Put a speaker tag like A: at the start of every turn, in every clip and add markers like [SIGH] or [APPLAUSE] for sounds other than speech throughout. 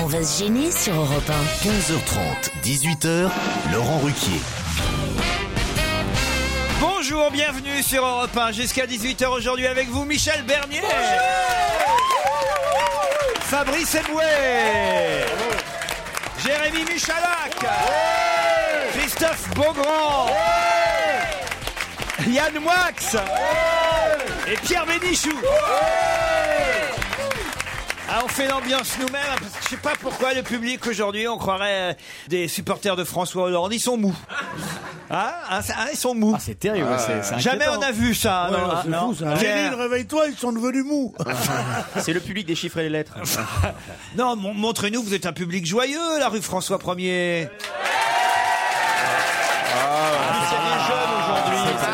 A: On va se gêner sur Europe 1.
B: 15h30, 18h, Laurent Ruquier.
C: Bonjour, bienvenue sur Europe 1 jusqu'à 18h aujourd'hui avec vous Michel Bernier. Fabrice Eboué. Jérémy Michalak. Christophe Beaugrand. Yann Wax. Et Pierre Bénichou. Ah, on fait l'ambiance nous-mêmes. hein, parce que Je sais pas pourquoi le public aujourd'hui, on croirait euh, des supporters de François Hollande. Ils sont mous. Hein Hein, c'est- hein, ils sont mous. c'est
D: terrible, Ah. c'est- c'est
C: Jamais
D: inquiétant.
C: on a vu ça.
D: Ouais,
C: Ah, non,
D: c'est
C: non.
D: fou, ça. hein.
C: Pierre.
D: Céline, réveille-toi, ils sont devenus mous.
E: Ah,
F: Ah,
C: C'est le public des chiffres et des lettres. [LAUGHS] non, mon- montrez-nous, vous êtes un public joyeux, la rue François 1er.
E: Ah,
F: Ah.
C: c'est des jeunes aujourd'hui.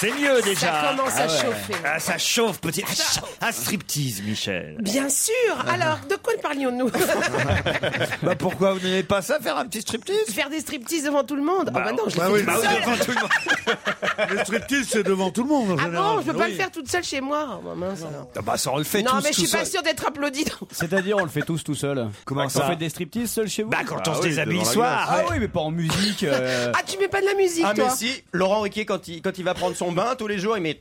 C: C'est mieux déjà.
E: commence à Ah ouais. chauffer.
C: Ah, ça chauffe, petit. Ah, striptease, Michel. [LAUGHS]
E: Bien sûr Alors, de quoi parlions-nous
C: bah pourquoi vous n'aimez pas ça, faire un petit striptease
E: Faire des stripteases devant tout le monde Ah bah non, je
D: Bah
E: le
D: oui,
E: fais
D: bah
E: toute
D: oui,
E: seule.
D: devant tout le monde. [LAUGHS] Le striptease, c'est devant tout le monde en
E: Ah
D: général.
E: bon, je peux pas
D: Oui.
E: le faire toute seule chez moi. Oh, bah mince, alors.
C: Ah bah ça, on le fait
E: non,
C: tous
E: mais je
C: tout
E: suis pas
C: seul.
E: sûre d'être applaudie.
F: C'est-à-dire, on le fait tous tout seul. Comment
C: ça
F: Vous faites des striptease seul chez vous
C: Bah, quand on se déshabille le soir,
F: Ah
C: ouais.
F: oui, mais pas en musique. euh.
E: Ah, tu mets pas de la musique,
G: Ah
E: toi
G: mais si, Laurent Riquet quand il, quand il va prendre son bain tous les jours il met...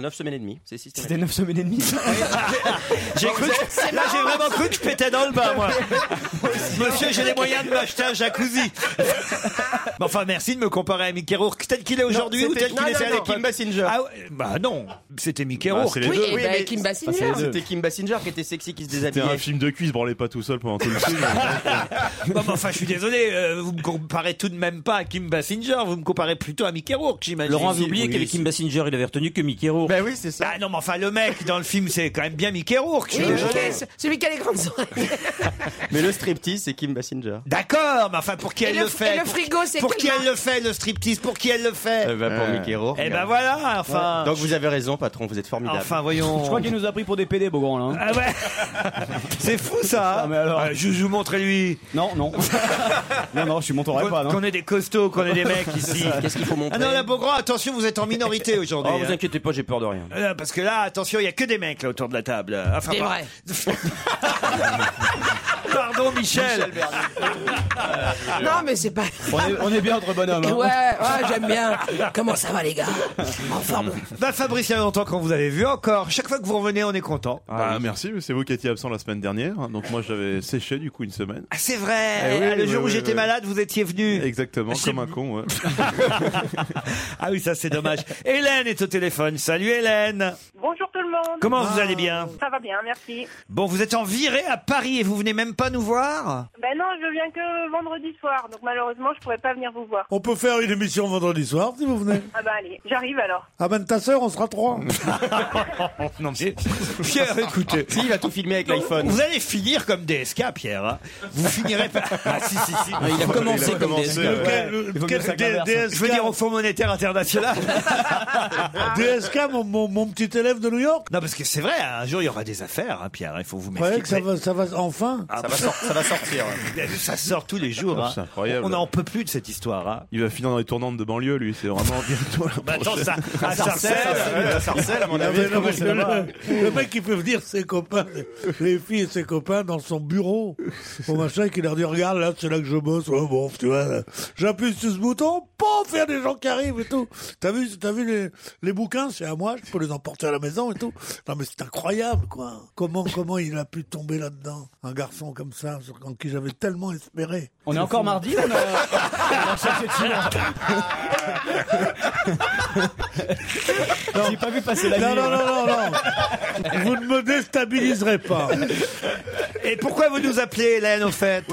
G: 9 semaines et demie, c'est
F: C'était
G: systématique.
F: 9 semaines et demie.
C: J'ai cru que- Là, j'ai vraiment cru que je pétais dans le bain,
G: [LAUGHS]
C: moi. Monsieur, j'ai les moyens de m'acheter un
G: [LAUGHS]
C: jacuzzi. Mais enfin, merci de me comparer à Mickey Rourke, tel qu'il est aujourd'hui ou
G: c'était-
C: tel qu'il
G: non,
C: était
G: non,
C: à
G: non,
C: l'époque.
G: Kim Basinger.
C: Ah, ouais, bah non, c'était Mickey
H: Bah,
C: Rourke.
H: c'est les
E: Oui,
H: deux.
E: et
G: Oui,
E: bah,
G: mais-
E: Kim
F: Ah, c'est
E: Basinger.
F: les deux.
G: C'était Kim Basinger qui était sexy qui se
H: C'était un
G: déshabillait.
H: film de cul, il se branlait pas tout seul pendant tout le
C: Ah,
H: film.
C: Bon, mais enfin, je suis désolé, euh, vous me comparez tout de même pas à Kim Basinger, vous me comparez plutôt à Mickey Rourke, j'imagine.
I: Laurent avait oublié qu'avec Kim Basinger, il avait retenu que Mickey Rourke.
G: Bah oui c'est ça.
C: Ah non, mais enfin, le mec dans le film, c'est quand même bien Mickey Rourke. je suis
E: Oui,
C: désolé.
E: Mickey, ce- celui qui a les grandes oreilles.
G: Mais le striptease c'est Kim Basinger.
C: D'accord, mais enfin, pour qui
E: Et
C: elle
E: le
C: le
E: fr-
C: fait
E: et le
C: Pour-
E: frigo, c'est
C: Pour
E: quelle
C: qui elle
E: marque
C: le fait, le striptease Pour qui elle le fait
G: Euh, bah, pour Mickey Rourke.
C: Eh ben
G: regarde.
C: voilà,
F: Ah,
C: enfin.
G: Donc vous avez raison patron, vous êtes formidable.
C: Enfin, voyons.
F: Je crois qu'il nous a pris pour des PD, Beaugrand, là. hein.
C: Ah ouais C'est fou ça hein
F: Ah, mais alors.
C: Ah, Joujou, montrez-lui
F: Non, non. non, non, je suis monterai
C: Qu'on
F: pas, non.
C: qu'on est des costauds, qu'on est des mecs
F: [LAUGHS]
C: ici
G: Qu'est-ce qu'il faut
C: Ah
G: montrer
C: non, là, Beaugrand, attention, vous êtes en minorité aujourd'hui
I: Oh, vous
C: hein.
I: inquiétez pas, j'ai peur de rien.
C: Euh, Parce que là, attention, il n'y a que des mecs là autour de la table Enfin,
E: Des
C: par-
E: vrais.
C: [LAUGHS] Pardon Michel
E: Non, mais c'est pas.
F: On est, on est bien entre bonhommes.
E: Ouais,
F: hein.
E: ouais, j'aime bien. Comment ça va, les gars En forme.
C: Bah Fabrice, il y a longtemps qu'on vous avait vu encore Chaque fois que vous revenez, on est content
H: Bah, merci, mais c'est vous qui étiez absent la semaine dernière, hein. donc moi j'avais séché du coup une semaine.
C: Ah c'est vrai
H: Eh oui,
C: Ah, Le
H: oui,
C: jour où
H: oui,
C: j'étais
H: oui.
C: malade, vous étiez venu
H: Exactement,
C: C'est-
H: comme un con. ouais.
C: [LAUGHS] Ah oui, ça c'est dommage Hélène est au téléphone, salut Hélène
J: [LAUGHS]
K: Bonjour tout le monde.
C: Comment vous allez bien
K: Ça va bien, merci.
C: Bon, vous êtes en virée à Paris et vous venez même pas nous voir
K: Ben non, je viens que vendredi soir, donc malheureusement, je pourrais pas venir vous voir.
D: On peut faire une émission vendredi soir si vous venez.
K: Ah bah allez, j'arrive alors.
D: Amène ta sœur, on sera trois.
C: Non mais Pierre, écoutez,
G: Si il va tout filmer avec l'iPhone.
C: vous allez finir comme DSK, Pierre. hein. Vous finirez par. Ah, si, si, si.
I: Il a commencé comme des.
D: Lequel-
F: Il faut mieux que ça
D: lequel-
F: traverse.
D: D-
C: Je veux dire au Fonds monétaire [LAUGHS] international.
D: DSK, mon, mon, mon petit élève de New York.
C: Non, parce que c'est vrai, un jour il y aura des affaires, hein, Pierre. Il faut vous
D: Vous croyez
C: mettre.
D: que ça va, ça va enfin
G: Ah,
C: Ah,
G: Ça va, sor- ça va sortir.
C: Ça sort tous les jours. hein.
H: Ah, C'est incroyable.
C: On n'en peut plus de cette histoire. hein.
H: Il va finir dans les tournantes de banlieue, lui, c'est vraiment bientôt. la
C: Bah, attends,
H: prochaine. Ah,
C: ça, à Sarcelles.
G: Ça sarcelle à mon
D: Ah,
G: avis.
D: mais non, mais le, le mec qui peut venir ses copains, les filles et ses copains dans son bureau, au machin, qui leur dit Regarde, là, c'est là que je bosse. Ouais, bon, tu vois, là, j'appuie sur ce bouton, pof, il y a des gens qui arrivent et tout. T'as vu, t'as vu les, les bouquins, c'est à moi, je peux les emporter à la maison et tout. tout. Non, mais c'est incroyable, quoi. Comment, comment il a pu tomber là-dedans Un garçon comme ça, sur- en qui j'avais tellement espéré.
F: On est encore mardi, on
H: [LAUGHS]
D: J'ai pas vu passer la non, Non, non, non, non. Vous ne me déstabiliserez pas.
C: Et pourquoi vous nous appelez, Hélène, au fait
K: Et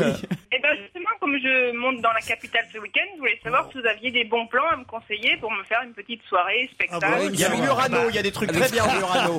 K: ben justement, comme je monte dans la capitale ce week-end, je voulais savoir si vous aviez des bons plans à me conseiller pour me faire une petite soirée, spectacle.
D: Ah bah
G: Il y a Murano, il y a des trucs très bien Murano.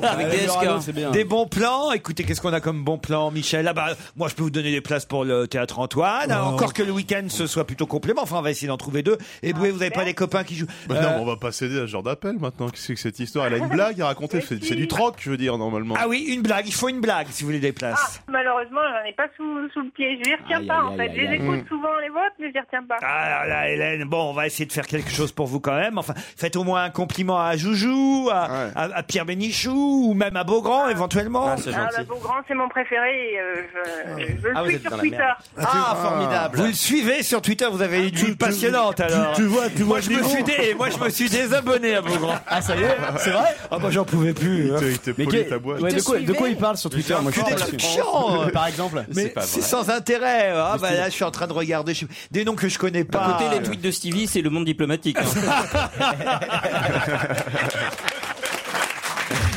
C: Des bons plans. Écoutez, qu'est-ce qu'on a comme bons plans, Michel Ah bah, moi, je peux vous donner des places pour le théâtre Antoine.
H: Oh.
C: Encore que le week-end, ce soit plutôt complément. Enfin, on va essayer d'en trouver deux. Et Boué, vous n'avez pas des copains qui jouent
H: Bah
C: Euh,
H: non, mais on va pas céder à ce genre d'appel maintenant. Qu'est-ce que c'est que cette histoire Elle a une blague à raconter. C'est c'est du troc, je veux dire, normalement.
C: Ah oui, une blague. Il faut une blague si vous voulez des
K: Ah,
C: places.
K: malheureusement, j'en ai pas sous, sous le pied. Je les retiens
C: Aïe,
K: pas,
C: aïe,
K: en
C: aïe,
K: fait.
C: aïe,
K: Je les
C: aïe.
K: écoute
C: Mm.
K: souvent, les vôtres, mais je les retiens pas.
C: Ah là là, Hélène, bon, on va essayer de faire quelque chose pour vous quand même. Enfin, faites au moins un compliment à Joujou, à, à- à Pierre Bénichou, ou même à Beaugrand, éventuellement.
K: Ah, bah, Beaugrand, c'est mon préféré. et, euh, je, je le
C: Ah, Ah, vous
K: suis
C: êtes dans
K: sur
C: la
K: Twitter. Ah,
C: merde. Vous le suivez sur Twitter, vous avez une vie passionnante alors.
D: tu vois- tu
C: moi,
D: vois
C: je
D: le
C: me
D: niveau.
C: suis dé- moi je me suis désabonné à Beaugrand. Ah ça y est,
F: c'est vrai
C: Ah bah j'en pouvais plus.
H: Il t'a
F: Mais
H: pollué
F: que-
H: ta boîte.
F: ouais, de, quoi, de quoi il parle sur Twitter Moi, je suis
C: que
F: pas
C: des trucs
F: dessus.
C: chiants, euh.
F: Par exemple.
C: Mais c'est sans intérêt. Ah bah là je suis en train de regarder je- des noms que je connais
G: Bah.
C: pas.
I: À côté, les tweets de Stevie, c'est le monde diplomatique. hein.
C: Ah,
G: [LAUGHS]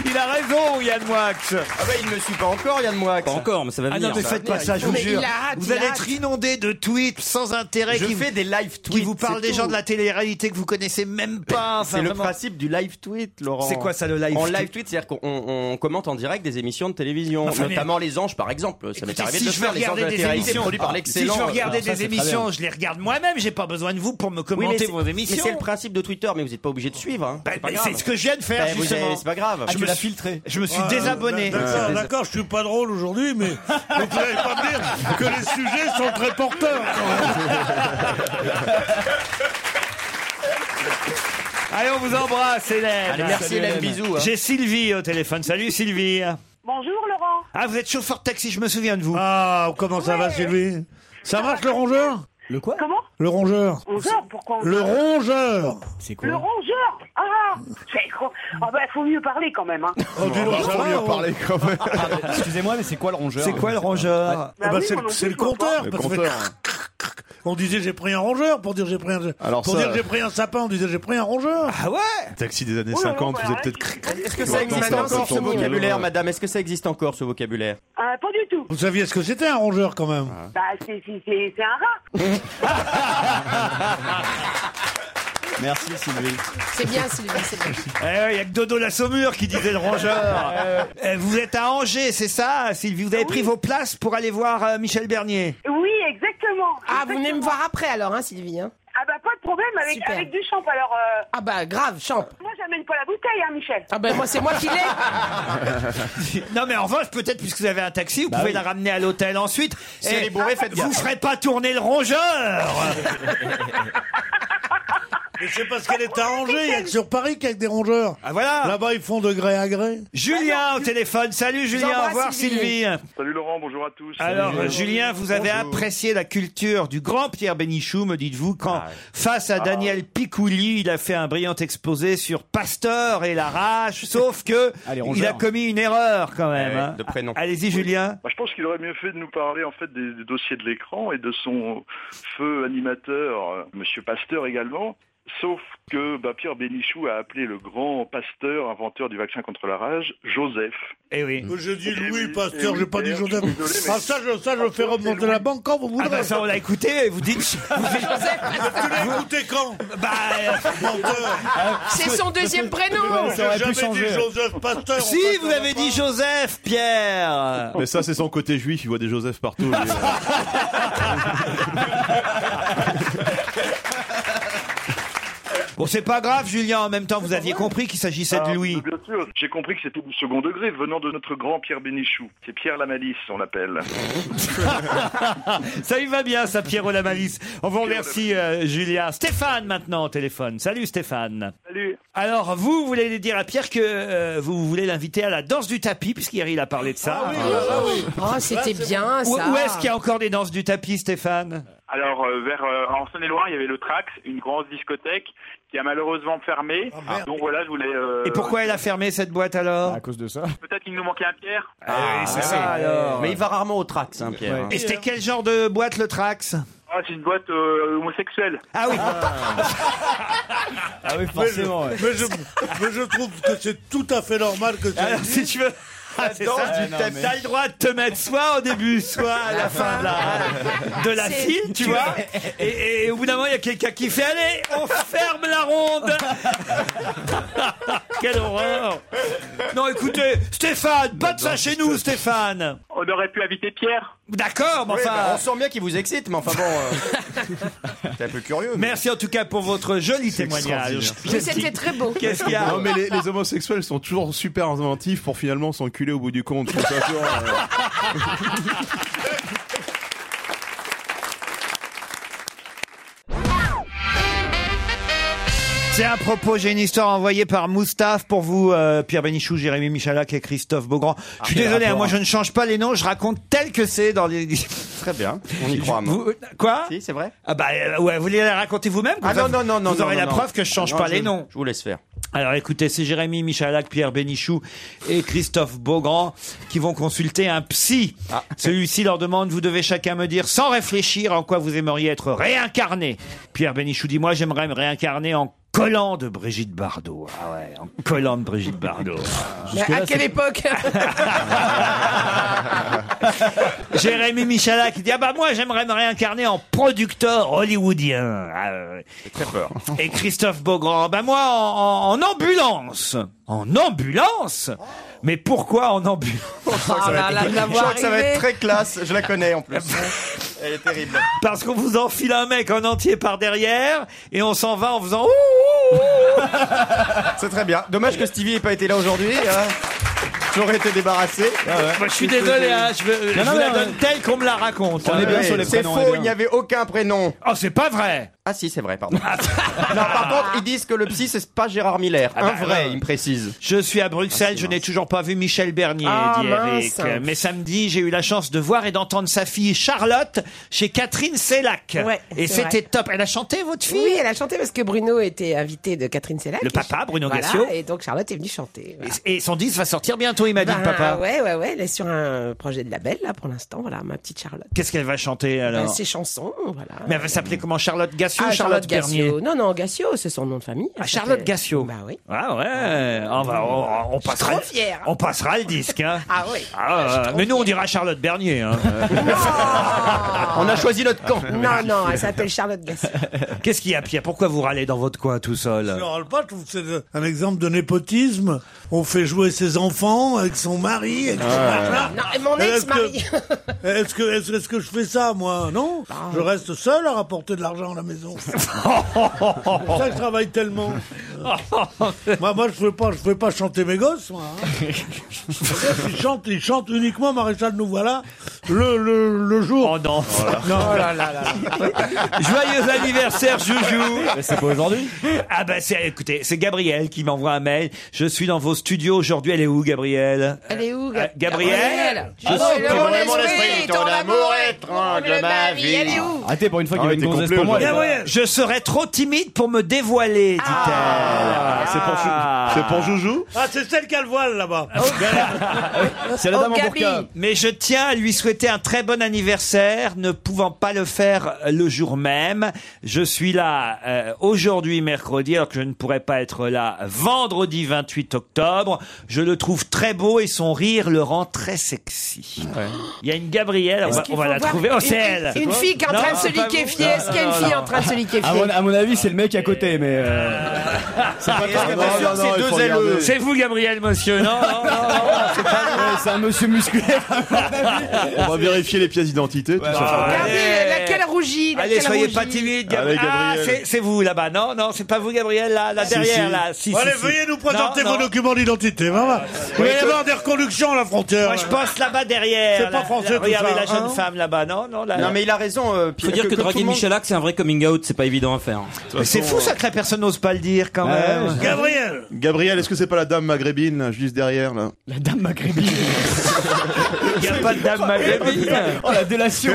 C: Il a raison, Yann Moix. Ah
G: bah il ne me suit pas encore, Yann Moix. Pas
I: encore, mais ça va
C: [LAUGHS] Ah
I: venir.
C: non, mais
I: ça
C: faites
I: va
C: pas ça, je vous
I: venir.
C: jure. vous allez être inondé de tweets sans intérêt.
G: Je
C: qui
G: fais des live
C: Qui
G: tweets,
C: vous parlent
G: c'est
C: des gens
G: tout.
C: de la télé-réalité que vous connaissez même pas. Enfin,
G: c'est le
C: vraiment.
G: principe du live tweet, Laurent.
C: C'est quoi ça, le live
G: En
C: tweet
G: live tweet, c'est-à-dire qu'on on- on commente en direct des émissions de télévision,
C: Enfin, mais-
G: notamment Les Anges, par exemple. Ça m'est
C: Écoutez,
G: arrivé
C: si
G: de le
C: je veux
G: faire, Les Anges de
C: regarder
G: la
C: des
G: télé-réalité,
C: émissions, Ah,
G: produit par
C: si
G: l'excellent.
C: je veux regarder
G: Alors ça,
C: des
G: c'est très
C: émissions,
G: bien.
C: je les regarde moi-même. J'ai pas besoin de vous pour me
G: Oui, mais
C: commenter
G: c'est-
C: vos
G: Mais
C: émissions.
G: c'est le principe de Twitter, mais vous n'êtes pas obligé de suivre. hein. C'est pas
C: Ben, mais
G: grave.
C: c'est ce que je viens de faire,
G: Ben, vous
C: justement.
G: avez- C'est pas grave.
C: Ah, je me suis- Je me suis
D: Ouais,
C: désabonné.
G: Ben,
C: Euh,
D: D'accord, d'accord, je suis pas drôle aujourd'hui, mais mais vous n'allez pas me dire que les sujets sont très porteurs.
C: Allez, on vous embrasse, Hélène.
G: Allez, merci, Hélène, bisous, hein.
C: J'ai Sylvie au téléphone. Salut, Sylvie.
K: Bonjour, Laurent.
C: Ah, vous êtes chauffeur de taxi, je me souviens de vous.
D: Ah, comment ça va, Sylvie Ça marche, le rongeur
F: Le quoi
K: Comment
D: Le rongeur.
K: Rongeur, pourquoi on-
D: Le rongeur
F: C'est quoi
K: Le rongeur Ah c'est gros. Ah bah, faut mieux parler quand même. Hein.
D: Oh, dis donc, ça va,
G: ben,
D: hein.
H: quand même.
F: Excusez-moi, mais c'est quoi le rongeur
C: C'est quoi le rongeur
D: Ah bah,
K: oui,
D: c'est
K: moi non
D: c'est
K: plus, je
D: le
K: vois
D: compteur.
H: Le
D: parce que ça fait
H: compteur.
D: On disait j'ai pris un rongeur pour dire j'ai pris un
H: Alors
D: pour
H: ça-
D: dire j'ai pris un sapin on disait j'ai pris un rongeur.
C: Ah ouais
H: Taxi des années
K: Oh là là,
H: 50,
K: bah,
H: vous
K: ouais,
H: êtes peut-être.
K: c'est-
H: cr-
K: c'est-
G: Est-ce que ça
H: Attends,
G: existe
H: attends,
G: encore ce
H: attends,
G: vocabulaire,
H: attends.
G: madame Est-ce que ça existe encore ce vocabulaire
K: Ah, pas du tout.
D: Vous saviez ce que c'était un rongeur quand même.
L: Ah.
K: Bah, c'est c'est- c'est- c'est un rat.
F: Merci Sylvie.
J: C'est bien, Sylvie, c'est bien.
C: Eh ouais, Il y a que Dodo la Saumure qui disait le
G: [LAUGHS]
C: rongeur. Eh, vous êtes à Angers, c'est ça, Sylvie
G: Ah
C: Vous avez pris vos places pour aller voir euh, Michel Bernier
K: Oui, exactement.
J: Ah, vous venez me
K: Exactement.
J: voir après alors, hein, Sylvie. hein.
K: Ah bah, pas de problème avec,
J: Super.
K: avec du champ. Alors, euh,
J: Ah bah grave, champ.
K: moi, j'amène pas la bouteille, hein, Michel.
J: Ah bah moi, c'est moi qui l'ai.
K: [LAUGHS]
C: [LAUGHS] Non, mais en revanche, peut-être puisque vous avez un taxi, vous pouvez la ramener à l'hôtel ensuite. Ah,
G: Si elle est bourrée, faites
C: Vous
G: gaffe.
C: ferez pas tourner le rongeur
D: Mais c'est parce qu'elle est à Angers, il y a que sur Paris qu'il y a que des rongeurs.
C: Ah voilà
D: Là-bas ils font de gré à gré.
C: Julien au téléphone. Salut Julien, au
J: embrasse,
C: revoir Sylvie.
J: Sylvie.
M: Salut Laurent, bonjour à tous.
C: Alors euh, Julien, vous avez apprécié la culture du grand Pierre Bénichou, me dites-vous, quand face à Daniel Picouli, il a fait un brillant exposé sur Pasteur et l'arrache, sauf que
F: Allez,
C: il
F: rongeur.
C: a commis une erreur quand
M: Ah
C: même.
G: Eh ouais,
C: hein.
G: de prénom.
C: Allez-y Julien.
M: Bah, je pense qu'il aurait mieux fait de nous parler en fait des, des dossiers de l'écran et de son feu animateur, euh, Monsieur Pasteur également. Sauf que bah, Pierre Bénichou a appelé le grand Pasteur, inventeur du vaccin contre la rage, Joseph.
C: Eh oui.
G: Mmh.
D: J'ai dit Louis
M: oui,
D: Pasteur,
M: oui,
D: j'ai pas dit
M: Pierre, je
D: Joseph.
M: suis désolé, mais-
D: Ah ça je ça je fais remonter la banque quand vous voulez.
C: Ah bah ça on l'a écouté, vous dites... [LAUGHS] vous dites-
D: Tu l'as écouté quand
C: bah, euh,
D: [LAUGHS] Menteur.
J: C'est son deuxième prénom.
F: Ça aurait pu
D: Ah J'ai jamais dit
F: changer.
D: Joseph Pasteur.
C: si,
D: enfin,
C: vous
D: ça
C: avez
D: va
C: dit
D: pas.
C: Joseph, Pierre
H: Mais ça, c'est son côté juif, il voit des Joseph
C: [LAUGHS]
H: partout. lui.
C: Bon, c'est pas grave, Julien, en même temps, vous aviez compris qu'il s'agissait de
M: Ah,
C: [LAUGHS] Louis.
M: Bien sûr, j'ai compris que c'était du second degré venant de notre grand Pierre Bénichou. C'est Pierre la malice, on l'appelle.
C: Ça lui va bien, ça, Pierrot la malice. On vous remercie, euh, Julien. Stéphane, maintenant, au téléphone. Salut, Stéphane.
M: Salut.
C: Alors, vous voulez dire à Pierre que euh, vous voulez l'inviter à la danse du tapis, puisqu'hier, il a parlé de ça.
D: Ah oui.
J: Oh, c'était bien
C: Où,
J: ça.
N: Ah,
C: où est-ce qu'il y a encore des danses du tapis, Stéphane
L: Alors, euh, vers, euh, en Saône-et-Loire, il y avait le Trax, une grande discothèque qui a malheureusement fermé.
C: Ah,
L: Donc voilà, je voulais. euh,
C: Et pourquoi elle a fermé cette boîte alors À
F: cause de ça.
L: Peut-être qu'il nous manquait un Pierre.
C: Ah, c'est ça.
G: Mais il va rarement au Trax, hein, Pierre.
C: Et c'était quel genre de boîte le Trax
L: Ah, c'est une boîte euh, homosexuelle.
C: Ah oui.
D: Ah oui,
C: forcément,
D: Mais
C: ouais.
D: je, mais je- mais je trouve que c'est tout à fait normal que ça.
C: Alors, si tu veux. Ah, c'est ça, tu t'as t'as le droit de te mettre soit au début, soit à la fin
L: [LAUGHS]
C: de la, de la
D: C'est-
C: file, tu vois. Et, et au bout d'un moment, il y a quelqu'un qui fait Allez, on ferme la ronde [LAUGHS] Quelle horreur Non, écoutez, Stéphane, pas de ça chez nous, Stéphane
L: On aurait pu inviter Pierre.
C: D'accord, mais
G: Oui,
C: enfin.
G: bah, on sent bien qu'il vous excite, mais enfin bon. euh,
C: un peu curieux. Merci en tout cas pour votre joli témoignage.
J: Mais c'était très beau.
C: Qu'est-ce qu'il y a
H: Non, mais les, les homosexuels sont toujours super inventifs pour finalement s'enculer au bout du compte. Je trouve ça toujours, euh,
J: [LAUGHS]
C: C'est à propos, j'ai une histoire envoyée par Moustaphe pour vous, euh, Pierre Bénichou, Jérémy Michalak et Christophe Beaugrand. je suis
G: quel
C: désolé, hein,
G: rapport,
C: moi
G: hein.
C: je ne change pas les noms, je raconte tel que c'est dans les... [LAUGHS] Très bien,
G: on y croit, moi.
C: Quoi
G: Si, c'est vrai
C: Ah bah euh, ouais, vous voulez la raconter vous-même comme
G: Ah
C: ça,
G: non, non, non, non.
C: Vous aurez
G: non,
C: la
G: non.
C: preuve que je change
G: Non,
C: pas les noms.
G: Je vous laisse faire. [LAUGHS]
C: Alors écoutez, c'est Jérémy Michalak, Pierre Bénichou et Christophe Beaugrand qui vont consulter un psy. Celui-ci leur demande, vous devez chacun me dire sans réfléchir en quoi vous aimeriez être réincarné. Pierre Bénichou dit, moi j'aimerais me réincarner en collant de Brigitte Bardot. Ah ouais, en collant de Brigitte Bardot.
J: Mais à quelle
C: [LAUGHS]
J: époque
C: Jérémy Michalak qui dit Ah bah moi j'aimerais me réincarner en producteur hollywoodien. très peur. Et Christophe Beaugrand Bah moi en, en- en ambulance. En ambulance
G: Oh.
C: Mais pourquoi en
G: [LAUGHS]
C: ambulance
G: Ah, là, là, de la voir Je crois que ça va être arriver. très classe, je la connais, en plus.
C: Elle est terrible. [LAUGHS] Parce qu'on vous enfile un mec en entier par derrière et on s'en va en faisant Ouh,
G: [LAUGHS]
C: ouh, ouh.
G: C'est très bien. Dommage que Stevie n'ait pas été là aujourd'hui. hein. J'aurais été débarrassé.
C: Moi, je suis désolé, hein, je, veux- je vous la donne telle qu'on me la raconte. hein.
G: C'est faux, il n'y avait aucun prénom.
C: Oh, c'est pas vrai.
G: Ah si, c'est vrai, pardon. non,
C: Ah,
G: par contre, ils disent que le psy, c'est pas Gérard Miller. un vrai, il me Ah, précise.
C: bah Je suis à Bruxelles, je n'ai toujours pas vu Michel Bernier,
G: Ah,
C: dit
G: mince.
C: Eric. Mais samedi, j'ai eu la chance de voir et d'entendre sa fille Charlotte chez Catherine Sellac.
J: Ouais,
C: et
J: c'est
C: c'était
J: vrai.
C: top. Elle a chanté, votre fille
J: Oui, elle a chanté parce que Bruno était invité de Catherine Sellac.
C: Le papa, Bruno
J: Voilà,
C: Gassio.
J: Et donc Charlotte est venue chanter. voilà.
C: Et son disque va sortir bientôt, il m'a dit le
J: Ben,
C: papa.
J: Ouais, ouais, ouais. Elle est sur un projet de label, là, pour l'instant. Voilà, ma petite Charlotte.
C: Qu'est-ce qu'elle va chanter
J: Ben,
C: alors
J: ses chansons, voilà.
C: Mais elle va s'appeler comment Charlotte Gassio
J: Ah,
C: ou Charlotte,
J: Gassio.
C: Bernier
J: Non, non, Gassio, c'est son nom de famille.
C: Ah, Charlotte Gassio.
J: Bah oui.
C: Ah ouais, on, va- on- on passera,
J: trop fière.
C: on passera le disque. Hein.
J: Ah oui.
C: Ah, mais nous on dira Charlotte Bernier.
J: [LAUGHS]
C: hein.
G: On a choisi notre camp.
J: Non, non, elle s'appelle
C: [LAUGHS]
J: Charlotte Gassio.
C: Qu'est-ce qu'il y a, Pierre Pourquoi vous râlez dans votre coin tout seul
D: Je ne râle pas, je trouve que c'est un exemple de népotisme. On fait jouer ses enfants avec son mari, avec son
J: Ah.
D: machin.
J: Non, et mon
D: Est-ce
J: ex-mari.
D: que- Est-ce que, est-ce, est-ce que je fais ça, moi Non Je reste seul à rapporter de l'argent à
C: [LAUGHS]
D: la maison. C'est pour ça que je travaille tellement. moi, moi, je ne fais, pas- je fais pas chanter mes gosses, moi. hein.
C: [LAUGHS]
D: ils, chantent, ils chantent uniquement Maréchal Nous Voilà le, le, le jour.
C: Oh non
D: Non. [LAUGHS]
C: Joyeux anniversaire, Joujou
D: Mais c'est pas aujourd'hui.
C: Ah bah c'est, écoutez, c'est Gabrielle qui m'envoie un mail. Je suis dans vos studios aujourd'hui. Elle est où, Gabrielle
J: Elle est où, Ah
C: Euh, Gabrielle
J: Je suis
C: dans
J: Elle est où
F: Arrêtez, Ah, pour une fois qu'il y avait une
C: Ah t'es
F: gonzesse
C: complet
F: pour moi.
C: aujourd'hui. Gabrielle, Ah Je serais trop timide pour me dévoiler, dit-elle. Ah,
F: c'est pour
C: Joujou
D: Ah, c'est celle qui a le voile là-bas.
C: Ah, [LAUGHS] C'est
J: Oh,
C: la dame en burqa. Mais je tiens à lui souhaiter un très bon anniversaire, ne pouvant pas le faire le jour même. Je suis là euh, aujourd'hui, mercredi, alors que je ne pourrais pas être là vendredi 28 octobre. Je le trouve très beau et son rire le rend très sexy. Il y a une Gabrielle, on
J: Est-ce
C: va,
J: qu'il
C: on va
J: faut
C: la
J: voir
C: trouver. Oh,
J: une-
C: c'est
J: une-
C: elle
J: une C'est fille qui est en
C: Non,
J: train de se
C: pas vous.
J: liquéfier. Est-ce qu'il y a une
C: Non,
J: fille
C: non, Ah
J: en train de se liquéfier
F: À mon, à mon avis, c'est le mec à côté, mais. euh, c'est pas
C: Est-ce que
F: toi.
C: t'es sûr
F: Non, non,
C: que c'est
F: il faut
C: deux
F: regarder.
C: LE? C'est vous, Gabriel, monsieur. Non, non, non, non, c'est pas vous.
J: [LAUGHS]
F: Ouais, C'est un monsieur musculaire.
H: On va vérifier les pièces d'identité, tout ça.
J: Regardez, laquelle rougit
C: Bah, Allez,
J: laquelle
C: soyez
J: rougit
C: pas timide,
H: Allez,
C: Gabriel. Ah,
H: Gabriel.
C: c'est- c'est vous là-bas. Non, non, c'est pas vous, Gabriel, là, là
D: Si,
C: derrière,
D: si.
C: là. Si,
D: Bon,
C: si,
D: allez,
C: si.
D: veuillez nous présenter
C: Non,
D: vos
C: non.
D: documents d'identité. Voilà. Il va y avoir des reconductions à la frontière.
C: Moi, je pense là-bas derrière.
D: C'est pas
C: là.
D: français, tout
C: Regardez
D: ça,
C: la jeune
D: hein.
C: femme là-bas. Non, non, là.
G: Non, mais il a raison. euh,
I: Faut dire que,
G: tout
I: draguer
G: le monde-
I: Michalak, c'est un vrai coming out, c'est pas évident à faire.
C: Mais C'est fou ça que la personne n'ose pas le dire quand
I: Ouais,
C: même.
I: ouais.
D: Gabriel gueule.
H: Gabriel, est-ce que c'est pas la dame maghrébine, là, juste derrière, là
F: La dame maghrébine
C: Il n'y a pas de dame maghrébine.
F: Oh la délation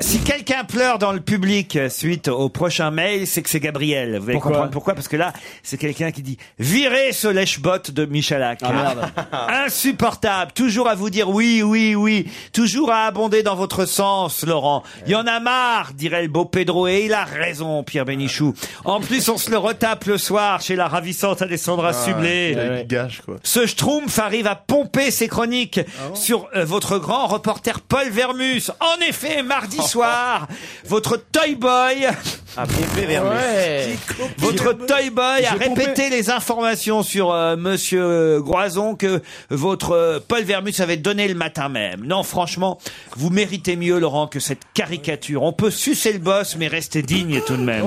C: Si quelqu'un pleure dans le public euh, suite au prochain mail, c'est que c'est Gabriel. Vous allez
F: Pourquoi
C: comprendre pourquoi, parce que là, c'est quelqu'un qui dit « Virez ce lèche-botte de Michalak
F: Ah, merde.
C: [LAUGHS] Insupportable Toujours à vous dire oui, oui, oui. Toujours à abonder dans votre sens, Laurent. Il y en a marre, dirait le beau Pedro. Et il a raison, Pierre Bénichou. En plus, on se le retape le soir chez la ravissante Alessandra
H: Ah,
C: Sublet.
H: il a eu du gage, quoi.
C: Ce Schtroumpf arrive à pomper ses chroniques
G: Ah
C: sur euh, votre grand reporter Paul Vermus. En effet, mardi soir, votre Toy Boy...
G: Oh. À pomper Vermus.
C: Ouais. Votre Toy Boy a
G: J'ai pompé-
C: répété les informations sur euh, Monsieur euh, Groison que votre euh, Paul Vermus avait donné le matin même. Non, franchement, vous méritez mieux, Laurent, que cette caricature. On peut sucer le boss, mais rester digne tout de même.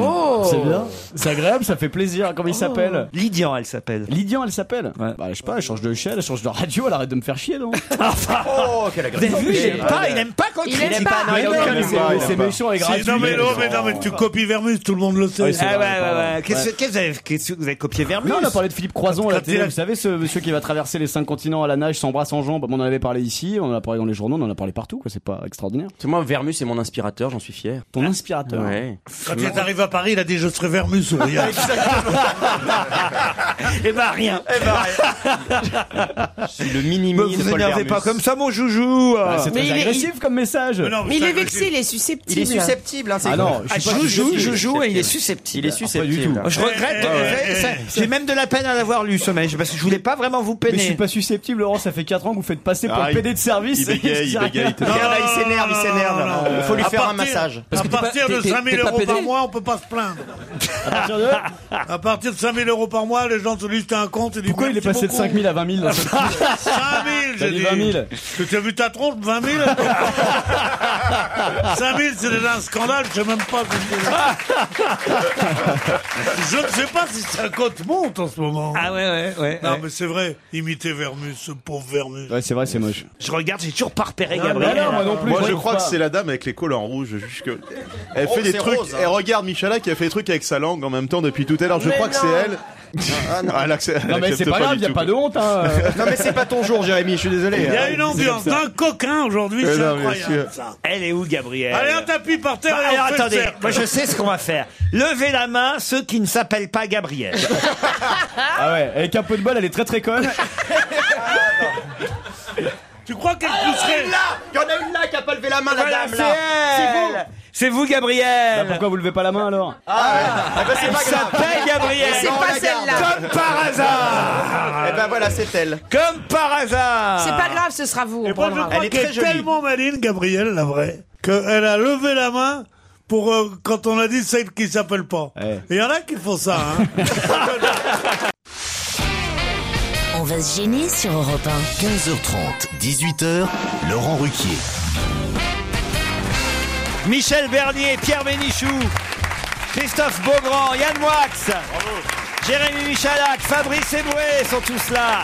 F: C'est bien. C'est agréable, ça fait plaisir. Comment il s'appelle
C: Lydian, elle s'appelle.
F: Lydian, elle s'appelle Bah, je sais pas, elle change de chaîne, elle change de radio, elle arrête de me faire chier, non
G: Oh, quelle
F: Vous avez vu, il aime pas, il aime
C: pas quand
F: Il aime pas, non, il aime pas, il aime pas. C'est-
D: Non, mais non, mais non, mais tu copies Vermus, tout le monde le sait.
C: Ah ouais, ouais, ouais. Qu'est-ce qu'est-ce que vous avez, qu'est-ce que vous avez copié Vermus
F: Non, on a parlé de Philippe Croison à la
C: Quand
F: télé.
C: il a-
F: Vous savez, ce monsieur qui va traverser les cinq continents à la nage, sans bras, sans jambes. On en avait parlé ici, on en a parlé dans les journaux, on en a parlé partout. quoi. C'est pas extraordinaire.
G: Moi, Vermus est mon inspirateur, j'en suis fier.
F: Ton inspirateur
G: Ouais.
D: Quand il est arrivé à Paris, il a dit Je serai Vermus, ouvrier. [LAUGHS]
C: Eh ben rien.
G: ben,
F: [LAUGHS]
G: le minimi.
C: Vous n'avez pas comme ça, mon joujou.
F: Bah, c'est
J: Mais
F: très
J: il est-
F: agressif comme message.
J: Mais il est vexé, il est susceptible.
G: hein, c'est
F: Ah non,
C: Ah,
F: je suis pas
C: joujou,
F: susceptible.
C: joujou, et il est susceptible.
G: Il est susceptible.
C: Moi, Je regrette. de- ça- J'ai même de la peine à l'avoir lu, ce mail, parce que je voulais pas vraiment vous
F: Mais je suis
C: peiner.
F: pas susceptible, Laurent. Ça fait 4 ans que vous faites passer pour
C: Ah,
F: le PD de service.
H: il
F: [LAUGHS]
H: bégaye, il bégaye.
F: Non,
G: Regarde, là, Ah, il s'énerve, il s'énerve. Il faut lui
D: À
G: faire un
D: partir-
G: massage.
D: À partir de 5000 euros par mois, on peut pas se plaindre.
F: à partir de-
D: À partir de 5000 euros par mois, les gens se disent T'as un compte.
F: Pourquoi il est passé de 5 000 à 20 000 d'un
D: [LAUGHS]
F: seul coup
D: 5000,
F: T'as
D: j'ai
F: dit
D: dit.
F: 20 000.
D: Tu as vu ta trompe,
F: [LAUGHS]
D: 20 000 5000, c'est déjà un scandale, je sais même pas. ce que
F: [LAUGHS]
D: c'est. je ne sais pas si sa cote monte en ce moment.
C: Ah ouais, ouais, ouais.
D: Non,
C: ouais.
D: mais c'est vrai, imiter Vermus, ce pauvre Vermus.
F: Ouais, c'est vrai,
G: [LAUGHS]
F: c'est moche.
C: Je regarde, j'ai toujours pas repéré
D: Non,
C: Gabriel.
D: non, non, moi non
H: Moi, je crois que c'est la dame avec les collants rouges. Jusque... Elle
G: Rose,
H: fait des
G: c'est
H: trucs.
G: rose, hein.
H: Elle regarde Michala qui a fait des trucs avec sa langue en même temps depuis tout à l'heure. Je
G: Mais
H: crois que
G: non.
H: c'est elle. Ah, non, [LAUGHS] elle accep- elle
F: Non, mais
H: accepte
F: c'est pas grave,
H: du
F: y a
H: tout,
F: pas de honte, hein.
G: Non, mais c'est pas ton jour, Jérémy, je suis désolé.
D: Il y a
G: hein.
D: une ambiance d'un coquin aujourd'hui,
H: Eh
D: c'est
H: non, bien
D: incroyable.
H: sûr.
D: ça.
C: Elle est où, Gabriel
D: Allez, un tapis par terre
C: Bah,
D: et on
C: alors,
D: fait le
C: attendez,
D: cercle.
C: moi je sais ce qu'on va faire. Levez la main ceux qui ne s'appellent pas Gabriel.
F: [LAUGHS] Ah ouais, avec un peu de bol, elle est très très conne.
D: Tu crois qu'elle pousserait
G: Là, Ah, il y en a une là qui a pas levé la main, la
C: Voilà,
G: dame
C: c'est
G: là.
C: elle. C'est vous,
F: Bah,
C: Gabriel.
F: pourquoi vous levez pas la main alors
G: Ah ben c'est
C: Elle
G: pas grave.
C: s'appelle Gabriel.
G: Mais c'est pas
C: On la garde.
J: celle-là.
C: Comme par hasard.
G: Eh ben voilà, c'est elle.
C: Comme par hasard.
J: C'est pas grave, ce sera vous.
D: Et
J: On
D: moi, je
J: prendra.
D: crois
G: Elle est
D: qu'elle
G: très
D: est
G: jolie.
D: tellement maline, Gabrielle, la vraie, qu'elle a levé la main pour euh, quand on a dit celle qui s'appelle pas. Il
F: Ouais.
D: y en a qui font ça,
K: [LAUGHS]
D: hein.
A: [LAUGHS] On va se gêner sur Europe
B: 15h30, 18h, Laurent Ruquier.
C: Michel Bernier, Pierre Bénichou, Christophe Beaugrand, Yann Wax, Jérémy Michalak, Fabrice Eboué sont tous là.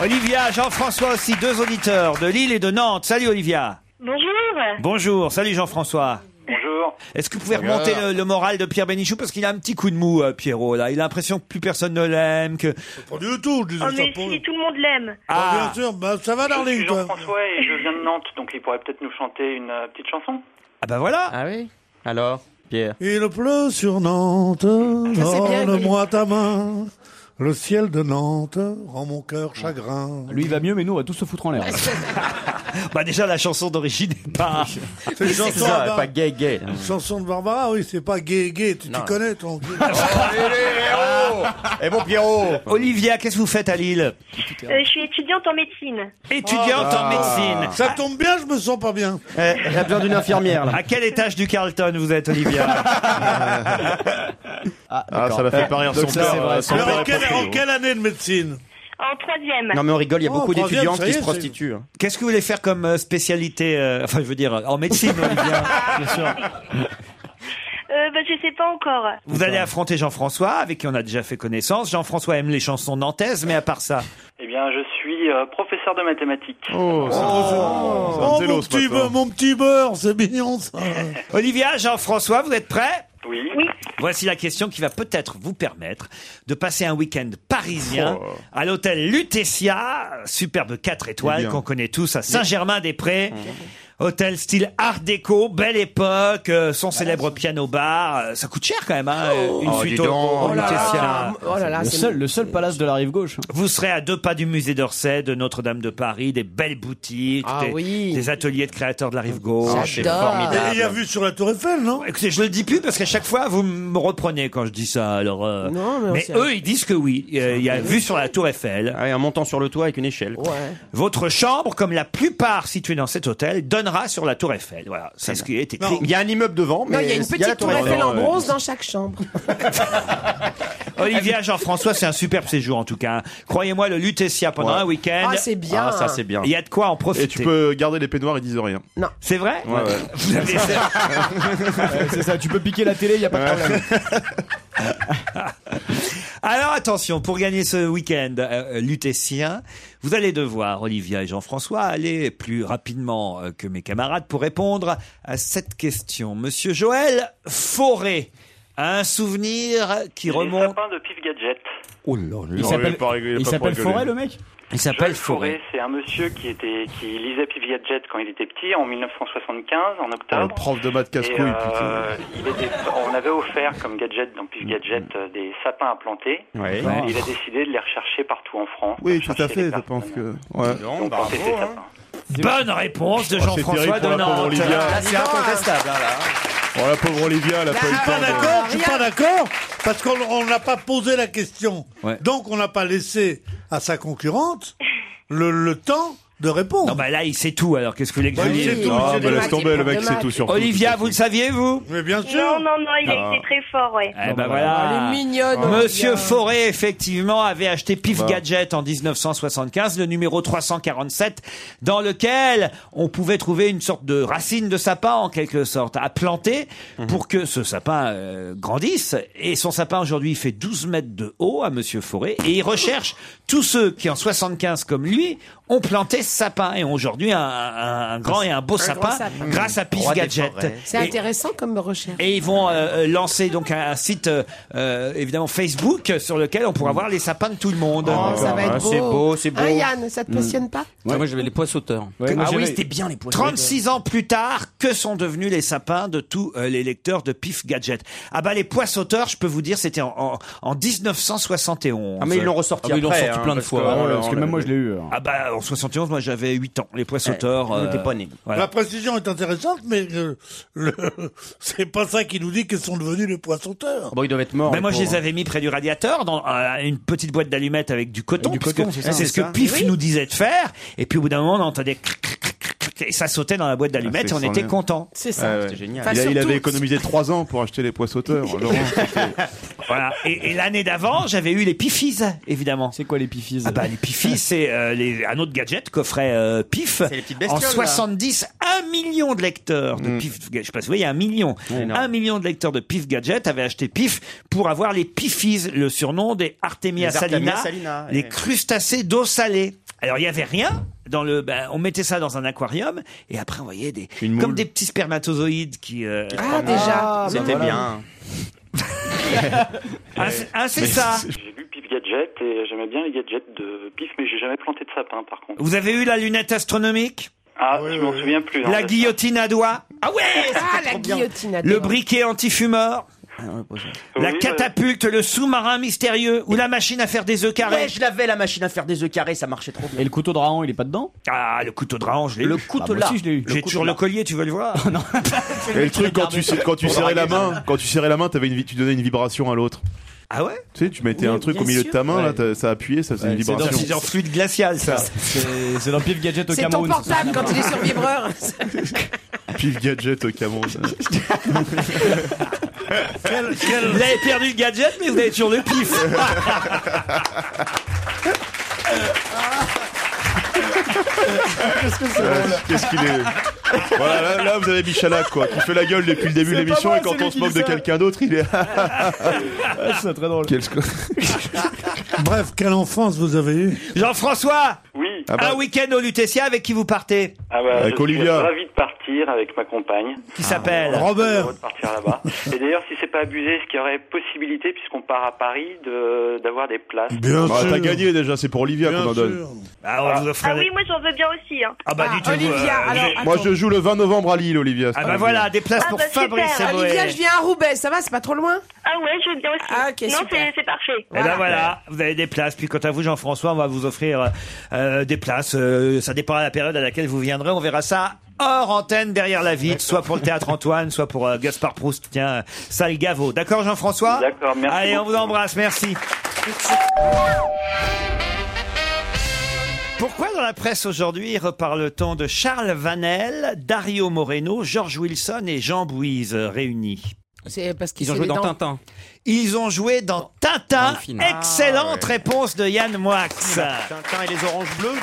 C: Olivia, Jean-François aussi, deux auditeurs de Lille et de Nantes. Salut Olivia.
K: Bonjour.
C: Bonjour, salut Jean-François.
K: Bonjour.
C: Est-ce que vous pouvez remonter le, le moral de Pierre Bénichou parce qu'il a un petit coup de mou, euh, Pierrot là. Il a l'impression que plus personne ne l'aime, que
D: Pas du tout, je disais
K: Oh,
D: ça
K: mais
D: pour
K: si, tout le monde l'aime.
D: Ah,
C: ah,
D: bien sûr, bah, ça va,
O: Je
D: Darling,
O: suis
D: toi.
O: Jean-François et je viens de Nantes, donc il pourrait peut-être nous chanter une euh, petite chanson.
C: ah bah voilà.
G: Ah oui Alors, Pierre.
D: Il pleut sur Nantes,
J: bien,
D: donne-moi ta main. Le ciel de Nantes rend mon cœur chagrin.
F: Lui il va mieux, mais nous on va tous se foutre en l'air.
C: Bah déjà la chanson d'origine n'est pas.
D: C'est une
G: C'est
D: chanson,
G: ça,
D: de Bar-
G: pas gay gay. là. [LAUGHS]
D: chanson de Barbara, oui, c'est pas gay gay, tu t'y
G: Non.
D: connais, ton
G: Eh bon Pierrot
C: Olivia, qu'est-ce que vous faites à Lille
K: Euh, je suis étudiante en médecine.
C: Étudiante en médecine.
D: Ah. Ça tombe bien, je me sens pas bien.
G: eh, J'ai besoin d'une infirmière là.
C: À quel étage du Carlton vous êtes,
D: [LAUGHS]
C: Olivia
H: Ah, ça l'a
G: Eh,
H: fait pas
D: [LAUGHS]
H: rire son
F: Donc ça, c'est
H: père.
F: vrai.
H: euh, Son
D: Alors,
H: père
D: en
H: est
D: quelle,
H: pas
D: en
H: pris,
D: quelle année de médecine
K: En troisième.
G: Non mais on rigole, il y a
D: Oh,
G: beaucoup
D: troisième,
G: d'étudiantes
D: ça y
G: qui
D: est,
G: se
D: c'est-
G: prostituent. hein.
C: Qu'est-ce que vous voulez faire comme euh, spécialité euh, Enfin, je veux dire, en médecine, Olivia.
K: Euh, bah, je sais pas encore.
C: Vous allez affronter Jean-François, avec qui on a déjà fait connaissance. Jean-François aime les chansons nantaises, mais à part ça.
O: Eh bien, je suis euh, professeur de mathématiques.
H: Oh, c'est
D: Oh,
H: un zélo
D: mon
H: ce
D: petit
H: matin.
D: [LAUGHS] beurre, mon petit beurre, c'est mignon ça.
C: Olivia, Jean-François, vous êtes prêts
O: Oui.
C: Voici la question qui va peut-être vous permettre de passer un week-end parisien
F: Oh.
C: à l'hôtel Lutetia, superbe 4
H: Eh
C: étoiles
H: bien.
C: qu'on connaît tous à Saint-Germain-des-Prés. Hôtel style Art déco, belle époque, euh, son célèbre piano bar, euh, ça coûte cher quand même, hein, une
F: Oh,
C: suite
F: dis
C: au,
F: donc.
C: au
F: Oh là
C: Lutetia.
F: là. Oh là là, Le c'est- seul- le seul
C: palace de la rive gauche. Vous serez à deux pas du musée d'Orsay, de Notre-Dame de Paris, des belles boutiques,
D: Ah
C: des,
D: oui.
C: des ateliers de créateurs de la rive
F: Oh,
C: gauche.
D: Et
C: Ah,
D: Il
C: bah.
D: y a vu sur la Tour Eiffel, non
C: Écoutez, je le dis plus parce qu'à chaque fois vous me reprenez quand je dis ça. Alors, euh,
D: mais on
C: mais
D: sait.
C: eux ils disent que oui. Euh, Il y a
D: Oui.
C: vue sur la Tour Eiffel.
G: en montant sur le toit avec une échelle.
C: Votre chambre, comme la plupart situées dans cet hôtel, donnera sur la Tour Eiffel. Voilà, c'est ce qui est écrit.
G: Il y a un immeuble devant, mais
J: Non, il y a une
G: la
J: petite tour Eiffel en bronze dans chaque chambre.
C: Olivia, Jean-François, c'est un superbe séjour en tout cas. Croyez-moi, le Lutetia pendant
H: Ouais.
C: un week-end.
J: Ah, c'est bien. Ah, ça, c'est bien.
C: Il y a de quoi en profiter.
H: Et tu peux garder les peignoirs, ils disent rien.
J: Non.
C: C'est vrai
H: Ouais, ouais.
C: Vous avez-
F: c'est ça, tu peux piquer la télé, il n'y a pas de problème.
C: Alors attention, pour gagner ce week-end euh, euh, lutétien, vous allez devoir, Olivia et Jean-François, aller plus rapidement euh, que mes camarades pour répondre à cette question. Monsieur Joël Fauré a un souvenir qui
O: Les
C: remonte...
O: sapins de Pif Gadget.
C: Oh là là.
F: Il Non, s'appelle- il est pas rigolé, il est il pas s'appelle pour rigoler. Fauré, le mec
C: Il s'appelle
O: Joël Fauré, c'est un monsieur qui, était, qui lisait Pif Gadget quand il était petit, en 1975, en
H: Oh,
O: octobre.
H: le prof de maths
O: Et,
H: casse-couille, putain.
O: euh, il était- on avait offert comme gadget dans Pif Gadget euh, des sapins à planter.
H: Ouais.
O: Et il a décidé de les rechercher partout en France.
H: Oui, tout à fait, je pense que. Ouais.
O: Donc, planter ces sapins.
C: Bonne réponse de
H: Oh, c'est
C: Jean-François
H: terrible pour la pauvre
C: Donant.
H: Olivia.
C: incontestable.
G: hein,
H: Oh, la pauvre Olivia, elle a
D: Je
C: Ah,
H: pas eu
D: suis
H: le
D: pas
H: temps. de-
D: d'accord, je suis pas d'accord, parce qu'on on n'a pas posé la question. Donc on n'a pas laissé à sa concurrente le, le temps de répondre.
C: Non, bah là, il sait tout, alors qu'est-ce que vous voulez que
D: Bah,
C: je
D: il
C: dise
D: sait tout, il Ah, sait bah, tout. laisse tomber, le mec, il sait tout sur tout,
C: Olivia, vous le saviez, vous
D: Mais bien
C: sûr.
K: Non, non, non, il
C: Ah.
K: a été très fort, ouais.
C: Eh ben voilà.
K: Elle est mignonne,
C: Monsieur
K: Olivia.
C: [LAUGHS] Fauré, effectivement, avait acheté Pif
H: Bah.
C: Gadget en 1975, le numéro 347, dans lequel on pouvait trouver une sorte de racine de sapin, en quelque sorte, à planter
J: Mhm.
C: pour que ce sapin euh, grandisse. Et son sapin, aujourd'hui, il fait 12 mètres de haut à Monsieur Fauré. Et il recherche tous ceux qui, en 75 comme lui, ont planté ce sapin et ont aujourd'hui un, un- un grand et un beau
J: Un
C: sapin,
J: grand sapin.
C: grâce à Pif
J: Roi des
C: Gadget.
J: forêts. C'est
C: Et-
J: intéressant comme recherche.
C: et ils vont euh, euh, lancer donc un, un site euh, euh, évidemment Facebook euh, sur lequel on pourra voir les sapins de tout le monde.
J: Oh, ça
C: Ah,
J: va être beau. Hein, Yann, ça te passionne pas
I: Moi, j'avais les pois sauteurs.
C: Ah oui, c'était bien les poissons. 36 ans plus tard, que sont devenus les sapins de tous euh, les lecteurs de Pif Gadget Ah bah les poissoteurs, je peux vous dire, c'était en, en- en 1971.
G: Ah, mais ils l'ont
C: bah,
G: ressorti Ah, mais ils l'ont après, sorti hein, plein de parce
C: Oh
G: fois. que-
F: Ah ouais, parce que même moi, je l'ai
G: hein.
F: eu.
C: Ah bah en 71, moi j'avais 8 ans. Les poissoteurs.
D: Eh, on
C: euh,
D: était pas nés.
C: voilà.
D: La précision est intéressante, mais euh, le- [LAUGHS] c'est pas ça qui nous dit qu'ils sont devenus les poissoteurs.
C: Bon, ils doivent être morts. moi, je les avais mis près du radiateur dans euh, une petite boîte d'allumettes avec du coton.
F: Avec du
C: puisque
F: coton, c'est ça.
C: c'est ce que
F: C'est ça.
C: Pif
F: Oui.
C: nous disait de faire. Et puis, au bout d'un moment, on entendait cric, cric, cric, cric, et ça sautait dans la boîte d'allumettes et on était content.
H: Ah, Ouais, ouais. Il, a- il avait économisé 3 ans pour acheter les
C: [LAUGHS]
H: pois sauteurs. Laurent.
C: Voilà. Et, et l'année d'avant, j'avais eu les Pifis, évidemment. C'est quoi les Pifis ah bah, Les [LAUGHS] Pifis, c'est euh, les- un autre gadget qu'offrait euh, Pif.
G: bestioles,
C: en
G: là. Mm.
C: 70, un million de lecteurs de Pif. Gadget. Je sais pas si vous voyez, un million. Un million de lecteurs de Pif Gadget avaient acheté Pif pour avoir les Pifis, le surnom des Artemia
G: Les Artemia
C: salina,
G: salina,
C: les
G: ouais.
C: crustacés d'eau salée. Alors, il y avait rien. Dans le, ben, on mettait ça dans un aquarium et après on voyait des comme des petits spermatozoïdes qui euh,
J: Ah, déjà.
C: C'était
J: Bah voilà.
C: bien. Ah, c'est- ah, c'est ça.
O: J'ai lu Pif Gadget et j'aimais bien les gadgets de Pif, mais j'ai jamais planté de sapin par contre.
C: Vous avez eu la lunette astronomique
O: Ah, je m'en souviens plus. hein,
C: La
O: de-
C: guillotine à doigts Ah ouais
J: Ah, la guillotine à
C: Le
J: doigts.
C: briquet antifumeur
G: Ah,
C: La catapulte, le sous-marin mystérieux ou la machine à faire des œufs carrés
G: Ouais, je l'avais la machine à faire des œufs carrés, ça marchait trop bien.
C: Et le couteau de Raon, il est pas dedans Ah, le couteau de Raon, je l'ai
G: Le
C: eu.
G: couteau
C: Ah, moi
G: là.
C: aussi, je l'ai eu.
G: Le
C: J'ai
G: couteau
C: toujours le
G: là.
C: collier, tu veux le voir
H: Et le truc, quand tu, quand tu
C: Pour
H: serrais la
C: draguer les
H: main, quand tu serrais la main, avais une, vi- tu donnais une vibration à l'autre.
C: Ah ouais
H: Tu sais, tu mettais
C: Oui,
H: un truc
C: bien
H: au milieu
C: sûr.
H: de ta main, là,
C: Ouais.
H: t'as- ça appuyait, ça faisait une
F: Ouais, c'est dans-
H: vibration.
F: c'est dans
C: Fluide glacial, ça.
F: C'est dans Pif Gadget au
J: C'est ton
F: Cameroun.
J: portable quand il est sur vibreur.
H: Pif gadget au
C: [LAUGHS]
H: Cameroun.
C: Vous avez perdu le gadget, mais vous avez toujours le
O: [LAUGHS]
C: pif
H: Qu'est-ce que c'est Qu'est-ce qu'il est Voilà, là, là, vous avez Michalak, quoi, qui fait la gueule depuis le début de
F: C'est
H: l'émission,
F: pas moi,
H: et quand
F: c'est lui
H: on se
F: qui
H: moque
F: dit
H: de
F: ça.
H: quelqu'un d'autre, il est.
F: c'est très drôle.
H: Quel sco-
D: [LAUGHS] Bref, quelle enfance vous avez eue
C: Jean-François
O: Oui. oui.
C: Un week-end au Lutetia avec qui vous partez
O: Ah bah, je suis ravi de partir avec ma compagne. Ah,
C: Qui s'appelle
O: Robert. De partir là-bas. Et d'ailleurs, si c'est pas abusé, est-ce qu'il y aurait possibilité, puisqu'on part à Paris, de d'avoir des places
H: Bah, T'as gagné déjà, c'est pour Olivia qu'on en donne.
C: Ah, on vous
K: Ah oui, moi j'en veux bien aussi. hein.
C: Ah bah,
H: dites-vous,
J: Olivia, alors.
H: Moi
J: attends.
H: je joue le 20 novembre à Lille, Olivia.
C: Ah bah voilà, des places
K: Ah pour bah, super. Fabrice et Moët.
J: Olivia, je viens à Roubaix, ça va, c'est pas trop loin
K: Ah ouais, je veux bien aussi.
J: Ah, ok,
K: non,
J: super.
K: c'est c'est parfait.
C: Et ben voilà, vous avez des places. Puis quant à vous, Jean-François, on va vous offrir euh, euh, des places. Euh, ça dépendra de la période à laquelle vous viendrez. On verra ça hors antenne derrière la vitre, soit pour le théâtre Antoine, soit pour euh, Gaspard Proust, tiens, euh, salle Gaveau. D'accord, Jean-François
O: D'accord, merci
C: Allez, on
O: beaucoup.
C: vous embrasse, merci. Pourquoi dans la presse aujourd'hui reparle-t-on de Charles Vanel, Dario Moreno, George Wilson et Jean Bouise euh, réunis
J: C'est parce qu'ils
C: Ils ont joué
J: c'est les
C: dans
J: dents.
C: Tintin. Ils ont joué dans Tintin. Excellente réponse de Yann Moix.
G: Tintin et les oranges bleues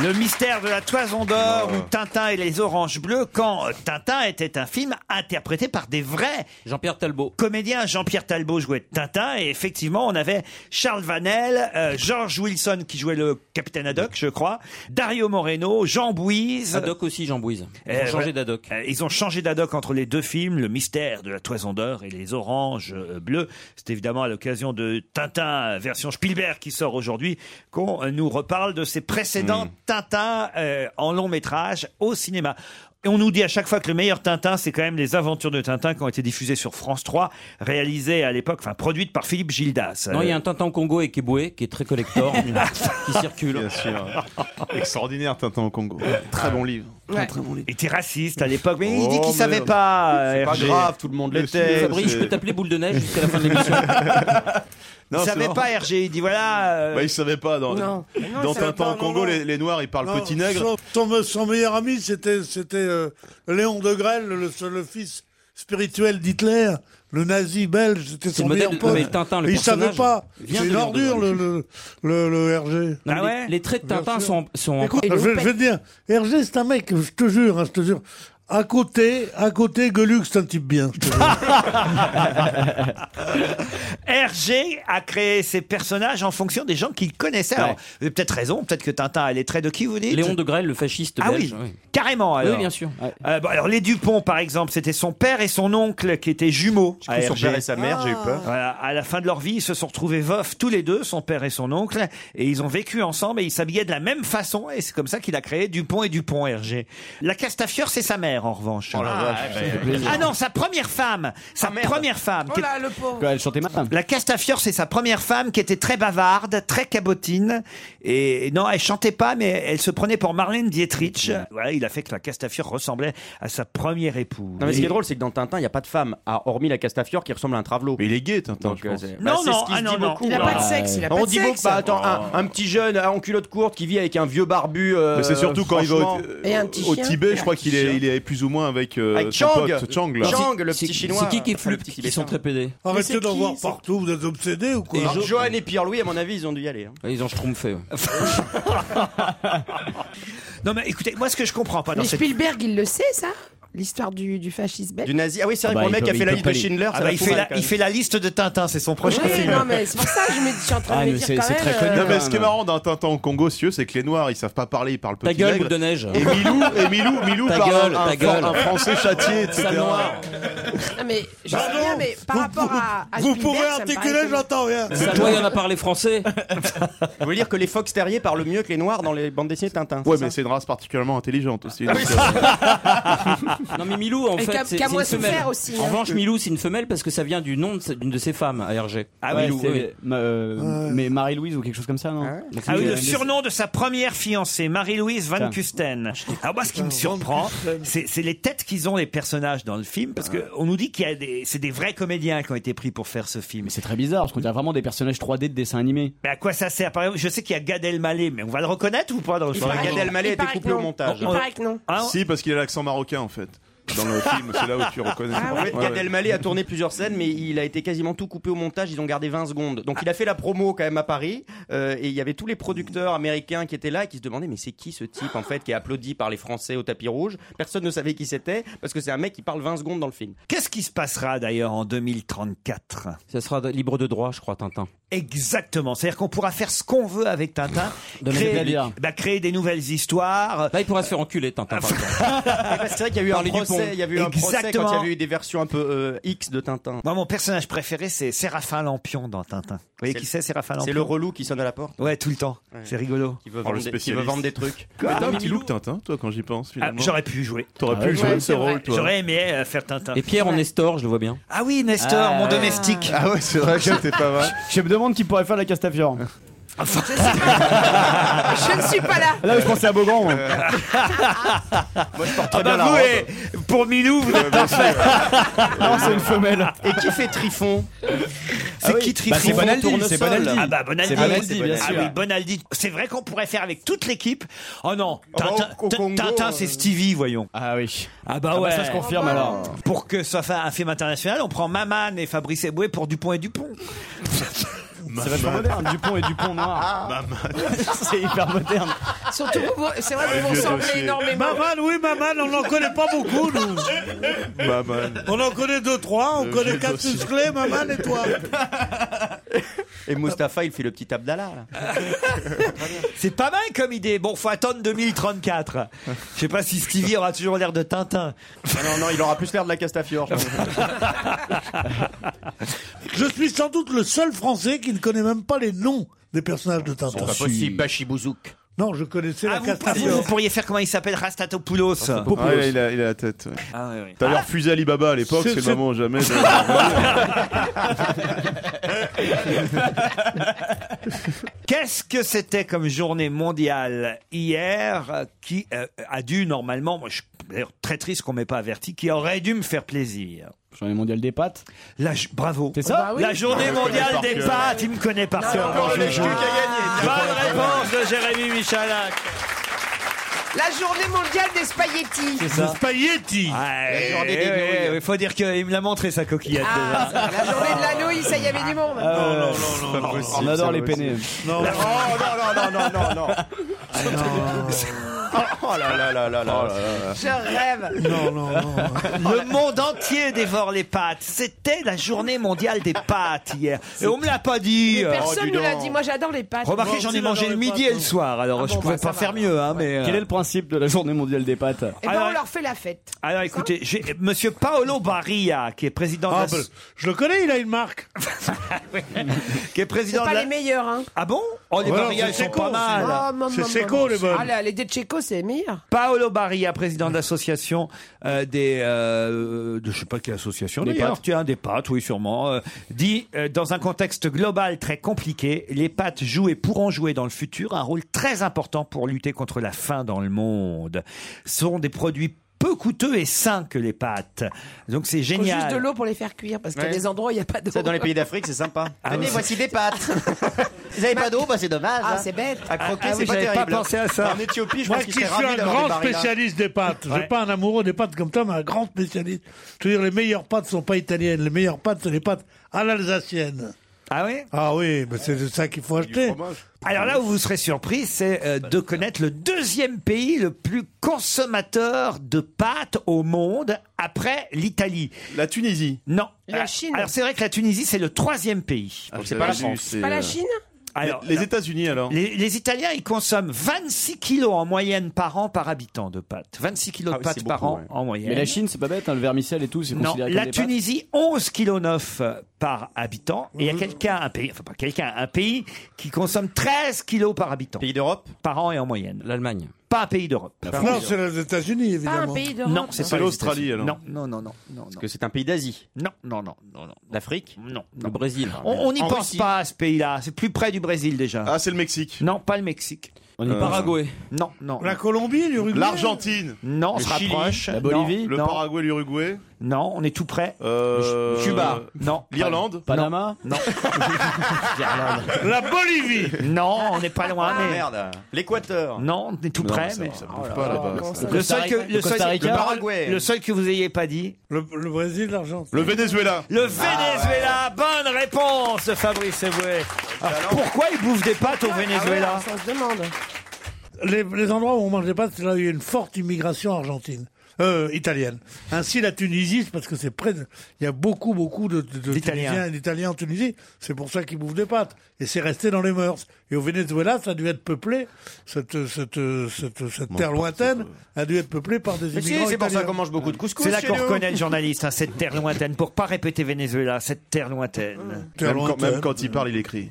C: Le mystère de la toison d'or ou Tintin et les oranges bleues quand euh, Tintin était un film interprété par des vrais Jean-Pierre Talbot. Comédien Jean-Pierre Talbot jouait Tintin et effectivement on avait Charles Vanel, euh, George Wilson qui jouait le capitaine Haddock je crois, Dario Moreno, Jean Bouise.
I: Haddock aussi, Jean Bouise. Ils ont
C: Euh,
I: changé
C: ouais.
I: d'Haddock.
C: Euh, Ils ont changé d'Adoc entre les deux films, Le mystère de la toison d'or et Les oranges euh, bleues. C'est évidemment à l'occasion de Tintin euh, version Spielberg qui sort aujourd'hui qu'on euh, nous reparle de ses
H: Hmm.
C: précédents Tintin euh, en long métrage au cinéma. Et on nous dit à chaque fois que le meilleur Tintin, c'est quand même les aventures de Tintin qui ont été diffusées sur France 3, réalisées à l'époque, enfin produites par Philippe Gildas.
I: Non, il y a
C: Euh,
I: un Tintin au Congo et Kéboué qui est très collector, qui circule.
H: Bien sûr.
C: [LAUGHS]
H: Extraordinaire Tintin au Congo.
C: Ah.
H: Très bon livre.
C: Ouais. Il était raciste à l'époque, mais il dit
H: Oh,
C: qu'il
H: mais
C: savait pas.
H: c'est
C: euh,
H: pas
C: Hergé.
H: grave, tout le monde le
C: Les
H: sait,
C: textes,
H: Fabrice, je peux
C: euh,
I: t'appeler boule de neige jusqu'à la fin de
H: [LAUGHS]
I: l'émission.
H: [LAUGHS] Non,
C: il
H: c'est
C: savait
H: marrant.
C: pas Hergé, il dit voilà. euh,
H: Bah, il savait pas. Dans,
C: Non.
D: Mais non,
H: dans
D: il savait
H: Tintin
D: pas,
H: au
D: non,
H: Congo,
D: non.
H: les, les Noirs, ils parlent
D: Non,
H: petit nègre.
D: Son, son- son meilleur ami, c'était c'était euh, Léon de Grelle, le, le fils spirituel d'Hitler, le nazi belge. C'était
I: C'est
D: son
I: le modèle-
D: meilleur
I: non,
D: pote.
I: mais Tintin, le
D: Et il savait
I: personnage,
D: pas.
I: vient
D: C'est
I: de
D: une
I: Léon de
D: ordure, le, le, le, le RG.
I: Non, mais les- les traits de
D: Bien
I: Tintin
D: sûr.
I: sont, sont
D: Écoute, je, vais- je vais te dire, Hergé, c'est un mec, je te jure, hein, je te jure. À côté, à côté, Golux, c'est un type bien. je te
I: Ah
D: jure.
C: [LAUGHS] Hergé a créé ses personnages en fonction des gens qu'il connaissait. Alors, vous avez peut-être raison, peut-être que Tintin a les traits de qui vous dites
I: Léon de Grelle, le fasciste
C: Ah
I: belge.
C: oui, carrément. Alors.
I: Oui, bien sûr.
C: Euh, bon, alors les Dupont, par exemple, c'était son père et son oncle qui étaient jumeaux.
I: cru
C: à
I: son
C: Hergé.
I: père et sa mère, j'ai eu peur.
C: Voilà, à la fin de leur vie, ils se sont retrouvés veufs tous les deux, son père et son oncle, et ils ont vécu ensemble et ils s'habillaient de la même façon. Et c'est comme ça qu'il a créé Dupont et Dupont Hergé. La Castafiore, c'est sa mère, en revanche.
I: Oh
F: la vache, ça fait plaisir.
C: Ah non, sa première femme,
G: Ah,
C: sa première
G: Oh
C: femme. qui est-
J: Ah, le pauvre.
F: Quoi, elle chantait ma femme.
C: la Castafiore, c'est sa première femme qui était très bavarde, très cabotine. Et non, elle chantait pas, mais elle se prenait pour Marlène Dietrich. Voilà, il a fait que la Castafiore ressemblait à sa première épouse.
G: Non, mais ce qui est drôle, c'est que dans Tintin, il n'y a pas de femme, à- hormis la Castafiore qui ressemble à un travelot. euh, Mais il est gay, Tintin. Bah,
C: Non, non, ah, non, non. Il a pas de sexe, il a pas
G: On
C: de
G: dit
C: sexe.
G: beaucoup, bah, attends, un, un petit jeune euh, en culotte courte qui vit avec un vieux barbu. euh,
H: Mais c'est surtout quand il va au,
G: franchement.
H: au Tibet, je crois qu'il est, il est plus ou moins avec, euh,
G: Avec
H: son
G: Chang.
H: pote Chang. là.
G: Chang, le petit chinois.
I: C'est qui qui
G: Enfin, le
I: flippe,
G: petit Oh.
I: qui sont très pédés
D: Arrêtez d'en voir partout, vous êtes obsédés ou quoi
G: Et Johan et Pierre-Louis, à mon avis, ils ont dû y aller. hein.
I: Ah, Ils ont schtroumpfé.
C: Non, mais écoutez, moi, ce que je comprends pas dans
J: Mais
C: cette...
J: Spielberg, il le sait, ça L'histoire du, du fascisme belge
G: Du nazi. Ah oui, c'est vrai
C: Ah
G: que
C: bah,
G: le mec
C: il
G: a
C: peut-
G: fait la
C: il peut
G: liste de
C: pas les-
G: Schindler.
C: Ah
G: ça
C: bah,
G: la
C: il,
G: fout
C: fait
G: mal,
C: la,
G: quand
C: il
G: même.
C: fait la liste de Tintin, c'est son prochain
J: Oui,
C: film.
J: non, mais c'est pour ça que je, me- je suis en train
H: Ah,
J: de
H: mais
J: me dire
H: c'est-
J: quand
H: c'est
J: même.
H: très connu. Non, mais ce qui est
J: euh,
H: marrant d'un Tintin au Congo, si tu veux, c'est que les Noirs, ils savent pas parler, ils parlent
I: Ta
H: petit
I: gueule,
H: nègre.
I: boule de neige.
G: [LAUGHS]
H: Et Milou, et Milou, Milou
I: Ta
H: parle
I: gueule,
H: un,
I: ta
H: un-
I: gueule.
H: un français châtié, etc.
I: Sale noir.
J: Non, mais je sais bien, mais par rapport à. à Ah,
D: Vous
J: Spielberg,
D: pouvez
J: ça me paraît
D: articuler,
J: con.
D: j'entends hein. rien.
I: Ça, toi, il y
H: [LAUGHS]
I: en a parlé français.
G: Vous voulez dire que les Fox terriers parlent mieux que les Noirs dans les bandes dessinées de Tintin
H: Ouais,
G: c'est Ah
H: mais c'est une race particulièrement intelligente aussi. donc, euh,
I: Non, mais Milou, en
J: Et
I: fait,
J: qu'a-
I: c'est
J: qu'a
I: c'est
J: moins
I: une femelle.
J: souffert aussi, hein.
I: En revanche, Milou, c'est une femelle parce que ça vient du nom de sa- d'une de ses femmes, à RG.
F: Ah ouais, c'est- ma- euh, mais Marie-Louise ou quelque chose comme ça, non Donc,
C: Ah oui,
F: c'est-
C: le surnom de sa première fiancée, Marie-Louise Van
F: Putain. Ah,
C: Custen. Alors moi, ce qui me surprend, c'est c'est les têtes qu'ils ont les personnages dans le film, parce que on nous dit qu'il y a des, c'est des vrais comédiens qui ont été pris pour faire ce film.
F: C'est très bizarre parce qu'on dirait vraiment des personnages 3D de dessin animé.
C: Mais à quoi ça sert Par exemple, je sais qu'il y a Gad Elmaleh, mais on va le reconnaître ou pas dans le film Ah,
G: Gad Elmaleh a été coupé au montage. Ah
J: Il paraît que non.
H: Si, parce qu'il a l'accent marocain en fait. Dans le film, c'est là où tu reconnais.
G: En fait,
H: Ouais,
G: Ah Gad
H: ouais.
G: Elmaleh a tourné plusieurs scènes, mais il a été quasiment tout coupé au montage. Ils ont gardé 20 secondes. Donc, il a fait la promo quand même à Paris, euh, et il y avait tous les producteurs américains qui étaient là et qui se demandaient mais c'est qui ce type en fait qui est applaudi par les Français au tapis rouge Personne ne savait qui c'était parce que c'est un mec qui parle 20 secondes dans le film.
C: Qu'est-ce qui se passera d'ailleurs en 2034
I: Ça sera libre de droit, je crois, Tintin.
C: Exactement. C'est-à-dire qu'on pourra faire ce qu'on veut avec Tintin.
I: [LAUGHS] De la
C: créer,
I: Zébélia.
C: bah, créer des nouvelles histoires.
I: Là, il pourra se faire enculer, Tintin. par exemple.
C: [LAUGHS]
G: Ah, c'est vrai qu'il y a eu
I: Parler
G: un
I: du pont.
G: procès, il y a eu un procès quand il y
C: Exactement.
G: avait eu des versions un peu euh, X de Tintin.
C: Moi, mon personnage préféré, c'est Séraphin Lampion dans Tintin. Vous voyez
G: C'est-
C: qui c'est, Séraphin Lampion
G: C'est le relou qui sonne à la porte.
C: Ouais, tout le temps. C'est rigolo.
G: Qui veut vendre, des, qui veut vendre des
H: [LAUGHS]
G: trucs. Ah,
H: Mais t'as un petit look Tintin, toi, quand j'y pense. finalement.
C: j'aurais pu jouer.
H: T'aurais pu jouer Ah ce rôle, toi.
C: J'aurais aimé euh, faire Tintin.
I: Et Pierre, on est store, je le vois bien.
C: Ah oui, Nestor,
F: Ah.
C: mon
G: [LAUGHS]
C: domestique.
F: Ah ouais, c'est vrai que c'était pas mal. Je me demande qui pourrait faire la [LAUGHS] Castafiore.
C: Je
J: ne suis pas là.
F: Là, je pensais à Beaugrand. moi. [LAUGHS]
C: Ah bah
F: bien la
C: vous,
F: robe.
C: eh, pour Milou, vous êtes parfait.
F: Non, c'est une femelle.
G: Et qui fait Trifon
C: C'est
G: Ah oui.
C: qui
G: Bah, c'est
C: Trifon
G: Bonaldi, c'est Bonaldi.
C: Ah bah Bonaldi.
G: C'est Bonaldi, bien
C: ah
G: sûr.
C: oui, Bonaldi. C'est vrai qu'on pourrait faire avec toute l'équipe. Oh non,
G: Oh,
C: Tintin,
G: au- au Congo,
C: Tintin,
G: euh.
C: c'est Stevie, voyons.
F: Ah oui.
C: Ah
F: Ah
C: bah
F: bah,
C: ouais.
F: ça se confirme, alors.
C: Pour que ça fasse un film international, on prend Maman et Fabrice Eboué pour Dupont et Dupont.
F: C'est
C: Bah.
F: vachement moderne, Dupont et Dupont
C: [LAUGHS]
F: noir. C'est hyper moderne.
J: Surtout, vous- vous- c'est vrai que
H: Ah,
F: Les
J: Ah, vous
F: vieux
J: ressemblez
F: dossiers.
J: énormément.
D: Maman, oui, Maman, on n'en connaît pas beaucoup,
J: [LAUGHS]
D: nous.
G: Bah,
D: On en connaît deux, trois. On
G: Le
D: connaît
G: vieux
D: Catus
G: dossier.
D: Clé, Maman et toi.
G: Et Mustapha, il fait le petit Abdallah. là.
C: [LAUGHS] C'est pas mal comme idée. Bon, faut attendre 2034. Je sais pas si Stevie aura toujours l'air de Tintin.
G: Ah non, non, il aura plus l'air de la Castafiore.
D: [LAUGHS] Je suis sans doute le seul Français qui ne connaît même pas les noms des personnages de Tintin.
G: [LAUGHS] C'est pas possible, Bachibouzouk.
D: Non, je connaissais
C: Ah,
D: la
C: vous, vous-
D: Castafiore.
C: vous pourriez faire comment il s'appelle Rastatopoulos.
H: Ah, il, a, il a- il a la tête. ouais. T'as l'air fusé Alibaba à l'époque,
C: C'est-
H: c'est le
C: c'est-
H: moment ou jamais. de-
C: Qu'est-ce que c'était comme journée mondiale hier euh, qui euh, a dû normalement, moi je suis d'ailleurs très triste qu'on m'ait pas averti, qui aurait dû me faire plaisir
F: Journée mondiale des pâtes.
C: La, j- bravo.
F: C'est ça
C: La journée mondiale des pâtes, il me connaît par cœur.
G: Ah,
C: Bonne réponse de Jérémy Michalak.
J: La journée mondiale des spaghettis.
C: spaghetti.
J: La journée des nouilles.
C: Il faut dire qu'il me l'a montré sa coquillette.
J: Ah,
C: déjà. Euh,
J: la journée de la nouille, ça y avait du monde.
C: Ah, non, non,
F: On adore les peinés.
D: Non, non,
G: non, non, non, non. Oh là là là là là.
J: Je rêve.
D: Non, non, non.
C: Le monde entier dévore les pâtes. C'était la journée mondiale des pâtes hier. Et on me l'a pas dit.
J: Mais
C: Euh,
J: personne ne l'a dit. Moi, j'adore les pâtes.
C: Remarquez, j'en ai mangé le midi et le soir, alors
J: Ah
C: je
J: bon,
C: pouvais
J: bah, ça
C: pas
J: va.
C: faire mieux. Hein, mais, euh,
F: Quel est le principe de la journée mondiale des pâtes
J: Eh ben,
C: Alors-
J: on leur fait la fête.
C: Alors écoutez, j'ai Monsieur Paolo Barilla, qui est président
D: Ah,
C: de
D: ben,
C: la...
D: je le connais, il a une marque.
C: [LAUGHS] qui est
J: C'est
C: président
J: pas
C: de la-
J: les meilleurs, hein.
C: Ah bon Oh, les
D: Ouais,
C: Barilla,
D: c'est
C: ils sont
D: Seco,
C: pas mal.
J: Ah, maman,
D: C'est
J: maman.
D: Seco, les bonnes.
J: Ah, là, les deux Tchéco, c'est les meilleurs.
C: Paolo Barilla, président de l'association euh, des, euh, de, je sais pas quelle association,
F: Des
C: d'ailleurs,
F: pâtes.
C: tiens, des pâtes, oui sûrement, euh, dit euh, dans un contexte global très compliqué, les pâtes jouent et pourront jouer dans le futur un rôle très important pour lutter contre la faim dans le monde. Ce sont des produits peu coûteux et sains que les pâtes. Donc c'est
J: Faut juste de
C: génial.
J: l'eau pour les faire cuire parce qu'il y a
G: Ouais.
J: des endroits où il n'y a pas d'eau.
G: Ça, dans les pays d'Afrique, c'est sympa.
C: oui,
G: Tenez,
C: Ah, c'est-
G: voici des
J: [LAUGHS]
G: pâtes. Vous avez pas d'eau, bah c'est dommage.
J: Ah,
G: hein.
J: c'est bête.
G: À croquer,
C: Ah oui,
G: c'est pas
C: j'avais pas
G: terrible. hein.
C: pensé à ça.
G: En Éthiopie, je
D: Moi
G: pense
D: qui
G: qu'il
D: suis
G: serait ravi
D: un
G: d'avoir des
D: grand
G: barils, hein.
D: spécialiste des pâtes, je
C: Ouais.
D: suis pas un amoureux des pâtes comme toi, mais un grand spécialiste. Je veux dire, les meilleures pâtes sont pas italiennes, les meilleures pâtes, c'est les pâtes à l'alsacienne.
C: Ah oui
D: Ah oui, mais c'est de ça qu'il faut acheter.
C: Alors là où vous serez surpris, c'est euh, de connaître le deuxième pays le plus consommateur de pâtes au monde après l'Italie.
H: La Tunisie.
C: Non.
J: La
C: Alors-
J: Chine.
C: Alors c'est vrai que la Tunisie c'est le troisième pays.
H: Ah,
G: c'est pas la
H: j'avais
G: France.
H: vu,
J: Pas la
H: euh,
J: Chine
C: Alors
H: Les États-Unis, alors.
C: les, les Italiens ils consomment 26 kilos en moyenne par an par habitant de pâtes. 26 kilos
G: Ah
C: de
G: oui,
C: pâtes
G: c'est
C: par
G: beaucoup,
C: an
G: ouais.
C: en moyenne.
F: Mais la Chine, c'est pas bête, hein, le vermicelle et tout, c'est
C: Non,
F: considéré
C: la
F: comme des pâtes.
C: Tunisie, 11 kg 9 par habitant. Et il y a quelqu'un, un pays, enfin pas quelqu'un, un pays qui consomme 13 kilos par habitant,
G: Pays d'Europe
C: par an et en moyenne.
I: L'Allemagne.
C: Pas un pays d'Europe.
D: Non, c'est les États-Unis,
J: Pas Ah, un
D: évidemment.
J: pays d'Europe.
C: Non, c'est
H: C'est
C: pas les
H: l'Australie,
C: États-Unis.
H: alors.
C: Non, non, non, non, non,
G: Parce que c'est un pays d'Asie.
C: non, non, non, non, non,
G: L'Afrique
C: non,
I: Le
C: non.
I: Brésil.
C: On on n'y
G: En
C: pense
G: Russie.
C: pas à ce pays-là. C'est plus près du Brésil déjà.
H: Ah, c'est le Mexique.
C: Non, pas le Mexique.
F: On y
H: Euh,
F: parle.
I: Paraguay.
C: Non, non.
D: La Colombie, l'Uruguay.
H: L'Argentine.
C: Non, on
G: Le
C: se
G: Chili,
C: rapproche.
F: la Bolivie.
H: Le
C: Non.
H: Paraguay, l'Uruguay.
C: Non, non, on est tout près.
H: euh,
I: Cuba.
C: Non.
H: L'Irlande.
F: Panama
C: Non.
D: La Bolivie.
C: non, on n'est pas loin,
G: Ah
C: mais.
G: merde. L'Équateur.
C: Non, on est tout
H: Non,
C: près,
H: ça-
C: mais. Oh
H: ça bouge pas là-bas.
J: Comment ça
C: Le seul que,
F: Le
C: le seul,
F: Costa Rica.
C: le Bar-
G: Paraguay.
C: le seul que vous ayez pas dit.
D: Le, le Brésil, l'Argentine.
H: Le Venezuela.
C: Le Venezuela. Bonne réponse, de Fabrice Eboué. Alors, Pourquoi ils bouffent des pâtes au
J: Ah ouais,
C: Venezuela
J: on se demande.
D: les, les endroits où on mangeait pas, c'est là où il y a une forte immigration argentine. Euh, italienne. Ainsi, la Tunisie, c'est parce que c'est près de- Il y a beaucoup, beaucoup de, de- de
C: D'Italiens.
D: Tunisiens et d'Italiens en Tunisie. C'est pour ça qu'ils bouffent des pâtes. Et c'est resté dans les mœurs. Et au Venezuela, ça a dû être peuplé, cette, cette, cette, cette terre lointaine, a dû être peuplée par des
G: Mais si,
D: immigrants
G: c'est pour ça
D: italiens.
G: qu'on mange beaucoup de couscous
C: C'est là
G: chez
C: qu'on
G: nous.
C: reconnaît le journaliste, hein, cette terre lointaine. Pour pas répéter Venezuela, cette terre lointaine.
H: Même quand, même quand il parle, il écrit.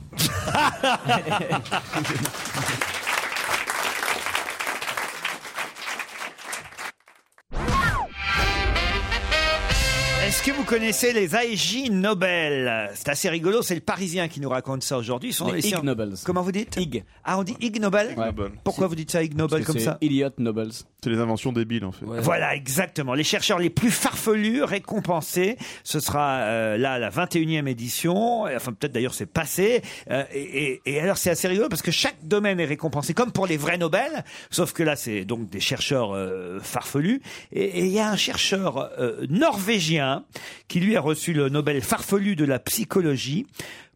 C: Est-ce que vous connaissez les Aegi Nobel C'est assez rigolo, c'est le Parisien qui nous raconte ça aujourd'hui. Ils sont
F: Les
C: ils sont-
F: Ig Nobels.
C: Comment vous dites Ig. Ah, on dit Ig Nobel Pourquoi vous dites ça, Ig Nobel, comme ça
F: Idiot Nobles.
H: C'est les inventions débiles, en fait.
C: Voilà, exactement. Les chercheurs les plus farfelus récompensés. Ce sera euh, là la 21e édition. Et, Enfin, peut-être d'ailleurs c'est passé. Euh, et, et- et alors c'est assez rigolo parce que chaque domaine est récompensé, comme pour les vrais Nobel. Sauf que là, c'est donc des chercheurs euh, farfelus. Et et il y a un chercheur euh, norvégien qui lui a reçu le Nobel farfelu de la psychologie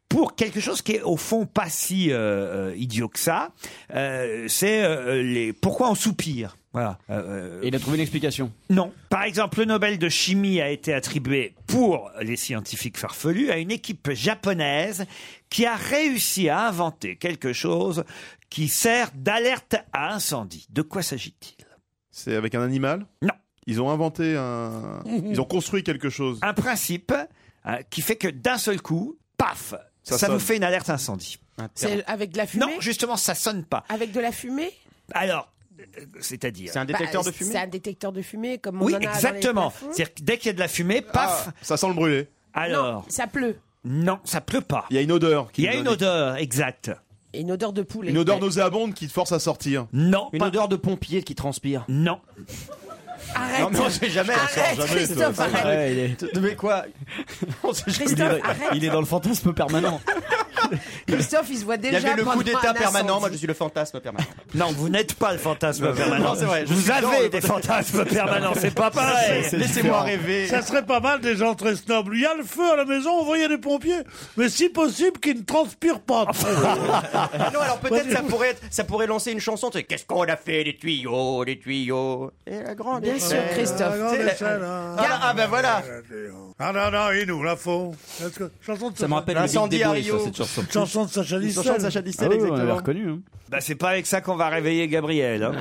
C: pour quelque chose qui est au fond pas si euh, euh, idiot que ça, Euh, c'est euh, les pourquoi on soupire. Voilà. euh,
F: Et il a trouvé une explication.
C: Non. Par exemple, le Nobel de chimie a été attribué pour les scientifiques farfelus à une équipe japonaise qui a réussi à inventer quelque chose qui sert d'alerte à incendie. De quoi s'agit-il
H: C'est avec un animal
C: Non.
H: Ils ont inventé
C: [LAUGHS]
H: un. Ils ont construit quelque chose.
C: Un principe euh, qui fait que d'un seul coup, paf, ça,
H: Ça
C: vous
H: sonne.
C: fait une alerte incendie.
J: C'est avec de la fumée
C: Non, justement, ça sonne pas.
J: Avec de la fumée
C: Alors, euh, c'est-à-dire C'est
J: Bah, C'est un détecteur de fumée, comme on
C: Oui,
J: en a dans les
C: exactement.
J: plafonds.
C: C'est-à-dire que dès qu'il y a de la fumée, paf,
H: Ah, ça sent le brûler.
C: Alors,
J: Ça pleut.
C: non, ça pleut pas.
H: Il y a une odeur. qui
C: Il y a
H: nous
C: une
H: donne-
C: odeur, exacte.
J: Et une odeur de poulet.
H: Une odeur nauséabonde qui te force à sortir.
C: Non.
H: Une
G: odeur de pompier qui transpire.
C: Non.
J: Arrête.
G: Non, mais on sait jamais.
J: Arrête,
G: On sort jamais,
J: Christophe,
G: toi.
J: arrête.
G: Ouais, il est- Mais quoi On sait jamais.
J: Christophe, Il est- arrête. il est dans
F: le fantasme permanent.
J: Christophe, il se voit
G: Il y
J: déjà.
G: avait le coup
J: prendre un
G: d'état
J: incendie.
G: permanent, moi je suis le fantasme permanent.
C: Non, vous n'êtes pas le fantasme
G: Non,
C: permanent.
G: non, c'est vrai, je
C: vous
G: suis dans
C: avez
G: le
C: des
D: [LAUGHS]
G: fantasme.
D: Ah,
C: fantasmes permanents, c'est pas pareil.
D: Ça serait pas mal des gens très snobs. Il y a le feu à la maison, envoyez des pompiers. Mais si possible, qu'ils ne transpirent pas. Oh,
G: non, alors peut-être ça pourrait, être- ça pourrait lancer une chanson. tu sais, Qu'est-ce qu'on a fait des tuyaux, des tuyaux Et la grande
J: Bien
G: échelle.
J: sûr, Christophe.
G: Tu sais, la- Ah, ah, ben voilà.
D: Ah non, non, il nous la faut. Est-ce que- Chanson de
C: Ça me rappelle le Big Dédoué, ça, cette chanson.
D: Chanson de Sacha
C: Une
D: Distel.
C: chanson de Sacha Distel, Ah oui, on l'avait exactement. reconnu,
F: hein.
C: Bah, c'est pas avec ça qu'on va réveiller Gabriel. [LAUGHS] hein.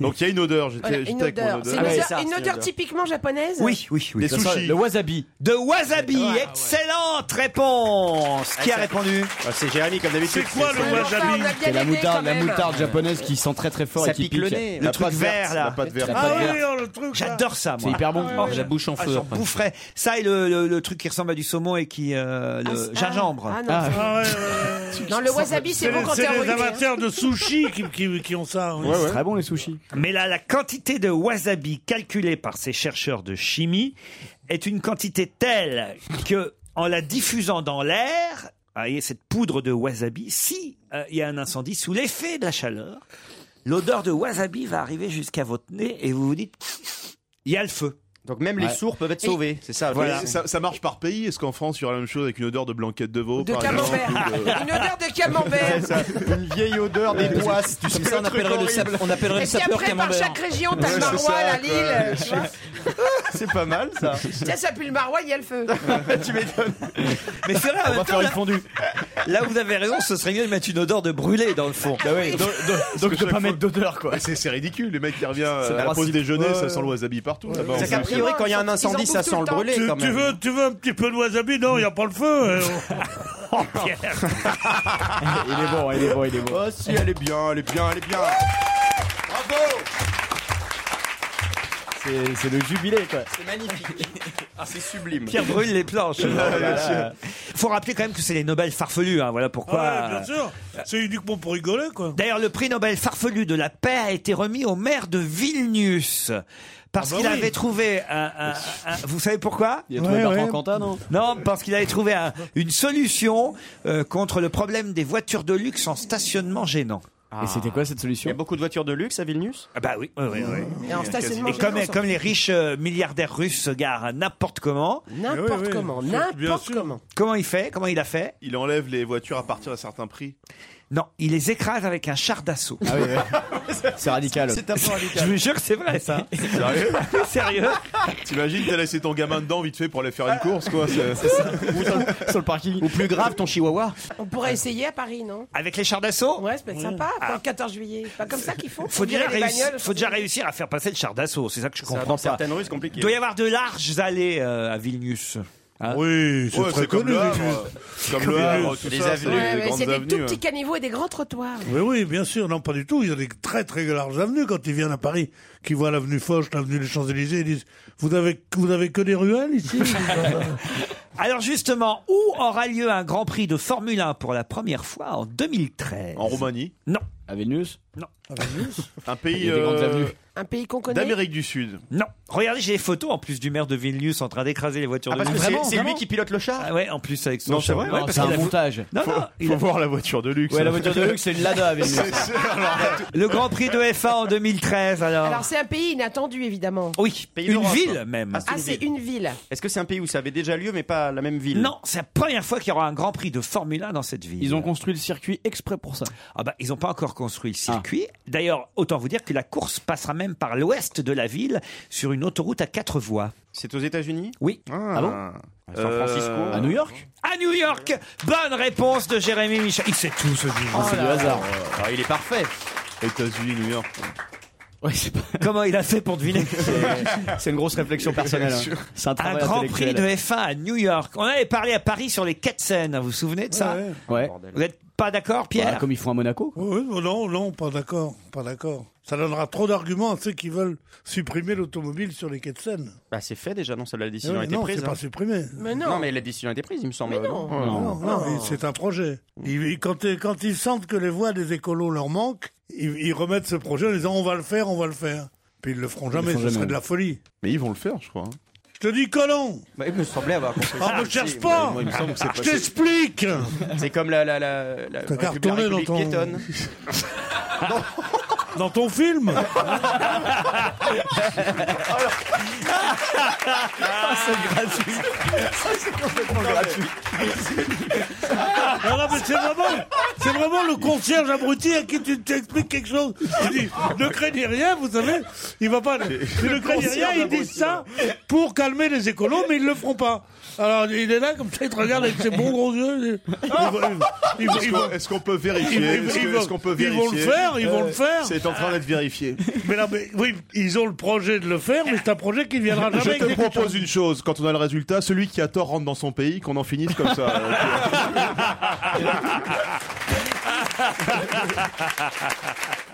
H: Donc il y a une odeur. J'étais
J: Voilà,
H: j'étais
J: une
H: avec mon
J: odeur. C'est une
C: Ah oui,
J: odeur-
C: ça,
J: une
C: c'est une
J: odeur
C: odeur.
J: typiquement japonaise
C: Oui, oui, oui.
F: Des Ça sent sushis. le
C: wasabi. De wasabi. Excellente réponse. Qui a répondu
G: C'est Jérémy, comme d'habitude.
C: Ah, C'est quoi le
G: c'est-
C: wasabi
G: on l'a bien
F: C'est la
G: aimé, quand
F: moutarde, la
G: même.
F: moutarde japonaise qui sent très très fort
G: Ça
F: et qui
G: pique le nez.
C: Le
F: La
C: truc
F: pâte
C: vert,
F: verte,
C: là.
F: La pâte verte.
C: La
D: Ah
C: pâte
D: oui,
C: verte.
D: oh, le truc. là.
C: J'adore ça, moi.
F: C'est hyper bon.
C: Oh,
F: J'ai la bouche en
C: ah,
F: feu,
C: j'en
F: après.
C: boufferais. Ça et le, le- le truc qui ressemble à du saumon et qui. euh, le gingembre.
J: Ah non, Ah,
D: ouais,
J: Non, le wasabi, c'est bon
D: les-
J: quand t'es hein.
D: C'est les
J: enrhumé.
D: amateurs de sushi qui, qui, qui ont ça. oui.
F: C'est très bon les sushis.
C: Mais là, la quantité de wasabi calculée par ces chercheurs de chimie est une quantité telle que, en la diffusant dans l'air, vous voyez cette poudre de wasabi, si euh, il y a un incendie, sous l'effet de la chaleur, l'odeur de wasabi va arriver jusqu'à votre nez et vous vous dites, il y a le feu.
G: Donc même les sourds peuvent être
C: Et-
G: sauvés, c'est ça.
C: Voilà.
H: Et Ça, ça marche par pays. Est-ce qu'en France, il y aura la même chose avec une odeur de blanquette de veau
J: De
H: par exemple,
J: camembert.
H: ou de-
J: Une odeur de
H: [LAUGHS]
J: camembert.
G: Une vieille odeur des poisses.
I: Comme ça, on appellerait le, sap- on appellerait
J: Et
I: le
J: puis
I: sapeur
J: après, par
I: camembert.
J: chaque région, t'as le
G: Ouais, c'est
J: marois,
G: ça,
J: la
G: quoi.
J: Lille, tu vois.
G: C'est pas mal ça. [LAUGHS]
J: Tiens, ça pue le marois, il y a le feu.
C: [LAUGHS]
G: tu m'étonnes.
C: Mais c'est vrai, en
I: On
C: même
I: va
C: temps,
I: faire une
C: là-
I: fondue.
C: Là, vous avez raison, ce serait mieux de mettre une odeur de brûlé dans le fond. [LAUGHS]
H: donc,
F: Bah donc de pas mettre d'odeur quoi.
H: Mais C'est c'est ridicule, les mecs qui reviennent euh,
F: C'est
H: à la
F: principe.
H: pause déjeuner,
F: Ouais.
H: ça sent le wasabi partout. là-bas.
G: C'est qu'a priori, quand il y a un incendie, ça sent le brûlé
D: Tu,
G: quand
D: tu
G: même.
D: veux, tu veux un petit peu de wasabi Non, il n'y a pas
G: [LAUGHS]
D: le feu. hein. Oh,
F: Il est bon, il est bon, il est bon.
H: Oh si, elle est bien, elle est bien, elle est bien.
G: Bravo
F: C'est c'est le jubilé quoi.
G: C'est magnifique. Ah, c'est sublime. Ah,
C: Pierre brûle les
G: [LAUGHS]
H: [LAUGHS]
C: planches.
H: bien
C: Faut rappeler quand même que c'est les Nobel farfelus, hein, voilà pourquoi.
D: Ah ouais, bien sûr. C'est uniquement pour rigoler, quoi.
C: D'ailleurs, le prix Nobel farfelu de la paix a été remis au maire de Vilnius. Parce
D: Ah bah
C: qu'il
D: oui. Bah,
C: avait trouvé un, un- un- Vous savez pourquoi
F: Il a trouvé
D: Ouais,
F: Bertrand
D: ouais.
F: Cantat non
C: Non, parce qu'il avait trouvé un- une solution euh, contre le problème des voitures de luxe en stationnement gênant.
F: Et c'était quoi cette
G: Il y a
F: solution
G: beaucoup de voitures de luxe à Vilnius
C: Ah bah oui, oui, oui. oui.
J: Et en stationnement,
C: Et
J: j'ai
C: comme,
J: l'impression.
C: comme les riches euh, milliardaires russes se garent n'importe comment,
J: N'importe
D: Oui, oui.
J: comment,
D: Bien
J: n'importe
D: sûr.
J: comment.
C: comment il fait Comment il a fait
H: Il enlève les voitures à partir d'un certain prix.
C: Non, il les écrase avec un char d'assaut.
F: Ah oui, C'est radical.
H: C'est un peu radical.
C: Je vous jure que c'est vrai, ça.
H: Sérieux
C: Sérieux
H: T'imagines, t'as laissé ton gamin dedans vite fait pour aller faire une course, quoi. C'est ça.
F: Sur le parking. Ou plus grave, ton chihuahua.
J: On pourrait essayer à Paris, non
C: [LAUGHS] Avec les chars d'assaut
J: Ouais, ça peut être sympa, pour le 14 juillet. Pas comme ça qu'il faut.
C: Faut déjà,
J: virer les
C: réussir,
J: bagnoles.
C: faut déjà réussir à faire passer le char d'assaut. C'est ça que je comprends
G: dans
C: pas.
G: certaines rues, c'est compliqué.
C: Il doit y avoir de larges allées euh, à Vilnius. Hein
D: oui,
H: c'est Ouais, très c'est comme connu, le Havre. Vilnius. Comme le Havre, tout ça, c'est-
J: Ouais, ouais, c'est des tout
D: avenues.
J: petits caniveaux et des grands trottoirs.
D: Oui, oui, bien sûr, non, pas du tout. Ils ont des très, très larges avenues quand ils viennent à Paris, qui voient l'avenue Foch, l'avenue des Champs-Élysées, ils disent Vous n'avez vous avez que des ruelles ici
C: [LAUGHS]
G: [LAUGHS] Bah,
C: Alors justement, où aura lieu un Grand Prix de Formule 1 pour la première fois en 2013 En
H: Roumanie
C: Non.
F: À Vénus
C: Non.
H: Un pays.
C: Ah, Il y a des grandes
H: euh,
C: avenues.
J: Un pays qu'on connaît.
H: D'Amérique du Sud.
C: Non. Regardez, j'ai les photos en plus du maire de Vilnius en train d'écraser les voitures
H: Ah,
C: de
H: parce
C: luxe.
H: que c'est- Vraiment, c'est lui vraiment
C: qui pilote le char Ouais, en plus avec son
H: Non, c'est
C: char.
H: vrai
C: Ouais,
H: Non,
C: parce
H: c'est
C: qu'il
H: un
C: a-
H: montage.
C: Non,
H: Faut-
C: non, il
H: faut
C: a-
H: voir la voiture de luxe.
F: Ouais, la voiture de luxe, c'est une
H: [LAUGHS]
F: Lada à Vénus.
H: C'est sûr, alors là,
C: Le Grand Prix de F1 en 2013
I: Ah.
C: alors.
J: Alors, c'est un pays inattendu, évidemment.
C: Oui,
G: Pays
C: une
G: d'Europe.
C: ville même.
G: Ah, c'est
J: Ah,
G: une
J: c'est
G: ville.
J: une ville.
G: Est-ce que c'est un pays où ça avait déjà lieu, mais pas la même ville
C: Non, c'est la première fois qu'il y aura un Grand Prix de Formule 1 dans cette ville.
F: Ils ont construit le circuit exprès pour ça.
C: Ah bah, ils n'ont pas encore construit le
G: Ah.
C: circuit. D'ailleurs, autant vous dire que la course passera même par l'ouest de la ville sur une autoroute à quatre voies.
G: C'est aux États-Unis
C: Oui.
G: Ah bon À San Francisco
F: À New York
C: À New York Bonne réponse de Jérémy Michel. Il sait tout ce livre.
F: Ah, c'est du hasard.
G: Ah, il est parfait.
H: Oh États-Unis, New York.
C: [LAUGHS] Comment il a fait pour deviner
F: [LAUGHS] C'est une grosse réflexion personnelle.
C: Bien
F: hein.
C: sûr.
F: C'est un
C: Un
F: travail
C: Grand Prix de
F: intellectuel.
C: F1 à New York. On avait parlé à Paris sur les quêtes Seine. Vous vous souvenez de ça
F: Ouais.
C: Vous n'êtes pas d'accord, Pierre
F: Bah, comme ils font à Monaco.
D: Oui, oui, non, non, pas d'accord, pas d'accord. Ça donnera trop d'arguments à ceux qui veulent supprimer l'automobile sur les quais de Seine. Eh
G: Bah, c'est fait déjà, non Ça, La décision
D: Oui,
G: a été hein.
D: non,
G: prise.
D: c'est pas supprimé. Mais non.
G: mais la décision a été prise, il me semble. euh, non.
D: Non, non, et c'est un projet. Ils- ils- quand, euh, quand ils sentent que les voix des écolos leur manquent, ils, ils remettent ce projet en disant on va le faire, on va le faire. Puis ils le feront jamais,
H: feront
D: ce serait
H: jamais.
D: de la folie.
H: Mais ils vont le faire, je crois. hein.
D: Je te dis que non
H: Bah,
G: il me semblait avoir compris.
D: Ah, me cherche pas
H: Moi, il me semble que c'est
D: Je
H: pas-
D: t'explique
G: C'est comme la. la, la, la
D: T'as qu'à
G: République-
D: retourner dans
G: République
D: ton-
G: piétonne.
D: Dans ton
H: [LAUGHS]
D: film Ah,
C: c'est gratuit.
H: c'est complètement gratuit.
D: Ah Non, non, mais c'est vraiment, c'est vraiment le concierge abruti à qui tu t'expliques quelque chose. Tu dis, ne craignez rien, vous savez, il va pas. Si ne craignez rien,
H: concierge
D: ils disent ça pour calmer les écolos, mais ils le feront pas. Alors il est là comme ça, il te regarde avec ses bons gros yeux. il- il va- il va-
H: Est-ce
D: il
H: qu'on-
D: va-
H: Est-ce qu'on peut
D: Ils-
H: vérifier
D: ils-
H: Est-ce
D: ils
H: que-
D: vont-
H: est-ce qu'on peut
D: ils
H: vérifier Euh,
D: vont le faire, ils vont le faire.
H: C'est en train d'être vérifié.
D: Mais non, mais oui, ils ont le projet de le faire, mais c'est un projet qui ne viendra jamais.
H: Je te
D: exécuté.
H: propose une chose, quand on a le résultat, celui qui a tort rentre dans son pays, qu'on en finisse comme ça.
C: [LAUGHS]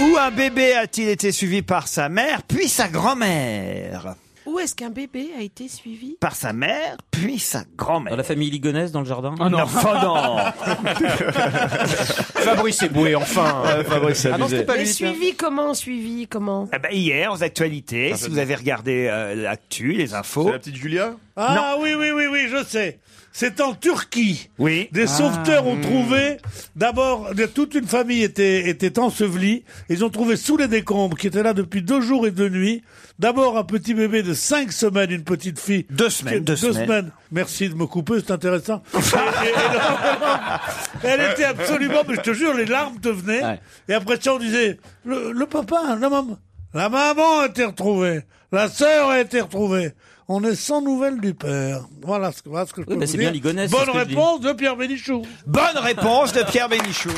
C: Où un bébé a-t-il été suivi par sa mère, puis sa grand-mère
J: Où est-ce qu'un bébé a été suivi
C: Par sa mère, puis sa grand-mère.
I: Dans la famille ligonaise, dans le jardin
F: Oh
C: Ah non, enfin,
F: [LAUGHS] Fabrice Eboué, enfin. Fabrice, c'est
C: Ah non,
F: abusé.
C: c'était pas
J: Mais
C: lui, tiens.
J: suivi comment Suivi
C: [LAUGHS]
J: comment
C: Eh ben, hier, aux actualités, si vous avez regardé euh, l'actu, les infos. C'est la
H: petite Julia
D: Ah oui, oui, oui, oui, je sais. C'est en Turquie.
C: Oui.
D: Des
C: Ah.
D: sauveteurs ont trouvé, d'abord, de- toute une famille était, était ensevelie. Ils ont trouvé sous les décombres, qui étaient là depuis deux jours et deux nuits, d'abord un petit bébé de cinq semaines, une petite fille.
C: Deux semaines, deux semaines.
D: Merci de me couper, c'est intéressant. Et- et- et non, elle était absolument, mais je te jure, les larmes te venaient. Et après ça, on disait, le, le papa, la maman, la maman a été retrouvée, la sœur a été retrouvée. On est sans nouvelles du père. Voilà ce que, voilà ce que je peux
I: Oui, bah,
D: vous
I: c'est
D: dire.
I: bien Ligonesse, c'est
D: Bonne
I: ce que je dis.
D: réponse de Pierre Bénichou.
C: Bonne réponse de Pierre Bénichou.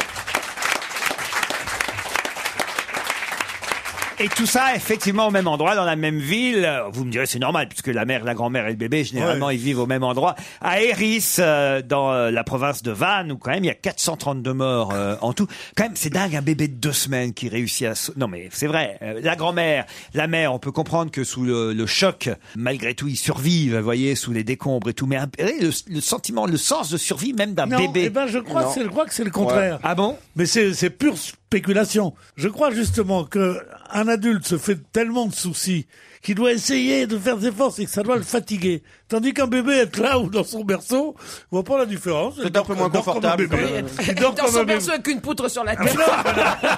C: Et tout ça, effectivement, au même endroit, dans la même ville. Vous me direz, c'est normal, puisque la mère, la grand-mère et le bébé, généralement, ils vivent au même endroit. À Eris, euh, dans euh, la province de Vannes, où quand même, il y a 432 morts euh, en tout. Quand même, c'est dingue, un bébé de deux semaines qui réussit à... sau- Non, mais c'est vrai. euh, la grand-mère, la mère, on peut comprendre que sous le, le choc, malgré tout, ils survivent, vous voyez, sous les décombres et tout. Mais un- le, le sentiment, le sens de survie même d'un
D: Non,
C: bébé...
D: eh ben, je crois que c'est- je crois que c'est le contraire.
C: Ah bon
D: Mais c'est c'est pur, [LAUGHS] spéculation. Je crois justement que un adulte se fait tellement de soucis qu'il doit essayer de faire des forces et que ça doit le fatiguer. Tandis qu'un bébé est là ou dans son berceau, on voit pas la différence.
G: C'est
D: Il dort-
G: un peu moins
D: il dort comme un
G: confortable,
D: bébé.
G: quand même.
D: Il dort
J: dans
D: comme un
J: son
D: bébé.
J: berceau avec une poutre sur la tête.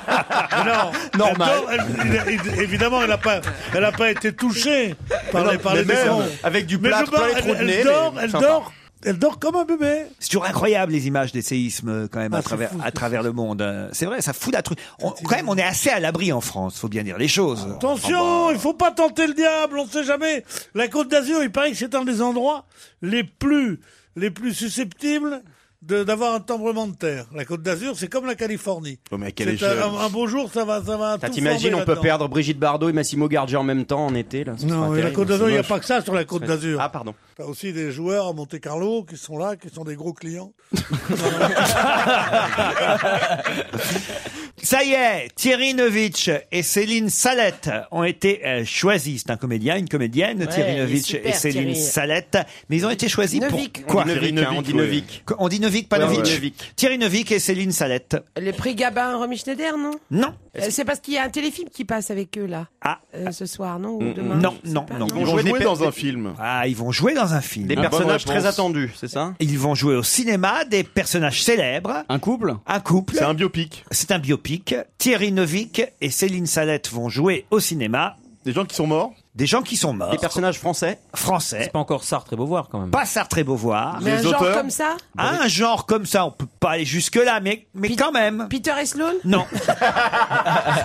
D: Non,
G: Normal.
D: elle dort- elle- il- il- évidemment, elle n'a pas, elle a pas été touchée par
G: Mais
D: les,
G: non,
D: par
G: mais
D: les
G: même,
D: dessins.
G: avec du
D: Mais
G: plâtre
D: je parle-
G: plein les trous de
D: elle-
G: nez,
D: Elle dort,
G: mais
D: elle
G: sympa.
D: dort, elle dort comme un bébé.
C: C'est toujours incroyable les images des séismes euh, quand même
D: Ah,
C: à
D: c'est
C: travers
D: fou,
C: à travers le monde. Euh, C'est vrai, ça fout la truc. On- quand même, on est assez à l'abri en France, faut bien dire les choses.
I: Ah,
G: Ah
D: Attention,
G: bah.
D: il faut pas tenter le diable, on sait jamais. La Côte d'Azur, il paraît que c'est un des endroits les plus, les plus susceptibles de- d'avoir un tremblement de terre. La Côte d'Azur, c'est comme la Californie.
H: Oh, mais à quelle
D: C'est
H: échelle
D: un, un beau jour, ça va, ça va.
G: T'as,
D: tout
G: T'imagines,
D: flamber
G: on peut
D: là-dedans.
G: perdre Brigitte Bardot et Massimo Gargia en même temps en été là. ce
D: Non,
G: sera
D: mais la
G: terrible,
D: Côte d'Azur,
G: c'est
D: il n'y a
G: moche.
D: pas que ça sur la Côte
G: Ouais.
D: d'Azur.
G: Ah pardon.
D: T'as aussi des joueurs à Monte Carlo qui sont là, qui sont des gros clients.
C: Ça y est, Thierry Neuvitch et Céline Salette ont été euh, choisis. C'est un comédien, une comédienne,
I: Ouais,
C: Thierry
I: il est
C: Neuvitch
I: super,
C: et Céline
I: Thierry.
C: Salette. Mais ils ont été choisis
I: Neuvic.
C: pour quoi
G: On dit Neuvic, hein, on dit Neuvic.
C: Qu- On dit Neuvic, pas
G: Ouais,
C: Neuvitch.
G: ouais. Neuvic.
C: Thierry Neuvic et Céline Salette.
J: [LAUGHS] Les prix Gabin, Romy Schneider, non
C: Non.
J: Euh, C'est parce qu'il y a un téléfilm qui passe avec eux là. euh,
C: Ah.
J: ce soir, non
I: Mm,
J: Ou demain
C: Non, non, non.
H: Ils vont jouer
C: venir-
H: dans un film. bah,
C: Ah, ils vont jouer dans un film.
G: Des
C: Ah, bonne
G: personnages très
C: réponse.
G: attendus, c'est ça
C: Ils vont jouer au cinéma des personnages célèbres.
F: Un couple
C: Un couple.
H: C'est un biopic.
C: C'est un biopic. Thierry Neuvik et Céline Salette vont jouer au cinéma.
H: Des gens qui sont morts
C: Des gens qui sont morts.
G: Des personnages français
C: Français.
I: Pas encore Sartre et Beauvoir quand même.
C: Pas Sartre et Beauvoir.
J: Mais un genre comme ça
C: Ah, Un genre comme ça, on peut pas aller jusque-là, mais, mais quand même.
J: Peter et Sloan
C: Non.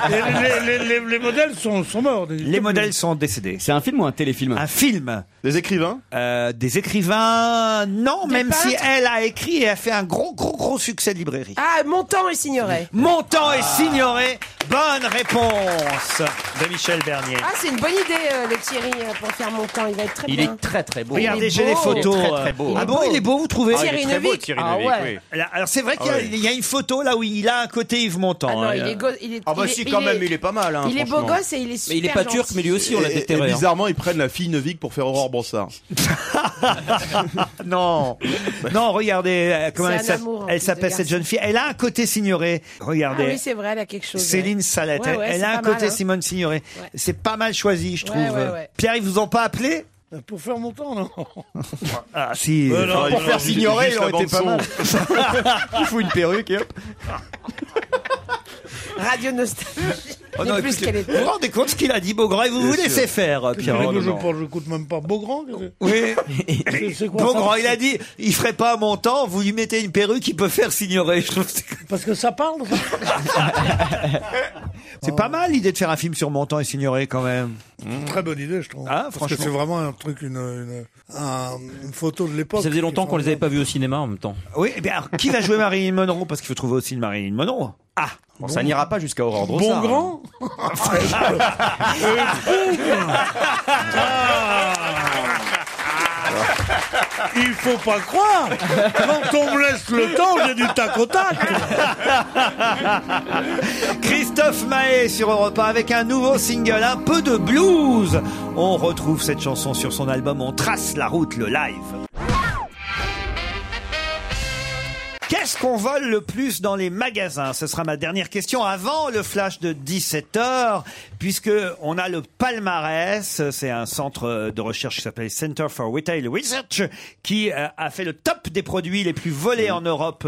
D: les, les- les- les modèles sont, sont morts.
C: Les modèles sont décédés.
F: C'est un film ou un téléfilm
C: Un film.
H: Des écrivains
C: Euh, des écrivains, non, même si
J: peintres
C: elle a écrit et a fait un gros, gros, gros succès de librairie.
J: Ah, Montand et Signoret.
C: Montant et Signoret, bonne réponse de Michel Bernier.
J: Ah, c'est une bonne idée, euh, le Thierry, euh, pour faire Montant. Il va être très
I: Il
J: bien.
I: est très très beau.
C: Regardez, j'ai les photos.
I: Il est très, très beau.
C: Ah bon, il est beau, vous trouvez
J: Ah, il est Thierry très beau, Neuvik. Thierry Ah Neuvik, ouais.
C: Là, Alors c'est vrai qu'il y, a-
H: Ah ouais.
C: il y a une photo là où il a un côté Yves Montand.
J: Ah non,
C: hein.
J: il est go- il est-
G: Ah bah
J: il est-
G: si, quand même, il est pas mal. hein,
J: Il est beau
G: franchement.
J: gosse et il est super
I: Mais il est pas
J: gentil.
I: turc, mais lui aussi on l'a
H: Et, et
I: déterré. hein.
H: bizarrement, ils prennent la fille Neuvik pour faire Aurore Brassard.
J: [LAUGHS]
C: Non, non, regardez euh, comment
J: C'est
C: elle
J: un
C: s'appelle-
J: amour, en
C: elle
J: plus,
C: s'appelle
J: de
C: cette
J: garçon.
C: jeune fille. Elle a un côté Signoret.
J: Ah
C: Regardez.
J: oui, c'est vrai, elle a quelque chose.
C: Céline Salette,
J: Ouais, ouais,
C: elle
J: c'est
C: a un
J: pas mal,
C: côté
J: hein.
C: Simone Signoret.
J: Ouais.
C: C'est pas mal choisi, je trouve.
J: Ouais, ouais, ouais.
C: Pierre, ils vous ont pas appelé
D: Pour faire mon temps, non
G: [LAUGHS]
C: Ah si.
D: Euh, non, non,
H: Pour faire
D: ju-
H: s'ignorer,
G: juste
H: il aurait
G: la
H: été pas mal.
G: bande
D: [LAUGHS]
G: Il fout une perruque et hop.
J: ouais. Radio Nostalgie.
C: Oh,
J: Mais
C: non,
J: plus
C: écoutez,
J: qu'elle
C: vous vous
J: est.
C: rendez compte ce qu'il a dit, Beaugrand, et vous vous laissez faire,
D: Je
C: Pierre.
D: rigole, je parle, je coûte même pas Beaugrand. qu'est-ce que-
C: Oui.
D: [LAUGHS] C'est- c'est quoi
C: Beaugrand,
D: ça
C: il a dit, il ferait pas mon temps, vous lui mettez une perruque, il peut faire Signoret. Je trouve que c'est-
D: Parce que ça parle. ça
C: C'est pas mal l'idée de faire un film sur mon temps et Signoret quand même.
D: Très bonne idée, je trouve.
C: Ah,
D: Parce que
C: franchement.
D: c'est vraiment un truc, une, une, un- une photo de l'époque.
I: Ça faisait longtemps qu'on les avait
D: avait
I: pas vus au cinéma en même temps.
C: Oui, eh bien, alors, qui va jouer Marilyn Monroe Parce qu'il faut trouver aussi une Marilyn Monroe. Ah,
G: Bon, ça n'ira pas jusqu'à Aurore
D: Bon
G: Brossard, hein.
D: grand Ah. Il faut pas croire Quand on me laisse le temps, j'ai du tac au tac
C: [LAUGHS] Christophe Mahé sur Europe 1 avec un nouveau single, un peu de blues. On retrouve cette chanson sur son album On trace la route, le live. Qu'est-ce qu'on vole le plus dans les magasins Ce sera ma dernière question avant le flash de 17h, puisque on a le palmarès. C'est un centre euh, de recherche qui s'appelle Center for Retail Research qui euh, a fait le top des produits les plus volés en Europe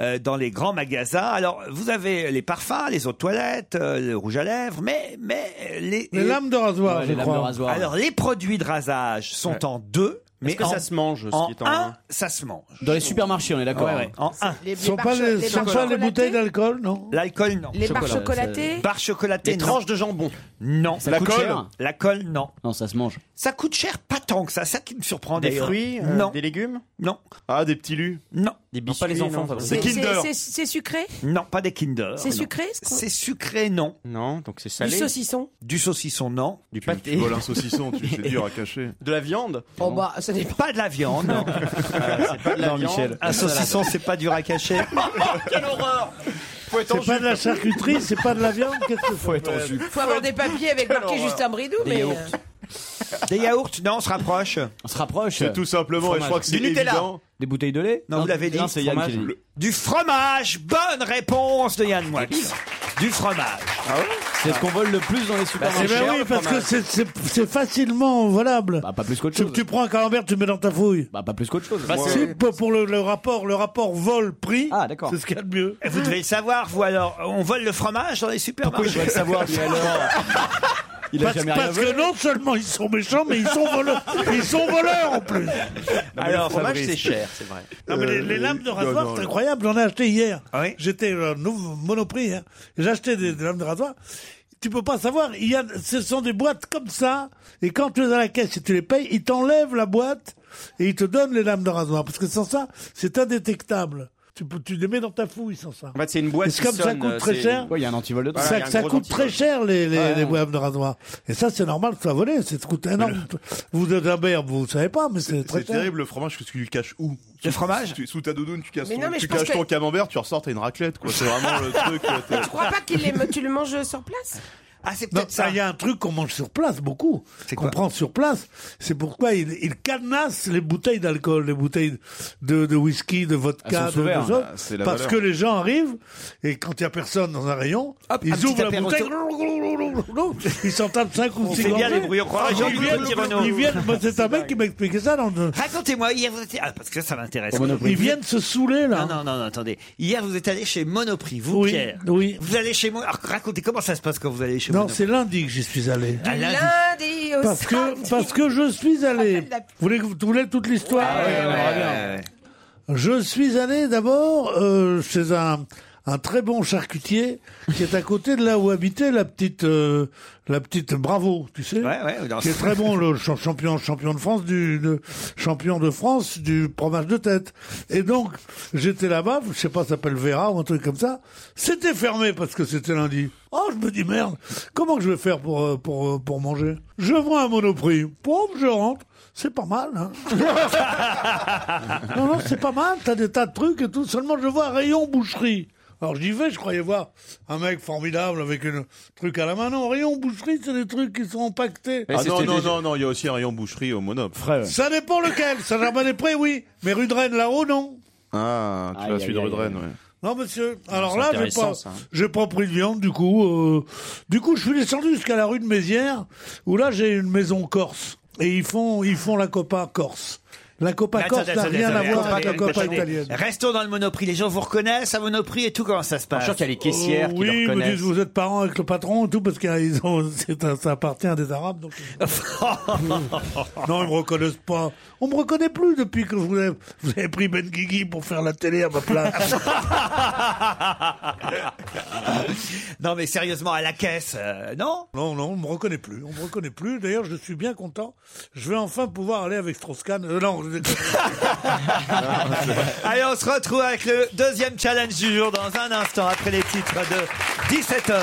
C: euh, dans les grands magasins. Alors vous avez les parfums, les eaux de toilette, euh, le rouge à lèvres, mais mais les, euh,
D: Les lames de rasoir,
F: Ouais,
D: je
F: les lames
D: crois.
F: de rasoir.
C: alors les produits de rasage sont en deux, mais
G: Est-ce que
C: en,
G: ça se mange ce
C: en
G: qui est en-
C: un, ça se mange.
F: Dans les supermarchés, on est d'accord.
C: Ouais, ouais, en un.
J: Les,
D: Ce sont
J: barres
D: pas
J: cho-
D: les,
J: les
D: sont
J: barres
D: pas les
J: chocolatées
D: bouteilles d'alcool, non
C: L'alcool non.
J: Les barres
F: Chocolat, ça-
J: chocolatées
C: Barre chocolatée
G: Des
C: non.
G: tranches de jambon.
C: Non.
F: Ça
H: La
F: coûte
H: colle
F: cher.
C: La colle, non.
F: Non, ça se mange.
C: Ça coûte cher, pas tant que ça. Ça qui me surprend
G: Des
C: d'ailleurs.
G: fruits, euh,
C: Non,
G: des légumes,
C: non,
H: Ah, des petits lus.
C: non,
I: Des biscuits, pas les
G: non.
I: enfants.
C: hein.
I: ça va.
J: C'est-
H: C'est Kinder.
J: c'est- C'est sucré
C: non, pas des Kinder.
J: C'est
C: non.
J: sucré ce qu'on-
C: C'est sucré, non.
G: Non, donc c'est
J: Du
G: salé.
J: saucisson
C: Du saucisson, non.
G: Du
H: Tu, tu
G: pâté.
H: voles
G: [LAUGHS]
H: un saucisson, tu c'est dur à cacher.
G: De la viande.
J: Oh bah, ça dépend.
C: Pas de la viande. [LAUGHS] non.
G: C'est pas de la
F: Non,
G: viande.
F: Michel.
C: Un saucisson, c'est pas dur à
G: [LAUGHS]
C: cacher.
G: Quelle horreur Faut être en
D: C'est pas de la charcuterie, c'est pas de la viande, qu'est-ce que c'est
J: Faut avoir des papiers avec marqué
G: horreur.
J: Justin Bridou,
I: Des
J: mais.
I: yaourts.
J: euh,
C: [LAUGHS] Des yaourts, non, on se rapproche.
F: On se rapproche.
H: C'est tout simplement, et je crois que c'est
G: Du Nutella.
H: évident.
F: Des bouteilles de lait
C: Non, vous l'avez dit,
F: Non, c'est Yann
I: fromage.
F: qui l'a dit.
C: Du fromage. Bonne réponse de Yann Moix. du fromage.
F: Ah C'est ce qu'on vole le plus dans les
C: Bah,
F: supermarchés.
D: Eh ben oui, parce que c'est- c'est c'est facilement volable.
F: Bah, pas plus qu'autre
D: Tu,
F: chose.
D: tu prends un camembert, tu le mets dans ta fouille.
F: Bah, pas plus qu'autre chose.
D: Bah,
F: Moi,
D: si,
F: euh,
D: pour, pour le, le rapport, le rapport vol-prix.
F: Ah, d'accord.
D: C'est ce qu'il y a de mieux.
C: Et Vous devez le savoir, vous alors. On vole le fromage dans les supermarchés.
D: Pourquoi je dois
C: [LAUGHS]
D: le savoir, lui, [LAUGHS] alors
C: Il a
D: parce
C: jamais rien
D: parce
C: volé.
D: que non seulement ils sont méchants, mais ils sont voleurs. Ils sont voleurs en plus.
G: Alors, le fromage,
D: Fabrice.
G: c'est cher, c'est vrai.
D: Non, mais les, les
C: Euh,
H: Euh,
D: lames de rasoir, c'est incroyable. J'en ai acheté hier. J'étais au Monoprix. Hein. J'ai acheté des, des lames de rasoir. Tu peux pas savoir. Il y a, ce sont des boîtes comme ça. Et quand tu es à la caisse et tu les payes, ils t'enlèvent la boîte et ils te donnent les lames de rasoir. Parce que sans ça, c'est indétectable. Tu, peux- tu les mets dans ta fouille sans ça.
G: En fait, c'est une boîte
D: Et c'est comme
G: qui
D: ça
G: sonne,
D: coûte
G: euh,
D: très
G: c'est-
D: cher.
G: Ouais, il y a un antivol dedans.
D: Ça,
G: Voilà, il y a un
D: ça
G: gros
D: coûte très cher les, les, les boîtes de rasoir. Et ça, c'est normal que ça volé. Ça coûte énorme. Vous êtes la merde, vous savez pas, mais c'est très
H: C'est
D: cher.
H: terrible le fromage parce que tu le caches où
C: Le fromage
H: sous, sous ta doudoune, tu, casses
J: Mais
H: ton-
J: non, mais
H: tu
J: je pense
H: caches ton
J: que-
H: camembert, tu ressors, t'as une raclette quoi. C'est vraiment le truc. euh, t'es-
J: Tu crois pas qu'il est, tu le manges sur place
C: Ah, c'est
D: peut-être ça. Il y a un truc qu'on mange sur place beaucoup, qu'on prend sur place. C'est pourquoi ils il cadenassent les bouteilles d'alcool, les bouteilles de, de whisky, de vodka,
H: Elles
D: de,
H: sont ouvertes.
D: de ça,
H: Ah, c'est la
D: parce
H: valeur.
D: que les gens arrivent et quand il y a personne dans un rayon,
C: un
D: ils
C: petit
D: ouvrent la
C: apéro
D: bouteille, ils s'en tapent cinq ou
C: On
D: six
C: fait bien
D: gorgées.
C: les bruits, on croirait
D: Ils
C: Jean-Luc
D: viennent-
C: Renaud.
D: Ils viennent, moi, c'est un mec qui m'expliquait ça dans le...
C: Racontez-moi, hier vous étiez. Ah, parce que ça m'intéresse.
D: Au Monoprix. Ils viennent se saouler, là.
C: Non, non, non, non, attendez. Hier, vous êtes allé chez Monoprix, vous,
D: Oui,
C: Pierre.
D: oui.
C: Vous allez chez Monoprix. Alors, racontez, comment ça se passe quand vous allez chez
D: Non,
C: Monoprix
D: c'est lundi que j'y suis allé.
C: Ah, lundi.
J: Lundi au
D: Parce que, parce que je suis allé. Vous voulez que vous vous voulez toute
C: Ah,
D: l'histoire Je suis allé d'abord euh, chez un, un très bon charcutier qui est à côté de là où habitait la petite euh, la petite Bravo, tu sais,
C: ouais, dans-
D: qui est très bon le cha- champion champion de France du de- champion de France du fromage de tête. Et donc j'étais là-bas, je sais pas, ça s'appelle Vera ou un truc comme ça. C'était fermé parce que c'était lundi. Oh, je me dis merde, comment que je vais faire pour euh, pour euh, pour manger Je vois
C: [LAUGHS]
D: un Monoprix, Poum, je rentre, c'est pas mal.
H: [LAUGHS]
D: Hein
C: Ah,
D: non, non, c'est pas mal, t'as des tas de trucs et tout. Seulement, je vois un rayon boucherie. Alors, j'y vais, je croyais voir un mec formidable avec un truc à la main. Non, rayon boucherie, c'est des trucs qui sont empaquetés.
H: Ah non, non, non, non, il y a aussi un rayon boucherie au Monop. Frère.
D: Ça dépend lequel. Saint-Germain-des-Prés, oui. Mais rue de Rennes, là-haut, non.
H: Ah, tu vas
D: Aïe,
H: celui de
D: aïe, aïe,
H: Redren,
D: aïe.
H: ouais.
D: Non, monsieur. Alors
H: c'est
D: là, j'ai
H: intéressant,
D: pas,
H: ça, hein.
D: j'ai pas pris de viande, du coup. euh, du coup, je suis descendu jusqu'à la rue de Mézières, où là, j'ai une maison corse. Et ils font, ils font la copa corse. La copa
C: Mais
D: corse
C: attendez,
D: n'a
C: attendez,
D: rien à
C: attendez,
D: voir avec la
C: attendez,
D: copa
C: attendez.
D: italienne.
C: Restons dans le Monoprix. Les gens vous reconnaissent à Monoprix et tout. Comment
D: Ah,
C: ça se passe
D: Oh, oui, ils me
C: [LAUGHS]
D: disent, vous êtes parents avec le patron et tout, parce qu'ils ont, [LAUGHS] c'est un- ça appartient à des Arabes. Donc... non, ils me reconnaissent pas. On me reconnaît plus depuis que je vous avez, vous avez pris Ben Guigui pour faire la télé à
C: [LAUGHS]
D: ma place.
C: non, mais sérieusement, à la caisse, euh, non
D: Non, non, on me reconnaît plus. On me reconnaît plus. D'ailleurs, je suis bien content. Je vais enfin pouvoir aller avec Strauss-Kahn. Euh, non,
C: [LAUGHS]
D: je déconne.
C: Allez, on se retrouve avec le deuxième challenge du jour dans un instant après les titres de 17h.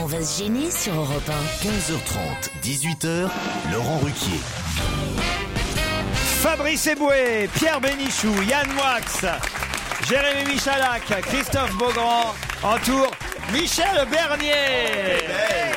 A: On va se gêner sur Europe 1.
B: 15h30, 18h, Laurent Ruquier.
C: Fabrice Eboué, Pierre Bénichou, Yann Moix, Jérémy Michalak, Christophe Beaugrand, entoure Michel Bernier.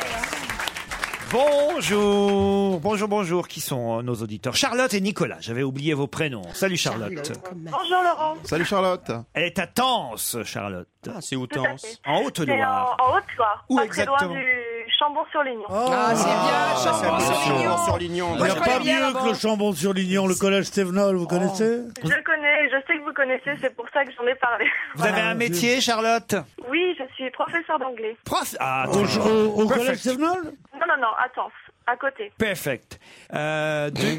C: Bonjour, bonjour, bonjour. Qui sont euh, nos auditeurs Charlotte et Nicolas. J'avais oublié vos prénoms. Salut Charlotte.
K: Bonjour Laurent.
H: Salut Charlotte.
C: Elle est à Tense, Charlotte. Ah, c'est où
K: Tense
C: En
K: C'est en,
C: Haute-Loire.
K: en Haute-Loire,
C: Où
K: pas très loin
C: exactement
K: du Chambon-sur-Lignon.
D: Ah, c'est bien,
G: Chambon-sur-Lignon. Chambon-sur-Lignon.
D: Il n'y a pas mieux que le Chambon-sur-Lignon, le collège Thévenol,
C: Oh.
D: vous connaissez
K: Je le connais, je sais que vous connaissez, c'est pour ça que j'en ai parlé.
C: Vous avez
D: Ah,
C: un métier, Charlotte
K: Oui, je suis professeur d'anglais.
C: Prof Ah,
D: Au,
C: attends.
D: au- au
C: Perfect.
D: collège Thévenol
K: Non, non, non, attends, à côté.
C: Perfect. Euh, deux-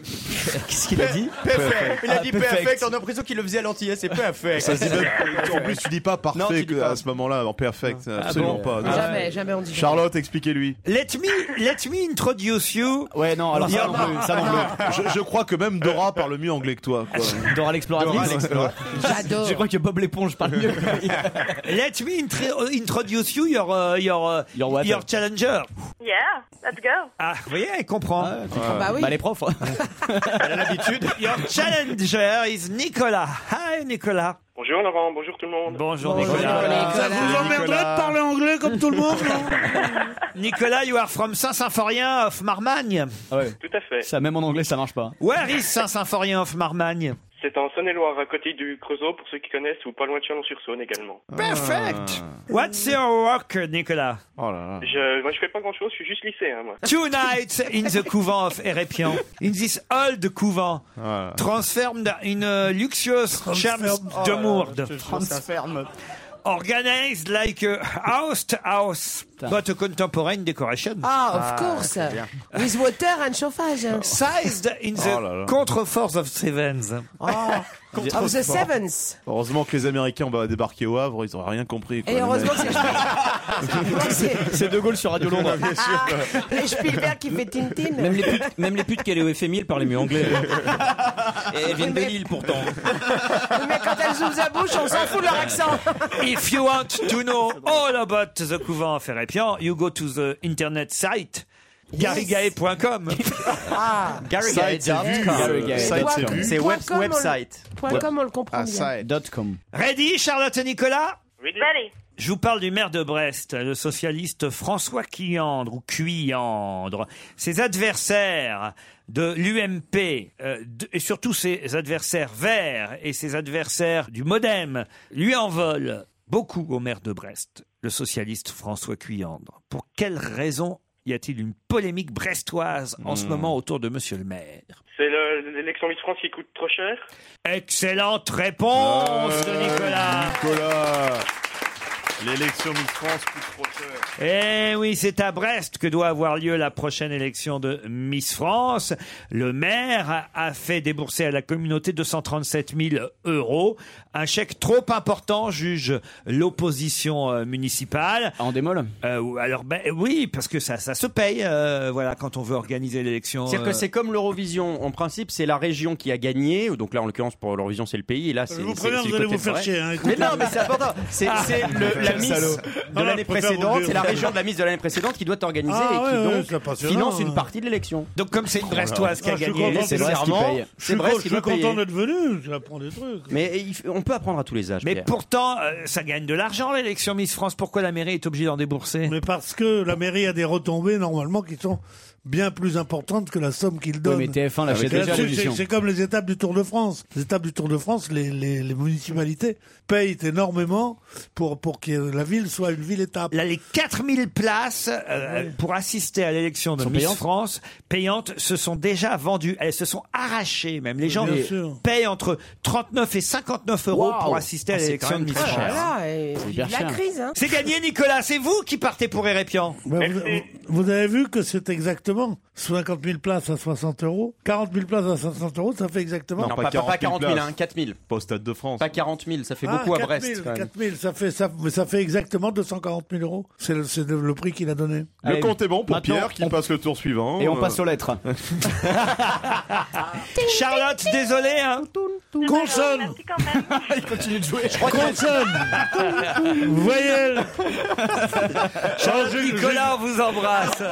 C: Qu'est-ce qu'il a dit
G: Perfect. Il a dit
C: Ah, perfect.
G: perfect. On a l'impression qu'il le faisait à l'antillais. C'est perfect.
H: Ça se dit même- en plus, tu dis pas parfait
G: Non, tu dis
H: que- à ce moment-là, en perfect, absolument
G: bon
H: pas.
J: [LAUGHS]
H: Non.
J: Jamais, jamais on dit jamais.
H: Charlotte, expliquez-lui.
C: Let me, let me introduce you.
H: Ouais, non,
C: alors ça non plus, ça non
H: [LAUGHS] je, je crois que même Dora parle mieux anglais que toi. Quoi.
F: Dora
H: Dora
F: l'exploratrice.
C: [LAUGHS]
H: l'exploratrice.
F: J'adore. Je crois que Bob l'éponge parle mieux.
C: Let me intro- introduce you your uh, your uh, your, challenger.
K: Yeah, let's go.
C: Ah, vous voyez, elle comprend.
K: comprend. Bah oui. Bah, les
C: profs. [LAUGHS] elle a l'habitude. Your challenger is Nicolas. Hi Nicolas.
N: Bonjour Laurent, bonjour tout le monde.
C: Bonjour, Nicolas.
D: Ça vous emmerderait de parler anglais comme tout le monde, non
C: [LAUGHS] Nicolas, you are from Saint-Symphorien of Marmagne.
F: Ah ouais.
N: Tout à fait.
F: Ça, même en anglais, ça marche pas.
C: Where is Saint-Symphorien of Marmagne
O: C'est en Saône-et-Loire, à côté du Creusot, pour ceux qui connaissent, ou pas loin de Chalon-sur-Saône également.
F: Ah.
C: Perfect. What's your work, Nicolas
N: Oh
C: Ah.
O: Je, moi, je fais pas grand-chose, je suis juste lycéen, moi.
C: Two nights in the couvent of Erepian. In this old couvent. Transformed in a luxuous euh, chambre
J: Oh
C: de Mourde.
F: Transferme.
C: Organized like a house house, but a contemporary decoration.
J: Ah, of course. With water and chauffage.
C: Sized in the
H: Oh là là.
C: contreforce of Sevens.
J: Oh.
C: [LAUGHS]
J: Ah. Of the Sevens.
H: Heureusement que les Américains ont bah, débarqué au Havre, ils n'ont rien compris. quoi.
J: Et heureusement que
C: [LAUGHS]
F: C'est De Gaulle sur Radio Londres.
J: c'est Et Spielberg qui fait Tintin.
I: Même les putes, même les putes qu'elle est au FMI, elles parlent mieux anglais.
F: [LAUGHS]
I: Et elles viennent de Lille pourtant.
J: Mais quand elles ouvrent la bouche, on s'en fout de leur accent.
C: If you want to
J: [LAUGHS]
C: know all about the couvent of Erepian, you go to the internet site garigae.com.
J: Ah. Point com, on le
D: Ah,
J: comprend bien.
F: .com.
C: Ready, Charlotte et Nicolas
K: Allez.
C: Je vous parle du maire de Brest, le socialiste François Quiandre ou Cuillandre. Ses adversaires de l'UMP euh, de- et surtout ses adversaires verts et ses adversaires du Modem lui en veulent beaucoup au maire de Brest, le socialiste François Cuillandre. Pour quelle raison y a-t-il une polémique brestoise en ce moment autour de monsieur le maire
O: C'est le- l'élection Miss France qui coûte trop cher
C: Excellente réponse de Nicolas.
H: Nicolas L'élection Miss France coûte trop cher.
C: Eh oui, c'est à Brest que doit avoir lieu la prochaine élection de Miss France. Le maire a- a fait débourser à la communauté 237 000 euros. Un chèque trop important, juge l'opposition euh, municipale.
F: En démol
C: Alors, ben, oui, parce que ça, ça se paye, euh, voilà, quand on veut organiser l'élection.
G: C'est-à-dire
C: euh,
G: que c'est comme l'Eurovision. En principe, c'est la région qui a gagné. Donc là, en l'occurrence, pour l'Eurovision, c'est le pays. Et là, c'est.
D: Je Euh, vous
G: c'est-
D: préviens,
G: c'est
D: vous
G: du
D: allez
G: côté
D: vous faire
G: forêt.
D: chier. hein, écoutez.
G: Mais non, mais c'est important. C'est c'est
D: [LAUGHS]
G: le- la
D: Quel
G: Miss
D: salaud. Ah,
G: de
D: Non,
G: l'année
D: je préfère vous le
G: précédente.
D: dire.
G: C'est la région de la Miss de l'année précédente qui doit organiser
D: Ah,
G: et qui
D: ouais, ouais, c'est
G: donc
D: passionnant,
G: finance une
D: hein.
G: partie de l'élection.
C: Donc comme
D: Oh,
C: c'est une
G: Brestoise
D: ah,
G: qui a gagné,
D: c'est
G: nécessairement,
D: Je
G: c'est
D: suis,
G: Brest
D: con-
G: qui
D: je
G: doit
D: suis
G: payer.
D: content d'être venu, j'apprends des trucs.
G: Mais il f- on peut apprendre à tous les âges.
C: Mais
G: Pierre.
C: pourtant, euh, ça gagne de l'argent l'élection Miss France. Pourquoi la mairie est obligée d'en débourser
D: Mais parce que la mairie a des retombées normalement qui sont bien plus importantes que la somme qu'il donne.
F: mais TF1 lâchait
D: Parce que
F: déjà
D: là-dessus,
F: l'émission.
D: C'est c'est comme les étapes du Tour de France. Les étapes du Tour de France, les, les, les municipalités payent énormément pour, pour que la ville soit une ville-étape.
C: Là, les 4000 places euh, pour assister à l'élection de
D: Sont
C: Miss
D: payantes
C: France payantes se sont déjà vendues. Elles se sont arrachées même. Les gens
D: Bien sûr.
C: payent entre 39 et 59 euros
D: Waouh.
C: pour assister
D: Ah,
C: à
D: c'est
C: l'élection
D: quand
C: de
D: même
C: Miss
D: très
C: France.
D: cher.
J: Ah, et vive la crise, hein.
C: C'est gagné, Nicolas. C'est vous qui partez pour Érépian.
D: Ben, vous, vous avez vu que c'est exactement 50 000 places à 60 euros, 40 000 places à 500 euros, ça fait exactement.
G: Non, pas, pas 40 000, hein, 4 000.
H: Pas au Stade de France.
G: Pas 40 000, ça fait
D: Ah,
G: beaucoup à
D: 4 000,
G: Brest. quand même.
D: 4 000, ça fait, ça, mais ça fait exactement 240 000 euros. C'est le, c'est le prix qu'il a donné.
G: Ah
H: Le compte est bon
G: [LAUGHS]
H: pour Pierre qui passe le tour suivant.
D: Et on passe aux
F: lettres.
C: Charlotte, désolé. Hein.
D: Consonne.
C: [LAUGHS]
F: Il continue de jouer.
D: Consonne. Vous voyez. le-
C: Charles
D: je-
C: Nicolas, on vous embrasse.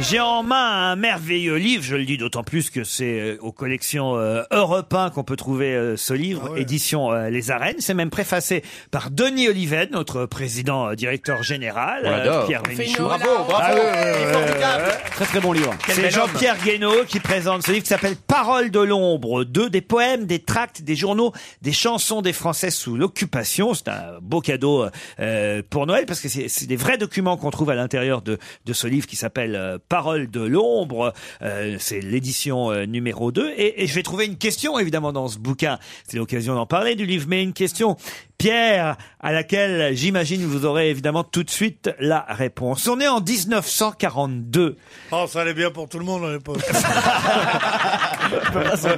C: J'ai en main un merveilleux livre, je le dis d'autant plus que c'est euh, aux collections euh, Europe 1 qu'on peut trouver euh, ce livre, édition euh, Les Arènes. C'est même préfacé par Denis Oliven, notre président euh, directeur général,
F: On
C: euh,
F: l'adore.
C: Pierre
F: On fait
C: Bénichou.
F: une Bravo, ola, bravo.
C: Ah ouais, ouais,
F: Il est
C: ouais,
F: formidable.
C: ouais.
F: Très très bon livre.
C: C'est Jean-Pierre Guénaud qui présente ce livre qui s'appelle Paroles de l'ombre, deux des poèmes, des tracts, des journaux, des chansons des Français sous l'occupation. C'est un beau cadeau euh, pour Noël parce que c'est c'est des vrais documents qu'on trouve à l'intérieur de, de ce livre qui s'appelle euh, Paroles de l'ombre. Euh, c'est l'édition euh, numéro 2. Et, et je vais trouver une question évidemment dans ce bouquin. C'est l'occasion d'en parler du livre, mais une question, Pierre, à laquelle j'imagine vous aurez évidemment tout de suite la réponse. On est en 1942.
D: Oh, ça allait bien pour tout le monde hein,
G: [LAUGHS]
D: à l'époque. [LAUGHS]
F: Ça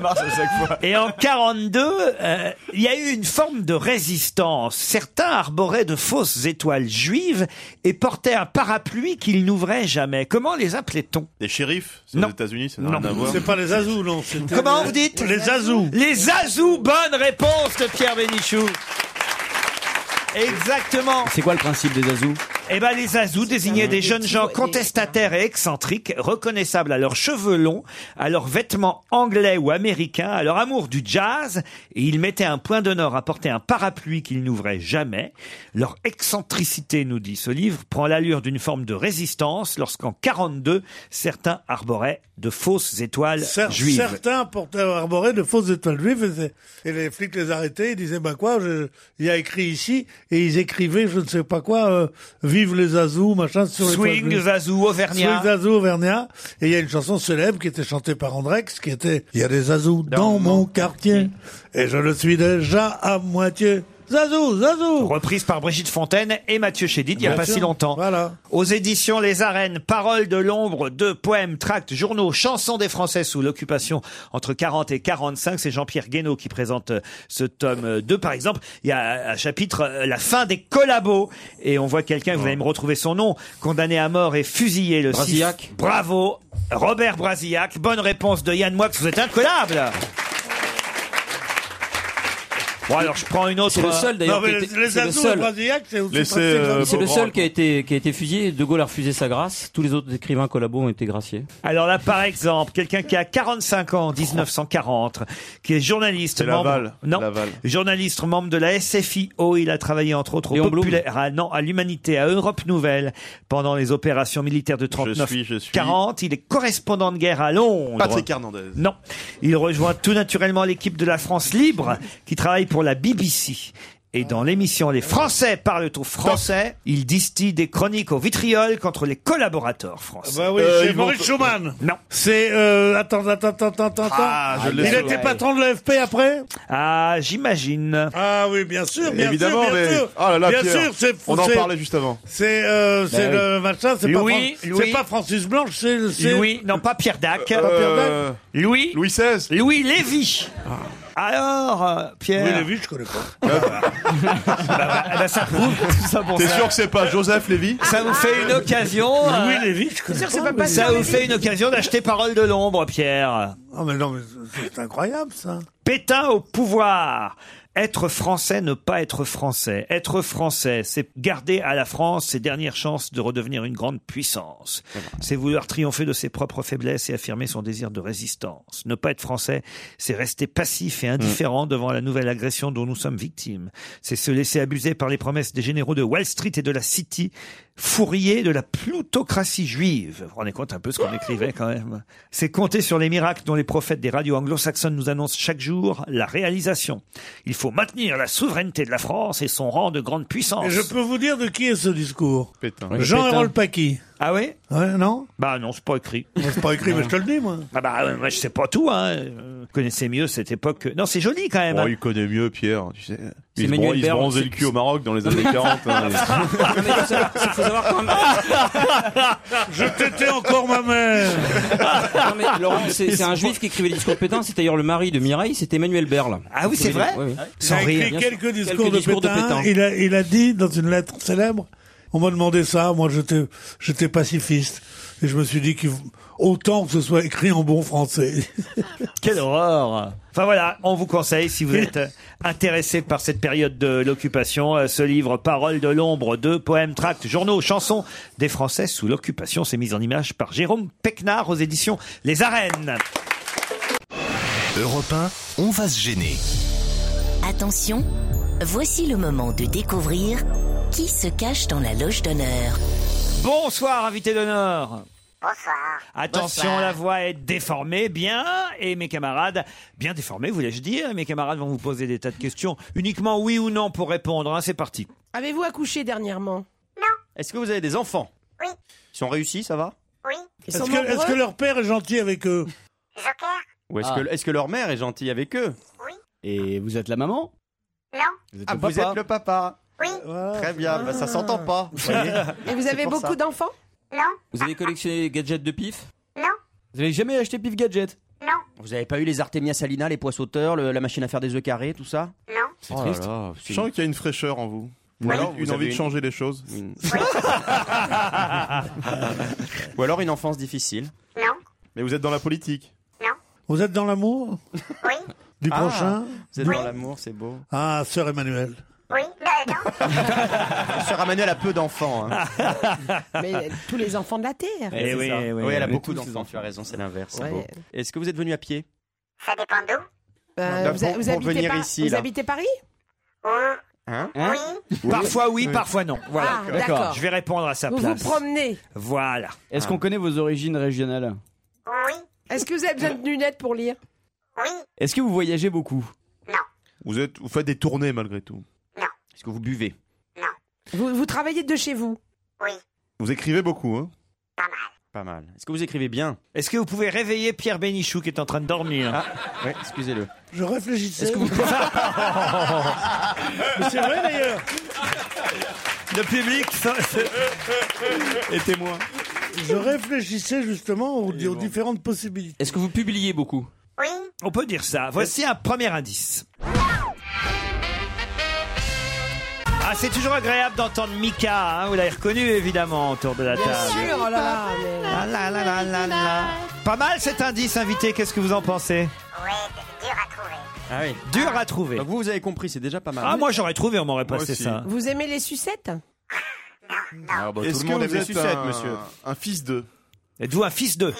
F: marche à chaque fois.
C: Et en 42, euh, il y a eu une forme de résistance. Certains arboraient de fausses étoiles juives et portaient un parapluie qu'ils n'ouvraient jamais. Comment les appelait-on
H: Des shérifs C'est aux États-Unis, ça n'a rien à voir.
D: C'est pas les Azous, non. c'était-
C: Comment vous dites
D: Les Azous.
C: Les Azous, bonne réponse de Pierre Bénichou. Exactement.
F: C'est quoi le principe des azous
C: Eh ben, les Azous désignaient des jeunes gens contestataires et excentriques, reconnaissables à leurs cheveux longs, à leurs vêtements anglais ou américains, à leur amour du jazz, et ils mettaient un point d'honneur à porter un parapluie qu'ils n'ouvraient jamais. Leur excentricité, nous dit ce livre, prend l'allure d'une forme de résistance lorsqu'en 42, certains arboraient de fausses étoiles
D: Cer-
C: juives.
D: Certains portaient arborés de fausses étoiles juives et, c'est- et les flics les arrêtaient. Ils disaient bah quoi, je- il y a écrit ici et ils écrivaient je ne sais pas quoi, euh, vive les Azous, machin sur les
C: Swing,
D: étoiles juives.
C: Zazou, Auvergnat.
D: Swing Zazou Auvergnat. Et il y a une chanson célèbre qui était chantée par Andrex qui était il y a des Azous dans, mon quartier et je le suis déjà à moitié. Zazou, Zazou
C: Reprise par Brigitte Fontaine et Mathieu Chédid il n'y a
D: Bien
C: pas
D: sûr.
C: si longtemps. Aux éditions Les Arènes, Paroles de l'ombre, deux poèmes, tracts, journaux, chansons des Français sous l'occupation entre 40 et 45. C'est Jean-Pierre Guénaud qui présente euh, ce tome euh, 2. Par exemple, il y a un chapitre euh, La fin des collabos. Et on voit quelqu'un, vous allez me retrouver son nom, condamné à mort et fusillé le 6
I: Brasillac.
C: Bravo, Robert Brasillac. Bonne réponse de Yann Moix, vous êtes incollable. Bon, alors je prends une autre. euh,
I: C'est le seul d'ailleurs.
C: Non, mais
I: qui a été-
C: les- les
I: c'est le
C: Azous,
I: seul.
C: le Brasillac, c'est aussi Laissez,
D: pratique, euh, hein.
I: C'est le
D: Beaugrand,
I: seul qui a été qui a été fusillé. De Gaulle a refusé sa grâce. Tous les autres écrivains collabos ont été graciés.
C: Alors là, par exemple, quelqu'un qui a 45 ans en 1940, qui est journaliste,
H: C'est
C: membre,
H: Laval.
C: non, journaliste, membre de la SFIO, il a travaillé entre autres au
H: Léon Blum.
C: Populaire, à, non, à l'Humanité, à Europe Nouvelle, pendant les opérations militaires de 39
H: suis, je suis.
C: 40. Il est correspondant de guerre à Londres.
H: Patrick Hernandez.
C: Non. Il rejoint tout naturellement l'équipe de la France libre qui travaille pour la BBC. Et dans l'émission Les Français parlent aux Français, il distille des chroniques au vitriol contre les collaborateurs français.
D: Bah oui,
H: Euh,
D: c'est Maurice Schumann.
C: Non.
D: C'est euh, attends, attends, attends, attends, attends.
C: Ah, je
D: il
C: l'ai sur
D: était
C: l'oreille.
D: patron de l'AFP après.
C: Ah, j'imagine.
D: Ah oui, bien sûr, bien
H: Évidemment,
D: sûr, bien
H: mais-
D: sûr.
H: Ah là là,
D: bien
H: Pierre,
D: sûr, c'est
H: on en
D: c'est-
H: parlait juste avant.
D: C'est euh,
H: Bah
C: Ben
D: c'est
H: oui.
D: le machin, c'est pas,
H: Louis,
D: Fran-
H: Louis.
D: c'est pas Francis Blanche, c'est c'est-
C: Louis, non pas Pierre Dac. Euh,
D: Pas Pierre Dac.
C: Louis. Louis XVI. Louis Lévy. Alors, euh, Pierre.
D: Ah. Louis Lévy, je connais pas.
C: Ah bah, ça prouve que tout ça pour
H: T'es
C: ça.
H: sûr que c'est pas Joseph Lévy
C: Ça vous fait une occasion.
D: Louis
C: euh,
D: Lévy, je connais
C: sûr que
D: pas,
C: c'est pas
D: mais-
C: passé. Ça vous fait une occasion d'acheter Parole de l'ombre, Pierre.
D: Ah mais non, mais c'est c'est incroyable ça.
C: Pétain au pouvoir. Être français, ne pas être français. Être français, c'est garder à la France ses dernières chances de redevenir une grande puissance. C'est vouloir triompher de ses propres faiblesses et affirmer son désir de résistance. Ne pas être français, c'est rester passif et indifférent devant la nouvelle agression dont nous sommes victimes. C'est se laisser abuser par les promesses des généraux de Wall Street et de la City, fourrier de la plutocratie juive. Vous vous rendez compte un peu ce qu'on écrivait quand même. C'est compter sur les miracles dont les prophètes des radios anglo-saxonnes nous annoncent chaque jour la réalisation. Il faut maintenir la souveraineté de la France et son rang de grande puissance.
D: Et je peux vous dire de qui est ce discours.
H: Pétain.
D: Jean
C: Pétain.
D: Hérol Paqui.
C: Ah oui
D: Ouais, non
C: Bah non, c'est pas écrit.
D: C'est pas écrit, mais je te le dis moi.
C: Ah bah euh, moi je sais pas tout hein. Euh, Vous connaissez mieux cette époque. que- Non, c'est joli quand même.
H: Oh,
C: hein.
H: il connaît mieux Pierre, tu sais.
C: C'est
H: Il se,
C: Manuel
H: bron- il se
C: Berg,
H: bronzait
C: c'est-
H: le cul au Maroc dans les années 40. hein.
D: Je t'étais encore ma mère.
I: [LAUGHS]
D: Ah,
I: Non, mais Laurent, c'est c'est un juif qui écrivait les discours de Pétain. C'était d'ailleurs le mari de Mireille. C'était Emmanuel Berle.
C: Ah oui, c'est vrai
I: Oui, oui.
D: Il a écrit
I: Bien sûr.
D: quelques discours, de, Pétain.
I: Pétain.
D: Il, a, il a dit dans une lettre célèbre, on m'a demandé ça, moi j'étais, j'étais pacifiste. Et je me suis dit qu'il autant que ce soit écrit en bon français.
C: Quelle horreur Enfin voilà, on vous conseille, si vous êtes [LAUGHS] euh, intéressé par cette période de l'occupation, euh, ce livre Paroles de l'ombre, deux poèmes, tracts, journaux, chansons des Français sous l'occupation, c'est mis en image par Jérôme Pecnard aux éditions Les Arènes.
B: Europe 1, on va se gêner.
A: Attention, voici le moment de découvrir qui se cache dans la loge d'honneur.
C: Bonsoir, invité d'honneur.
N: Bonsoir.
C: Attention,
N: Bonsoir.
C: la voix est déformée, bien, et mes camarades, bien déformés, voulais-je dire, mes camarades vont vous poser des tas de questions, uniquement oui ou non pour répondre, hein, c'est parti.
J: Avez-vous accouché dernièrement
G: Est-ce que vous avez des enfants
N: Oui.
G: Si on réussit, ça va
N: Oui.
D: [LAUGHS] Est-ce que, est-ce que leur père est gentil avec eux
G: Ou est-ce
F: Ah.
G: que, est que leur mère est gentille avec eux
F: Et vous êtes la maman
N: Non.
F: Vous êtes
G: Ah,
F: le
G: vous
F: papa.
G: êtes le papa
N: Oui.
G: Très bien, bah, ça s'entend pas. vous voyez.
J: Et vous
G: C'est
J: avez
G: pour
J: beaucoup
G: ça. [LAUGHS]
J: d'enfants
I: Vous avez collectionné des gadgets de pif
N: Non.
I: Vous avez jamais acheté pif gadget
G: Vous avez pas eu les Artemia salina, les pois sauteurs, le- la machine à faire des œufs carrés, tout ça
N: Non.
G: C'est
H: Oh là
G: triste.
H: là, Je sens qu'il y a une fraîcheur en vous.
G: Ou alors,
H: une
G: vous avez
H: envie
G: [LAUGHS]
H: de
G: une-
H: changer les choses.
G: Ou alors une enfance difficile.
N: Non.
H: Mais vous êtes dans la politique.
D: Vous êtes dans l'amour
N: Oui.
D: Du
C: Ah,
D: prochain
G: Ah. Vous êtes dans l'amour, c'est beau.
D: Ah, sœur Emmanuel.
N: Oui. Bah,
G: Sœur Emmanuel a peu d'enfants. hein.
J: Mais euh, tous les enfants de la Terre.
G: C'est
C: Eh oui,
G: ça.
C: oui,
G: Eh oui, elle a
C: oui,
G: beaucoup
C: tous les
G: d'enfants, tu as raison, c'est l'inverse. c'est
J: Ah, Ouais.
G: beau. Est-ce que vous êtes venu à pied
N: Ça dépend d'où
J: Euh,
G: Bah,
J: vous,
G: pour-
J: vous
G: pour
J: habitez
G: venir
J: Par-
G: ici,
J: vous
G: là.
J: habitez Paris
G: Hein
J: Oui.
C: Parfois oui, parfois non. Voilà.
J: Ah, d'accord.
C: Je vais répondre à sa
J: Vous
C: place.
J: vous promenez.
C: Voilà.
F: Est-ce
J: Ah.
F: qu'on connaît vos origines régionales
J: Est-ce que vous avez besoin de lunettes pour lire
F: Est-ce que vous voyagez beaucoup
H: Vous, êtes, vous faites des tournées malgré tout.
G: Est-ce que vous buvez
J: vous, vous travaillez de chez vous
H: Vous écrivez beaucoup, hein
G: Ah, Pas mal. Est-ce que vous écrivez bien
C: Est-ce que vous pouvez réveiller Pierre Bénichou qui est en train de dormir
G: Ouais, excusez-le.
D: Je réfléchissais.
C: Est-ce que vous
D: [LAUGHS] Mais c'est vrai d'ailleurs.
C: Le public
H: et témoin.
D: Je réfléchissais justement aux, aux différentes possibilités.
C: Est-ce que vous publiez beaucoup Oui. On peut dire ça. Voici un premier indice. Ah, c'est toujours agréable d'entendre Mika, hein, vous l'avez reconnu évidemment autour de la
J: Bien
C: table.
J: sûr, oh là. mais-
C: Ah là là là là là. Pas mal cet indice invité, qu'est-ce que vous en pensez
G: Ah oui.
C: Dur à trouver.
G: Donc vous, vous avez compris, c'est déjà pas mal.
C: Ah, moi j'aurais trouvé, on m'aurait passé
G: aussi.
C: ça.
J: Vous aimez les sucettes
G: Ah, bah, tout
H: Est-ce que
G: le monde
H: vous
G: aime les
H: êtes
G: sucettes,
H: un-
G: monsieur.
H: Un fils de.
C: Êtes-vous un fils de
I: Est-ce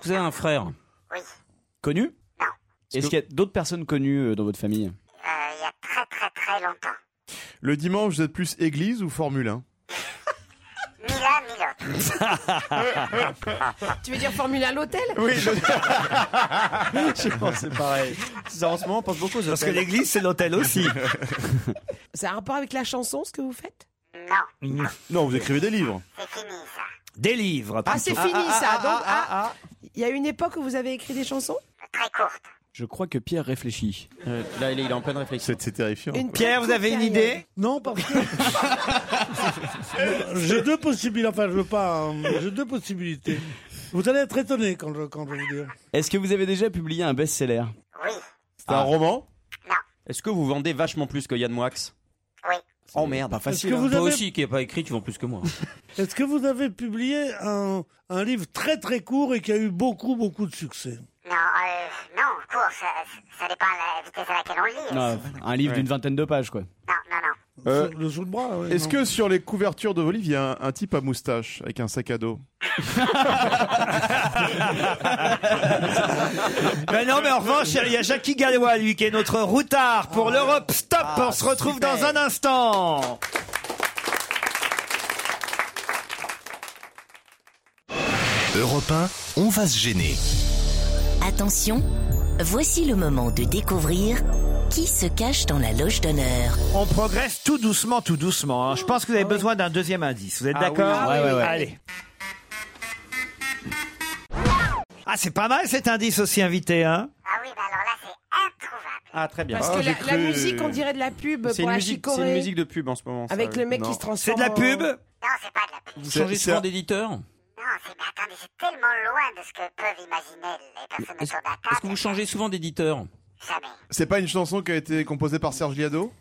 I: que vous avez un frère Oui.
F: Connu Non. Est-ce qu'il y a d'autres personnes connues euh, dans votre famille
N: euh,
H: Le dimanche, vous êtes plus église ou Formule 1
N: Ni l'un ni l'autre.
J: Tu veux dire Formule 1 à l'hôtel
G: Oui, [LAUGHS] je... je pense que c'est pareil. Ça, en ce moment, on pense beaucoup aux
C: Parce que
G: hôtels.
C: l'église c'est l'hôtel aussi.
G: [LAUGHS]
J: Ça a un rapport avec la chanson, ce que vous faites
H: Non, vous écrivez des livres.
C: Des livres.
J: Ah, c'est
C: plutôt.
J: fini ça. Donc, ah, il y a une époque où vous avez écrit des chansons
G: Ah,
F: Je crois que Pierre réfléchit.
G: Euh, là, il est en pleine réflexion.
H: C'est terrifiant.
J: Une Pierre, vous avez une idée
D: Non, parce que. J'ai deux possibilités. Enfin, je veux pas. hein, mais J'ai deux possibilités. Vous allez être étonné quand je, quand je vais vous dire.
F: Est-ce que vous avez déjà publié un best-seller
G: C'est un roman Est-ce que vous vendez vachement plus que Yann Moix Oui. Oh merde.
I: Pas
D: facile,
I: facile.
D: que hein. vous
I: Toi
D: avez-
I: aussi qui n'es pas écrit, tu vends plus
J: [LAUGHS]
I: que moi.
D: Est-ce que vous avez publié un, un livre très très court et qui a eu beaucoup beaucoup de succès
N: Non, euh, non, court, ça, ça dépend de la vitesse à laquelle on le lit.
F: Non, Un livre d'une vingtaine de pages, quoi.
H: Euh,
D: Le sous le bras. oui,
H: Est-ce
D: Ah non.
H: que sur les couvertures de vos livres, il y a un, un type à moustache avec un sac à dos
C: Mais non, mais en revanche, il y a Jackie Gallois, lui, qui est notre routard
G: Ah.
C: pour l'Europe Stop. on se retrouve dans un instant.
B: Europe 1, on va se gêner.
A: Attention, voici le moment de découvrir qui se cache dans la loge d'honneur.
C: On progresse tout doucement, tout doucement. hein. Je pense que vous avez besoin d'un deuxième indice. Vous êtes
I: Ah
C: d'accord
I: oui. Ouais, ouais, ouais.
C: Allez. Ah, c'est pas mal cet indice aussi invité, hein
G: Ah, très bien.
J: Parce que la, la musique, on dirait de la pub
G: C'est
J: Bah, pour
G: une,
J: la
G: musique, c'est
J: chicorée.
G: une musique de pub en ce moment. ça,
J: Avec
G: oui.
J: le mec qui
G: Non.
J: se transforme. en-
I: Vous
G: C'est-
I: changez
G: c'est
I: souvent
G: un-
I: d'éditeur
N: Attendez, c'est tellement loin de ce que peuvent imaginer les personnes
I: Est-ce
N: autour de la
I: est-ce que vous changez souvent d'éditeur
H: C'est pas une chanson qui a été composée par Serge
G: [LAUGHS]
H: Liado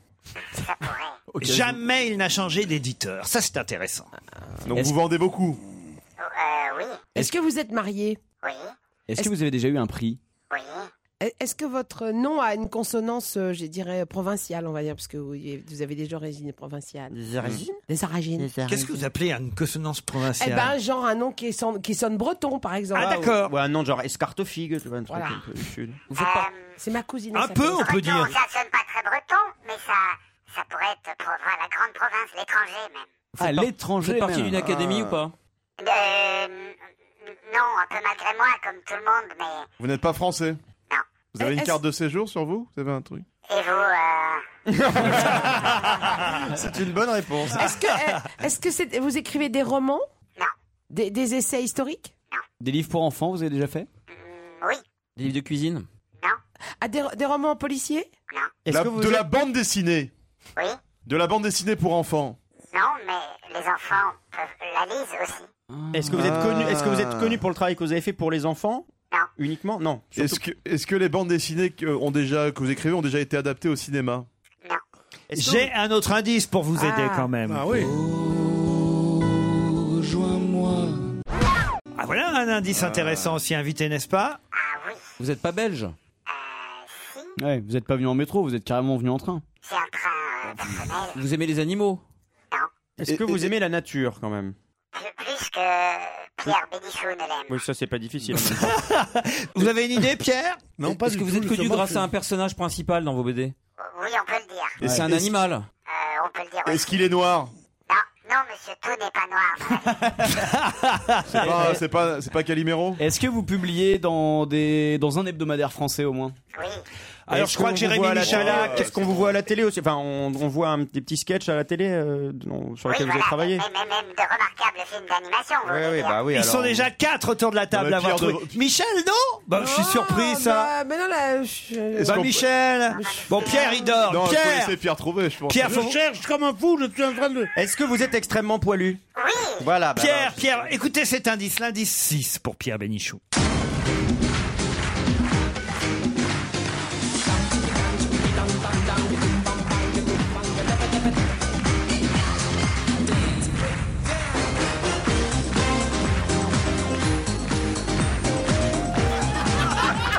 C: Jamais il n'a changé d'éditeur. Ça, c'est intéressant.
H: Donc vous vendez beaucoup.
J: Est-ce que vous êtes marié
F: Est-ce que vous avez déjà eu un prix
J: Est- Est-ce que votre nom a une consonance, euh, je dirais, provinciale, on va dire, parce que vous, vous avez des origines provinciales
C: Des origines
J: Des origines.
C: Qu'est-ce que vous appelez une consonance
J: Eh
C: provinciale
J: ben, genre un nom qui sonne, qui sonne breton, par exemple.
C: Ah, d'accord.
G: Ouais, non, genre escartofigue, tu vois, un truc
J: Voilà.
G: un peu chul.
J: C'est ma cousine.
C: Un
J: elle
C: peu,
J: s'appelle
C: on peut
J: ça.
C: dire.
N: Ça sonne pas très breton, mais ça, ça pourrait être pour enfin, la grande province, l'étranger même.
F: À
G: Ah,
F: l'étranger.
I: Vous faites partie
F: même.
I: d'une académie
F: Ah.
I: ou pas
N: Euh, non, un peu malgré moi, comme tout le monde, mais.
H: Vous n'êtes pas français Vous avez
N: Eh,
H: une
N: est-ce-
H: carte de séjour sur vous Vous avez un truc
N: Et vous, euh,
G: Ah,
H: C'est une bonne réponse.
J: Est-ce que, euh, est-ce que c'est- vous écrivez des romans Des, des essais historiques
F: Des livres pour enfants, vous avez déjà fait
N: Oui.
I: Des livres de cuisine
J: ah, des, des romans policiers
H: La- de la bande dessinée
N: Oui.
H: De la bande dessinée pour enfants.
N: non, mais les enfants peuvent la lisent aussi.
G: Est-ce que vous êtes
H: Ah.
G: connu Est-ce que vous êtes connu pour le travail que vous avez fait pour les enfants Uniquement Non. surtout-
H: Est-ce que, est que les bandes dessinées que, ont déjà, que vous écrivez ont déjà été adaptées au cinéma
G: Est-ce que
C: J'ai un autre indice pour vous aider quand même.
D: Ah oui.
C: Ah, voilà un indice intéressant aussi invité, n'est-ce pas
I: Vous n'êtes pas belge
F: Ah Ouais, vous n'êtes pas venu en métro, vous êtes carrément venu en train.
N: C'est un train personnel,
I: Vous aimez les animaux
G: Est-ce que vous aimez la nature quand même
N: plus que Pierre Bénichou ne l'aime.
G: Oui, ça c'est pas difficile. [LAUGHS]
C: Vous avez une idée, Pierre
G: Non,
I: Est-ce que vous êtes connu grâce à un personnage principal dans vos BD
N: Oui, on peut le dire.
I: Et c'est un
N: Est-ce-
I: animal.
N: Euh, on peut le dire. oui.
H: Est-ce qu'il est noir
N: Non, non, monsieur, tout n'est pas noir.
G: Ah,
H: C'est pas, c'est pas, c'est pas Calimero
F: Est-ce que vous publiez dans, des, dans un hebdomadaire français au moins
G: Est-ce qu'on vous voit à la télé Est-ce qu'on vous voit à la télé aussi Enfin, on, on voit un, des petits sketchs à la télé euh, dont- sur lesquels vous avez travaillé.
N: Mais même de remarquables films d'animation. vous
G: Oui,
N: voulez
G: oui,
N: dire.
G: bah oui.
C: Ils
G: alors-
C: sont déjà quatre autour de la table
G: mais
C: à avoir
G: Pierre
C: trouvé. Michel, non Bah, je suis surpris,
N: Oh,
C: ça.
J: Ah, mais non, là, je...
C: Bah, Michel Bon, Pierre, il dort.
H: Non,
C: Pierre
H: faut laisser Pierre trouver, je pense.
C: Pierre, faut-
D: cherche comme un fou, je suis en train de.
G: Est-ce que vous êtes extrêmement poilu Voilà. bah
C: Pierre, Pierre, écoutez cet indice, l'indice 6 pour Pierre Bénichou.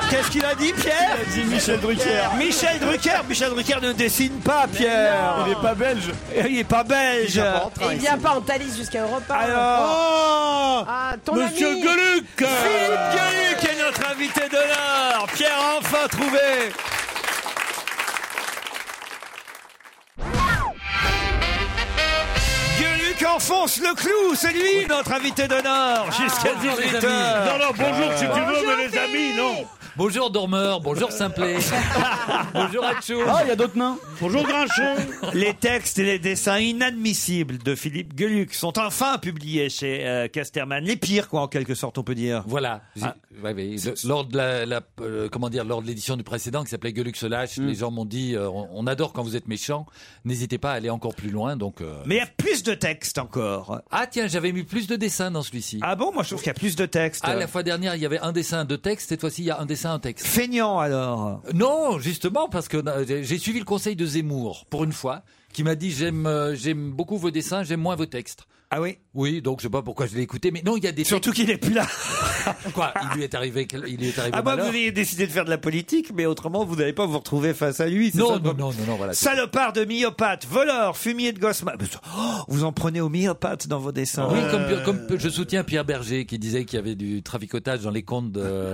C: Qu'est-ce qu'il a dit, Pierre
H: Il a dit Michel Drucker.
C: Michel Drucker Michel Drucker ne dessine pas, Pierre Euh,
H: Il est pas belge.
C: Il est pas belge
H: Il est pas en
C: Ah,
J: Et il vient pas en Thalys jusqu'à Europa.
C: Alors
J: ah, ton
C: Monsieur
J: ami.
C: Gueluc Philippe Gueluc est notre invité d'honneur Pierre a enfin trouvé Gueluc enfonce le clou, c'est lui notre invité d'honneur jusqu'à
P: Ah, bonjour, les
C: 18h.
P: amis. Non, non, bonjour, si tu veux, Bonjour,
C: mais les amis, non.
P: Bonjour Dormeur, bonjour [LAUGHS] Simplet, bonjour Hacho.
F: Ah, il y a d'autres nains.
C: Bonjour Grinchon. Les textes et les dessins inadmissibles de Philippe Gueluc sont enfin publiés chez euh, Casterman. Les pires, quoi, en quelque sorte, on peut dire.
P: Voilà.
C: Ah.
P: Ouais, mais le- lors de la, la- euh, comment dire, lors de l'édition du précédent qui s'appelait Gueuluc se lâche,
C: Mm.
P: les gens m'ont dit euh, on, on adore quand vous êtes méchant. N'hésitez pas à aller encore plus loin. Donc euh,
C: Mais il y a plus de textes encore.
P: ah tiens, j'avais mis plus de dessins dans celui-ci.
C: Ah bon, moi je trouve qu'il y a plus de textes.
P: Ah, la fois dernière, il y avait un dessin, deux textes. Cette fois-ci, il y a un dessin, un texte.
C: Feignant alors.
P: Non, justement, parce que euh, j'ai- j'ai suivi le conseil de Zemmour, pour une fois, qui m'a dit j'aime euh, j'aime beaucoup vos dessins, j'aime moins vos textes.
C: Ah oui
P: Oui, donc je sais pas pourquoi je l'ai écouté, mais non, il y a des
C: Surtout qu'il est plus là.
P: [LAUGHS] Quoi Il lui est arrivé quel- il lui est arrivé
C: Ah bah, vous
P: malheur
C: avez décidé de faire de la politique, mais autrement vous n'allez pas vous retrouver face à lui. c'est
P: non,
C: ça le
P: non,
C: problème.
P: non, non, non, voilà. c'est-
C: Salopard de myopathe, voleur, fumier de gosse. ma- Mais ça- oh, vous en prenez au myopathe dans vos dessins.
P: Oui, comme, comme je soutiens Pierre Berger qui disait qu'il y avait du traficotage dans les comptes de-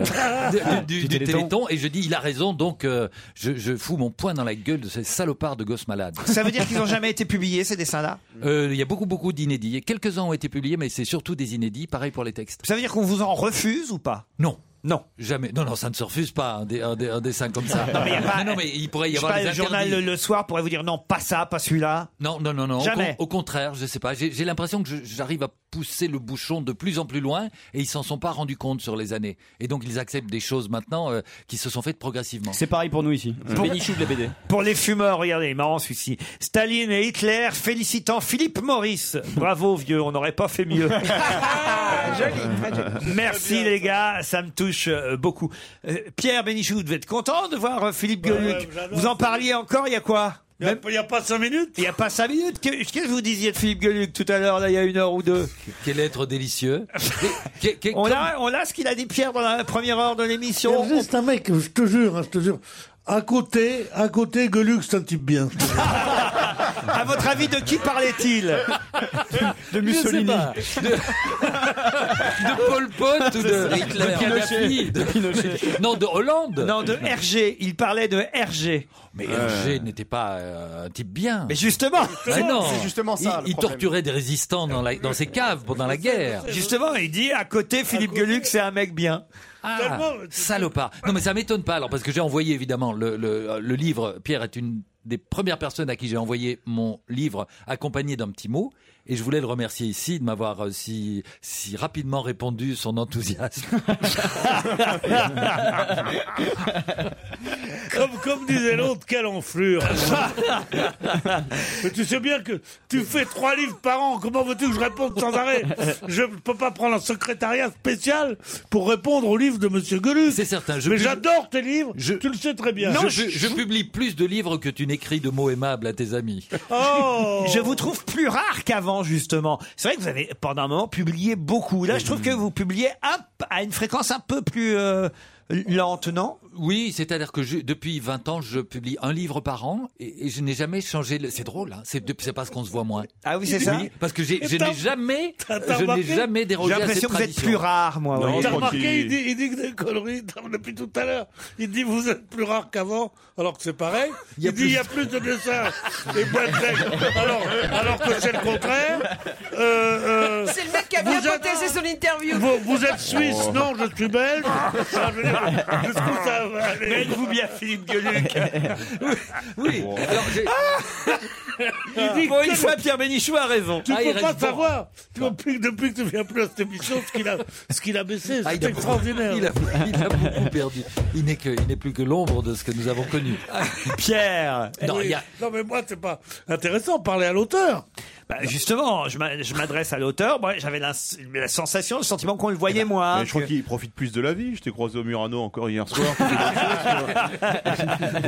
P: de- du,
C: Du
P: du
C: Téléthon.
P: Téléthon, et je dis il a raison, donc euh, je, je fous mon poing dans la gueule de ces salopards de gosses malades.
C: Ça veut dire qu'ils n'ont jamais été publiés ces dessins-là
P: Euh, Il y a beaucoup, beaucoup d'inédits. Quelques-uns ont été publiés, mais c'est surtout des inédits. Pareil pour les textes.
C: Ça veut dire qu'on vous en refuse ou pas
P: Non.
C: Non.
P: Jamais. Non, non, ça ne se refuse pas, un, dé- un dé- un dessin comme ça.
C: Euh, Non, mais il y a pas-
P: non, non, mais il pourrait y
C: Je sais
P: avoir
C: pas,
P: des
C: le journal
P: interdits.
C: le, le soir pourrait vous dire non, pas ça, pas celui-là.
P: Non, non, non, non. Au
C: Jamais.
P: con- Au, contraire, je sais pas. J'ai j'ai l'impression que je- j'arrive à pousser le bouchon de plus en plus loin et ils s'en sont pas rendus compte sur les années. Et donc ils acceptent des choses maintenant euh, qui se sont faites progressivement.
F: C'est pareil pour nous ici.
P: Bénichou
F: de la BD.
C: Pour les fumeurs, regardez, il est marrant celui-ci. Staline et Hitler félicitant Philippe Maurice. Bravo vieux, on n'aurait pas fait
D: [LAUGHS]
C: mieux. Merci les gars, ça me touche euh, beaucoup. Euh, Pierre Bénichou, vous devez être content de voir euh, Philippe
D: Ouais,
C: Gueluc.
D: ouais, j'adore.
C: vous en parliez encore, il y a quoi
D: Il n'y a, pas cinq minutes
C: Il n'y a pas cinq minutes Que- Qu'est-ce que vous disiez de Philippe Gueluc tout à l'heure, là, il y a une heure ou deux
P: Quel être délicieux. Qu'est- qu'est-
C: on a, on a ce qu'il a dit Pierre dans la première heure de
D: Il y
C: l'émission.
D: a juste un mec, je te jure, hein, je te jure. À côté, à côté, Gueluc, c'est un type bien.
C: À votre avis, de qui parlait-il
D: De
P: Mussolini. de Pol Pot ou de, Hitler, de Gaddafi, de- non, de Hollande.
C: Non, de Hergé. Il parlait de Hergé.
P: Mais Hergé n'était pas euh, un type bien.
C: Mais justement
P: Ah non.
H: c'est justement ça,
P: Il-
H: le
P: Il,
H: problème.
P: torturait des résistants dans, la- dans ses caves pendant la guerre.
C: Justement, il dit à côté, Philippe Gueluc, c'est un mec bien.
P: Ah, salopard. Non, mais ça m'étonne pas, alors, parce que j'ai envoyé, évidemment, le, le- le livre. Pierre est une des premières personnes à qui j'ai envoyé mon livre accompagné d'un petit mot. Et je voulais le remercier ici de m'avoir euh, si, si rapidement répondu son enthousiasme.
D: Comme, comme disait l'autre,
C: [LAUGHS]
D: quelle enflure Mais tu sais bien que tu fais trois livres par an, comment veux-tu que je réponde sans arrêt Je ne peux pas prendre un secrétariat spécial pour répondre aux livres de Monsieur Gueluc.
P: C'est certain. Je
D: Mais
P: pub-
D: j'adore tes livres, tu le sais très bien.
P: je, pu- je publie plus de livres que tu n'écris de mots aimables à tes amis.
D: Oh
C: Je vous trouve plus rare qu'avant, justement. C'est vrai que vous avez,
D: [LAUGHS]
C: pendant un moment, publié beaucoup. Là, je trouve que vous publiez un p- à une fréquence un peu plus euh, Lente, non
P: Oui, c'est-à-dire que je- depuis 20 ans, je publie un livre par an et, et je n'ai jamais changé. le- C'est drôle, hein, c'est depuis- c'est parce qu'on se voit moins.
C: Ah oui, c'est ça
P: Parce que j'ai-
C: Mais
P: je
C: t'as-
P: n'ai jamais,
C: t'as- t'as
P: je n'ai
C: remarqué
P: jamais
C: J'ai
P: dérogé à cette
C: l'impression que
P: tradition.
C: vous êtes plus rare, moi, Non, oui.
D: T'as
C: je crois qu'il-
D: remarqué, il dit, il dit que des conneries [LAUGHS] non, depuis tout à l'heure. Il dit vous êtes plus rare qu'avant, alors que c'est pareil. Il, dit il y a plus de dessins et moins de textes. Alors, alors que c'est le contraire. Euh, euh,
J: C'est le mec qui a bien
D: vous êtes-
J: contesté son interview.
D: Vous, vous êtes suisse
J: Oh.
D: Non, je suis belge. Ah, je veux dire, Jusqu'où ça va aller
C: Mais êtes-vous bien Philippe [LAUGHS] Gueluc
P: Oui, alors j'ai...
D: Ah, Il dit
C: Pour Ah, une
D: que-
C: fois, Pierre Bénichou a raison.
D: Tu
C: Ah, il
D: peux pas
C: reste bon.
D: savoir. Tu vois, depuis, depuis que tu viens plus à cette émission, ce qu'il a, ce qu'il a baissé,
P: Ah,
D: c'est
P: il, a
D: extraordinaire.
P: il, a, il
C: [LAUGHS]
P: a beaucoup perdu. Il n'est que, il n'est plus que l'ombre de ce que nous avons connu.
C: Ah. Pierre.
P: Non,
D: Eh Oui.
P: il y a-
D: Non, mais moi, c'est pas intéressant de parler à l'auteur.
C: Bah, justement, je m'a- je m'adresse à l'auteur. Moi, j'avais la, la sensation, le sentiment qu'on le
D: Eh
C: voyait
D: ben,
C: moins.
H: Mais je crois qu'il profite plus de la vie. Je t'ai croisé au Murano encore hier soir.
C: [LAUGHS]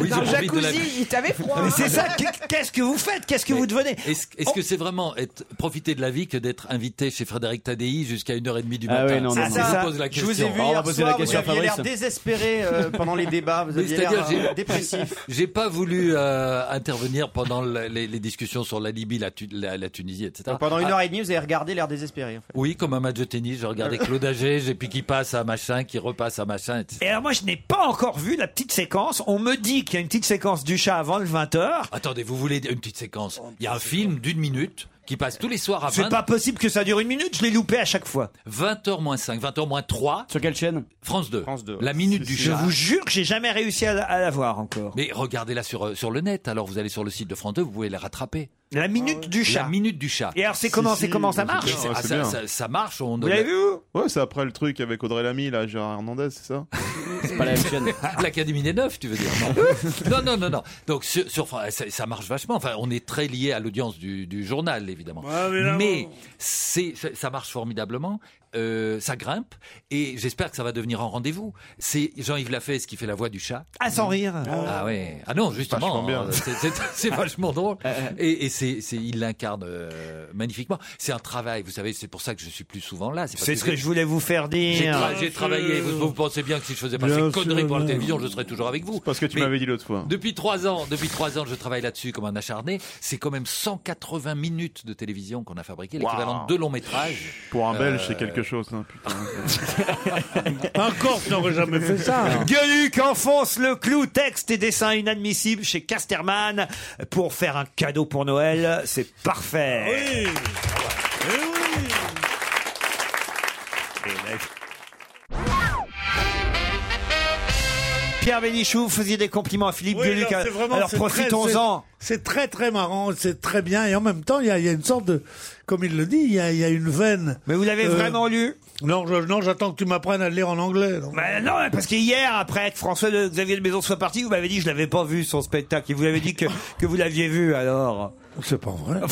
P: Oui,
J: Dans le
P: j'ai envie de la-
J: jacuzzi, il t'avait froid.
C: Mais
P: hein.
C: c'est ça, qu'est- qu'est-ce que vous faites Qu'est-ce que vous devenez
P: Est-ce est-ce que c'est vraiment être, profiter de la vie que d'être invité chez Frédéric Tadei jusqu'à 1h30 du
F: Ah
P: matin
F: ouais, non, non,
P: Ça,
F: non.
P: je vous
F: Ça,
P: pose la
F: je
P: question.
F: vous ai vu
P: Alors, on va
F: hier
P: poser
F: soir,
P: la question à
G: vous aviez l'air
P: Fabrice.
C: [LAUGHS]
G: désespéré euh, pendant les débats, vous
P: Oui,
G: aviez
P: c'est-à-dire,
G: l'air
P: j'ai-
G: euh, dépressif.
P: J'ai pas voulu euh, intervenir pendant le- les, les discussions sur la Libye, la, Tu- la- la Tunisie, etc.
G: Donc, Euh, pendant une
P: Ah,
G: heure et Euh. demie, vous avez regardé l'air désespéré. En fait.
P: Oui, comme un match de tennis, je regardais Claude Agé, j'ai puis qui passe à machin, qui repasse à machin, etc.
C: Et alors moi, je n'ai pas encore vu la petite séquence. On me dit qu'il y a une petite séquence du chat avant le 20h.
P: Attendez, vous voulez une petite séquence Il y a un film d'une minute qui passe tous les soirs à
C: C'est
P: 20
C: pas possible que ça dure une minute, je l'ai loupé à chaque fois.
P: 20h moins 5, 20h moins 3.
F: Sur quelle chaîne
P: France 2. La minute du
C: Je
P: chat.
C: vous jure que j'ai jamais réussi à la, à la voir encore.
P: Mais regardez-la sur, euh, sur le net. Alors vous allez sur le site de France 2, vous pouvez la rattraper.
C: La
P: Ah
C: minute du chat.
P: La minute du chat.
C: Et alors, c'est comment- c'est comment ça marche
P: Ah,
H: C'est-
P: ça,
H: c'est bien.
P: ça- ça marche. On
H: Vous l'avez
P: la-
H: vu, Ouais, c'est après le truc avec Audrey Lamy, là, Gérard Hernandez, c'est ça
P: C'est pas la Ah, L'Académie des Neufs, tu veux dire Non, non, non, non. non. Donc sur, sur- enfin, ça, ça marche vachement. Enfin, on est très lié à l'audience du, du journal, évidemment. Mais c'est, ça- ça marche formidablement. euh, ça grimpe et j'espère que ça va devenir un rendez-vous. C'est Jean-Yves Lafesse qui fait la voix du chat.
C: Ah, sans rire.
P: Ah ouais. Ah non, justement.
C: Vachement bien. Euh,
P: euh, c'est- C'est
C: [LAUGHS]
P: c'est vachement drôle. Et, et c'est, c'est- il l'incarne euh, magnifiquement. C'est un travail, vous savez, c'est pour ça que je suis plus souvent là. parce
C: C'est ce que je voulais vous faire dire.
P: J'ai, tra- j'ai
C: euh,
P: travaillé. Vous, vous pensez bien que si je faisais pas
H: Bien
P: ces conneries
H: sûr,
P: pour la
H: bien.
P: télévision, je serais toujours avec vous.
H: Parce que tu
P: Mais
H: m'avais dit l'autre fois.
P: Depuis trois ans, depuis trois ans, je travaille là-dessus comme un acharné. C'est quand même 180 minutes de télévision qu'on a fabriqué, l'équivalent de
H: Wow.
P: deux longs métrages.
H: Pour un Belge, c'est
P: Euh,
H: quelque chose, hein,
P: [LAUGHS]
H: putain.
D: Un
H: [LAUGHS]
D: Corse n'aurait jamais fait ça.
C: Gueluc enfonce le clou, texte et dessin inadmissible chez Casterman pour faire un cadeau pour Noël. C'est
P: Ah
C: parfait.
D: Ah Oui. Eh
C: Et là, Pierre Bénichou, vous faisiez des compliments à Philippe
D: Oui,
C: Gueluc.
D: alors, c'est vraiment-
C: alors
D: c'est très-
C: profitons-en.
D: c'est- C'est très très marrant, c'est très bien et en même temps il y a, il y a une sorte de, comme il le dit, il y a, il y a une veine.
C: Mais vous l'avez vraiment lu
D: Euh, Non, je- non, j'attends que tu m'apprennes à le lire en anglais. donc.
C: Ben non, parce que hier, après que François de Xavier de Maison soit parti, vous m'avez dit que je l'avais pas vu son spectacle. Et vous avez dit
D: [LAUGHS]
C: que, que vous l'aviez vu alors.
D: C'est pas vrai.
J: Non,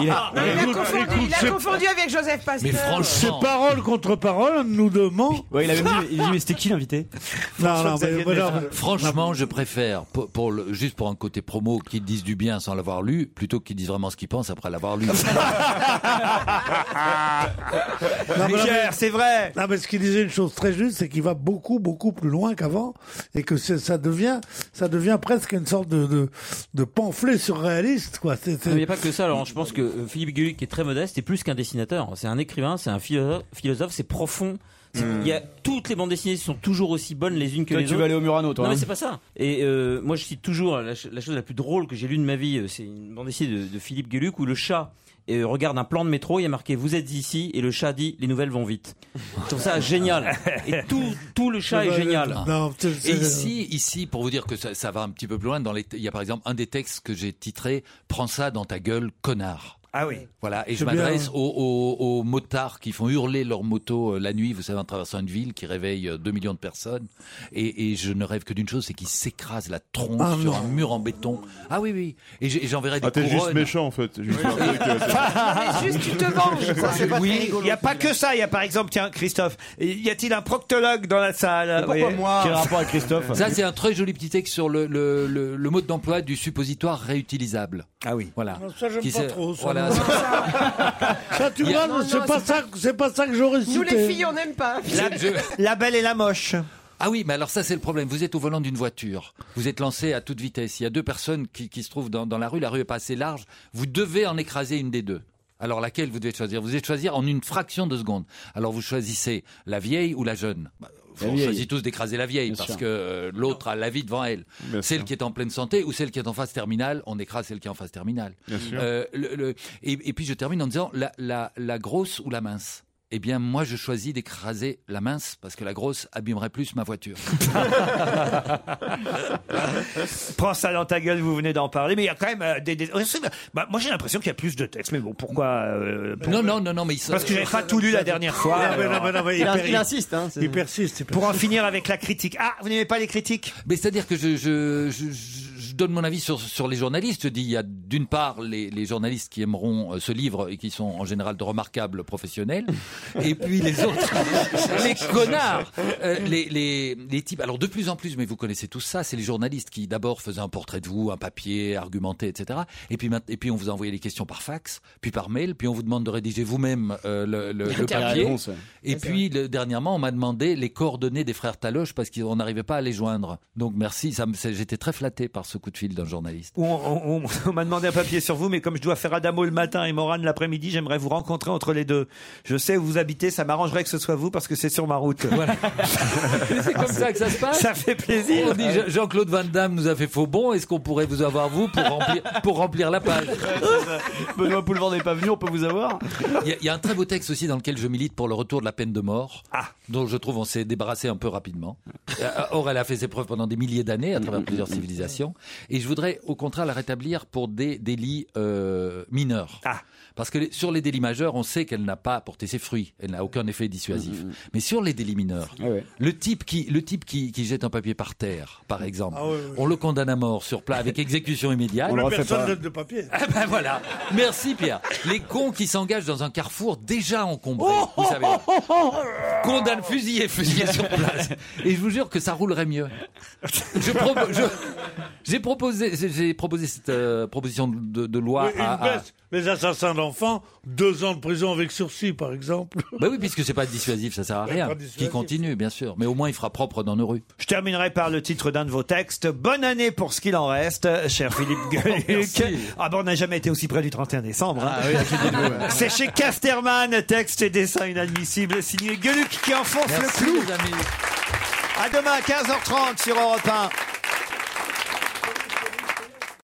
J: il a
D: Écoute,
J: confondu,
D: écoute,
J: il a
D: c'est-
J: confondu avec Joseph Pasteur.
D: c'est parole contre parole, un de nous deux ment.
F: Ouais, il avait dit, il dit, mais c'était qui l'invité
D: Non, non, mais, mais non,
P: Franchement, je préfère, pour, pour le- juste pour un côté promo, qu'ils disent du bien sans l'avoir lu, plutôt qu'ils disent vraiment ce qu'ils pensent après l'avoir
H: [LAUGHS]
P: lu.
D: Non, mais non,
C: Pierre,
D: mais-
C: c'est vrai.
D: Non, mais ce qu'il disait une chose très juste, c'est qu'il va beaucoup, beaucoup plus loin qu'avant, et que c'est- ça devient, ça devient presque une sorte de, de, de pamphlet surréaliste, quoi. C'est, c'est-
I: Mais il n'y a pas que ça. Alors, je pense que euh, Philippe Gueluc qui est très modeste, est plus qu'un dessinateur. C'est un écrivain, c'est un philo- philosophe, c'est profond. C'est- Il y a toutes les bandes dessinées sont toujours aussi bonnes les unes
F: Hmm.
I: que
F: Toi,
I: les
F: tu
I: autres.
F: vas aller au Murano, toi,
I: Non, mais
F: hein.
I: c'est pas ça. Et euh, moi, je cite toujours la, ch- la chose la plus drôle que j'ai lue de ma vie. euh, C'est une bande dessinée de, de Philippe Gueluc où le chat euh, regarde un plan de métro. Il y a marqué "Vous êtes ici" et le chat dit "Les nouvelles vont vite". Je trouve ça génial. Et tout, tout le chat est génial.
P: Et ici, ici, pour vous dire que ça, ça va un petit peu plus loin, dans les, il y a par exemple un des textes que j'ai titré "Prends ça dans ta gueule, connard".
C: [LAUGHS] Ah
D: [LAUGHS]
C: oui.
P: Voilà, et
C: C'est
P: je m'adresse
C: bien.
P: aux, aux- aux motards qui font hurler leur moto euh, la nuit, vous savez, en traversant une ville qui réveille euh, 2 millions de personnes. Et, et je ne rêve que d'une chose, c'est qu'ils s'écrasent la tronche
D: Ah
P: sur
D: non.
P: un mur en béton. Ah oui, oui. Et j'ai- et j'enverrai des
H: Ah, t'es juste
P: couronnes.
H: méchant, en
P: [LAUGHS]
H: fait. Juste un truc, euh,
J: Juste, tu te venges. quoi.
C: Oui, il n'y a pas que ça. Il y a par exemple, tiens, Christophe, y a-t-il un proctologue dans la salle vous voyez
F: à Christophe
P: Ça, c'est un très joli petit texte sur le, le, le- le mode d'emploi du suppositoire réutilisable.
C: Ah oui.
P: Voilà.
D: Ça, j'aime
P: Qui
D: pas
P: c'est-
D: trop, ça.
P: voilà, c'est-
D: [LAUGHS] Ça, tu
P: Il y a-
D: vois,
P: non,
D: c'est
P: non,
D: pas
P: c'est
D: ça, c'est pas ça que j'aurais cité.
J: Nous les filles, on n'aime pas.
C: La, la belle et la moche.
P: Ah oui, mais alors ça c'est le problème. Vous êtes au volant d'une voiture, vous êtes lancé à toute vitesse. Il y a deux personnes qui, qui se trouvent dans, dans la rue, la rue est pas assez large. Vous devez en écraser une des deux. Alors laquelle vous devez choisir Vous devez choisir en une fraction de seconde. Alors vous choisissez la vieille ou la jeune Bah,
F: La
P: on
F: vieille.
P: choisit tous d'écraser la vieille
F: Bien
P: parce
F: sûr.
P: que euh, l'autre a la vie devant elle. celle qui est en pleine santé ou celle qui est en phase terminale, on écrase celle qui est en phase terminale.
F: Bien sûr.
P: Euh, le- le- et, et puis je termine en disant la, la- la grosse ou la mince eh bien, moi, je choisis d'écraser la mince parce que la grosse abîmerait plus
F: [LAUGHS]
P: ma voiture.
C: [LAUGHS] Prends ça dans ta gueule, vous venez d'en parler, mais il y a quand même euh, des. des- Oh, c'est- bah, moi, j'ai l'impression qu'il y a plus de textes, mais bon, pourquoi euh,
P: non, non, non, non, mais ils-
C: Parce que j'avais pas tout lu la dernière fois.
D: Non, mais non, mais non, mais il Il per- il- insiste, hein, c'est- il
P: persiste.
C: Pour en finir avec la critique. Ah, vous n'aimez pas les critiques
P: Mais c'est-à-dire que je, je, je, je- je donne mon avis sur, sur les journalistes. Je dis, il y a d'une part les, les journalistes qui aimeront euh, ce livre et qui sont en général de remarquables professionnels, et puis les autres, les connards, euh,
C: Mm.
P: les, les, les types. Alors de plus en plus, mais vous connaissez tous ça, c'est les journalistes qui d'abord faisaient un portrait de vous, un papier, argumenté, etc. Et puis, maint- et puis on vous envoyait les questions par fax, puis par mail, puis on vous demande de rédiger vous-même euh, le, le- le
F: La
P: papier.
F: réponse, ouais.
P: Et puis, le- dernièrement, on m'a demandé les coordonnées des frères Taloche parce qu'on n'arrivait pas à les joindre. Donc, merci. ça me- c'est- J'étais très flatté par ce coup de fil
C: [LAUGHS]
P: d'un journaliste.
C: On, on- on- on m'a demandé un papier sur vous, mais comme je dois faire Adamo le matin et Morane l'après-midi, j'aimerais vous rencontrer entre les deux. Je sais où vous habitez, ça m'arrangerait que ce soit vous parce que c'est sur ma route.
P: C'est comme ça que ça se passe
C: Ça fait plaisir.
P: On dit Je- Jean-Claude Van Damme nous a fait faux bon. Est-ce qu'on pourrait vous avoir, vous, pour remplir, pour remplir la page
F: Benoît Poulvord n'est pas venu, on peut vous avoir
P: [LAUGHS] Il y, a- il y a un très beau texte aussi dans lequel je milite pour le retour de la peine de mort,
D: Ah.
P: dont je trouve on s'est débarrassé un peu rapidement. Euh, Or, elle a fait ses preuves pendant des milliers d'années à
D: Mm,
P: travers plusieurs civilisations. Et je voudrais au contraire la rétablir pour des délits euh, mineurs.
D: Ah.
P: Parce que les- sur les délits majeurs, on sait qu'elle n'a pas porté ses fruits, elle n'a aucun effet
D: Mm,
P: dissuasif. Mais sur les délits mineurs,
D: Ah
P: le type qui le type qui, qui jette un papier par terre, par exemple,
D: Ah ouais, ouais,
P: on le condamne à mort sur plat avec exécution immédiate.
D: Plus personne donne de papier.
P: [LAUGHS] Ah ben voilà. Merci Pierre. Les cons qui s'engagent dans un carrefour déjà encombré, vous savez. Condamne fusillé, fusillé sur place. Et je vous jure que ça roulerait mieux. Je propo- je- j'ai proposé, j'ai- j'ai proposé cette euh, proposition de, de loi
D: Oui,
I: Ah,
D: une
P: à, à-
D: baisse. Les assassins d'enfants, deux ans de prison avec sursis, par exemple.
P: Bah oui, puisque c'est pas dissuasif, ça sert à rien.
D: pas
P: Qui continue, bien sûr. Mais au moins, il fera propre dans nos rues.
C: Je terminerai par le titre d'un de vos textes. Bonne année pour ce qu'il en reste, cher
P: [LAUGHS]
C: Philippe Gueluc.
P: Merci. Ah
C: ah ben on n'a jamais été aussi près du 31 décembre. hein.
P: oui, qui dit-le, ouais.
C: C'est chez Casterman, texte et dessin inadmissible, signé Gueluc qui enfonce
P: Merci,
C: le clou.
P: les amis.
C: À demain 15h30 sur Europe 1.